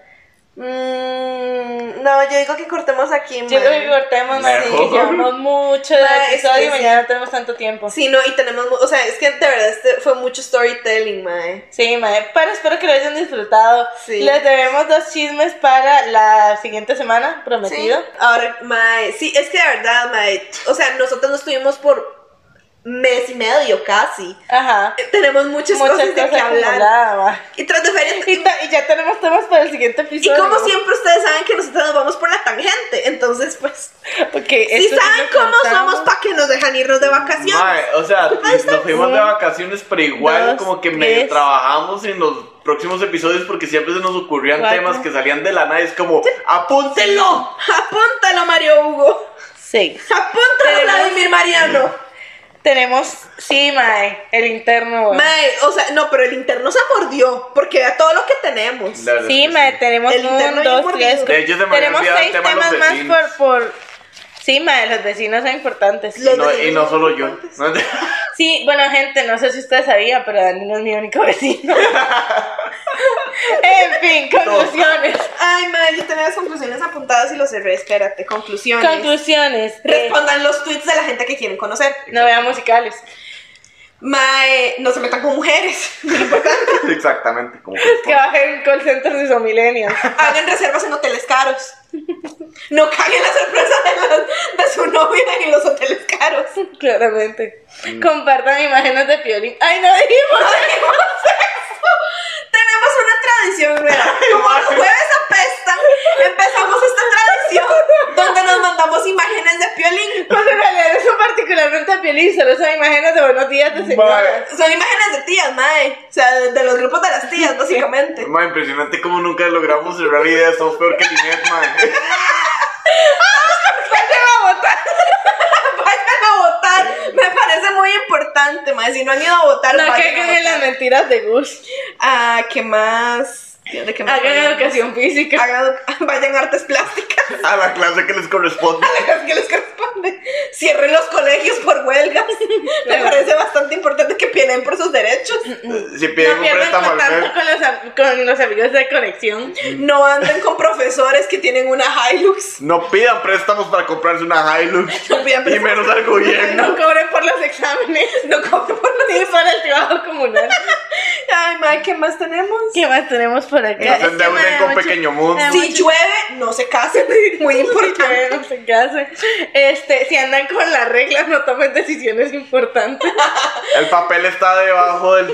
S2: Mm, no, yo digo que cortemos aquí.
S1: Yo creo que
S2: mae.
S1: cortemos, mae,
S3: Mejor.
S1: porque llevamos mucho de
S2: Mae, Mm. es
S1: episodio y
S2: que sí.
S1: mañana no tenemos tanto tiempo. Sí,
S2: Sí, no, y tenemos, mu- o sea, es que de verdad este fue mucho storytelling, mae.
S1: mae, pero espero que lo hayan disfrutado.
S2: Sí.
S1: Les debemos dos chismes para la siguiente semana,
S2: Sí.
S1: prometido.
S2: Ahora, mae, sí, es que de verdad, mae, o sea, nosotros nos tuvimos por mes y medio casi.
S1: Ajá.
S2: Eh, Tenemos muchas,
S1: Muchas
S2: cosas de
S1: cosas
S2: que hablar.
S1: acumuladas, mae.
S2: Y tras de feria
S1: Y, ta- y ya tenemos temas para el siguiente
S2: y
S1: episodio.
S2: como siempre ustedes saben que nosotros nos vamos por la tangente, entonces pues
S1: Porque
S2: si
S1: esto sí
S2: saben
S1: lo
S2: cómo
S1: contamos.
S2: somos para que nos dejan irnos de vacaciones.
S3: Mae, o sea, nos fuimos de vacaciones, pero igual
S1: dos,
S3: como que medio
S1: tres.
S3: trabajamos en los próximos episodios porque siempre se nos ocurrían
S1: Cuatro.
S3: temas que salían de la nada. y Es como, apúntenlo.
S2: Apúntalo Mario Hugo.
S1: Sí.
S2: Apúntalo
S1: Tenemos-
S2: Vladimir Mariano.
S1: Tenemos, sí, Mae, el interno. güey.
S2: Mae, o sea, no, pero el interno se mordió porque vea todo lo que tenemos.
S3: La verdad
S1: sí,
S3: es que
S1: Mae,
S3: sí.
S1: tenemos
S2: El interno
S1: un,
S2: bien
S1: dos,
S2: mordido.
S1: tres.
S3: De hecho, se me había
S1: tenemos
S3: olvidado el
S1: seis
S3: tema de los
S1: temas más
S3: vecinos.
S1: por, por. Sí, Mae, los vecinos son importantes.
S2: Los-
S3: Y no, y no solo yo.
S1: Sí, bueno, gente, no sé si ustedes sabían, pero Dani no es mi único vecino. en fin, conclusiones.
S2: Ay, mae, yo tenía las conclusiones apuntadas y los cerré. Espérate, conclusiones.
S1: Conclusiones. Eh,
S2: Respondan los tweets de la gente que quieren conocer.
S1: no vean musicales.
S2: Mae, no se metan con mujeres. Muy importante.
S3: Exactamente. Como
S1: Que bajen un call center de son millennials.
S2: Hagan reservas en hoteles caros. No caguen la sorpresa de, la- de su novia en los hoteles caros.
S1: Claramente. Compartan imágenes de Piolín. Ay, no dijimos.
S2: Tenemos una tradición nueva. Como los jueves apestan, empezamos esta tradición donde nos mandamos imágenes de piolín.
S1: Pues en realidad eso particularmente a Piolín. Solo son imágenes de buenos días de señora.
S2: Son imágenes de tías, mae. O sea, de, de los grupos de las tías, básicamente.
S3: Mae, impresionante como nunca logramos cerrar ideas. Somos peor que Linet, mae.
S2: Vayan a votar. Vayan a votar. Me parece muy importante, mae. Si no han ido a votar,
S1: No
S2: vayan
S1: caigan
S2: a
S1: en las
S2: votar.
S1: mentiras de Gus.
S2: Ah, ¿qué más? ¿De qué más?
S1: Hagan
S2: hablamos?
S1: educación física.
S2: Hagan edu- Vayan a artes plásticas.
S3: A la clase que les corresponde.
S2: que les corresponde. Cierren los colegios por huelgas. Me parece bastante importante que peleen por sus derechos.
S3: Si piden
S1: no pierdan
S3: un préstamo al
S1: contacto
S3: FED.
S1: con los, am- con los amigos de conexión.
S2: No anden con profesores que tienen una Hilux.
S3: No pidan préstamos para comprarse una Hilux.
S2: No pidan
S3: Y
S2: préstamos.
S3: menos al gobierno.
S1: No cobren por los exámenes.
S2: No compro por los
S1: Ni para el trabajo comunal.
S2: Ay, madre, ¿qué más tenemos?
S1: ¿Qué más tenemos por acá?
S3: No se
S1: Es que me
S3: endeuden
S1: da
S3: con
S1: mucho-
S3: Pequeño Mundo.
S1: me da
S2: Si
S1: mucho-
S2: llueve, no se casen. Muy importante.
S1: Bueno, se casen. Este, si andan con las reglas, no tomen decisiones importantes.
S3: El papel está debajo del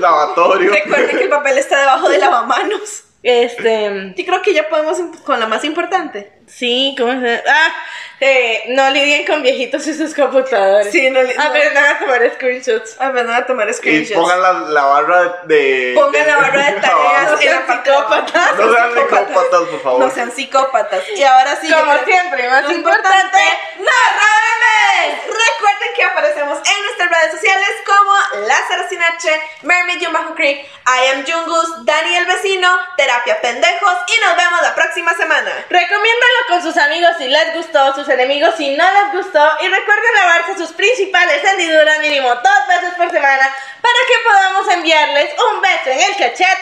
S3: lavatorio.
S2: Recuerden que el papel está debajo de lavamanos.
S1: Este,
S2: Yo creo que ya podemos em- con la más importante.
S1: sí, ¿cómo se Ah, eh, no lidien con viejitos y sus computadores.
S2: Sí, no le- no.
S1: Aprendan a tomar screenshots.
S2: Aprendan a tomar
S3: Y
S2: screenshots.
S3: pongan la, la barra de.
S2: Pongan la barra de tareas
S3: abajo.
S2: en la parte de abajo.
S1: Psicópatas.
S3: No sean psicópatas, por favor.
S2: No sean psicópatas. Y ahora sí. yo
S1: Como
S2: creo que-
S1: siempre, más
S2: Lo
S1: importante.
S2: importante, ¡no robes! Recuerden que aparecemos en nuestras redes sociales como Lázaro Sin H, Mermaid Jun Bajo Creek, I Am Jungus, Dani el Vecino, Terapia Pendejos y nos vemos la próxima semana.
S1: Recomiéndalo con sus amigos si les gustó, sus enemigos si no les gustó y recuerden lavarse sus principales hendiduras mínimo dos veces por semana para que podamos enviarles un beso en el cachete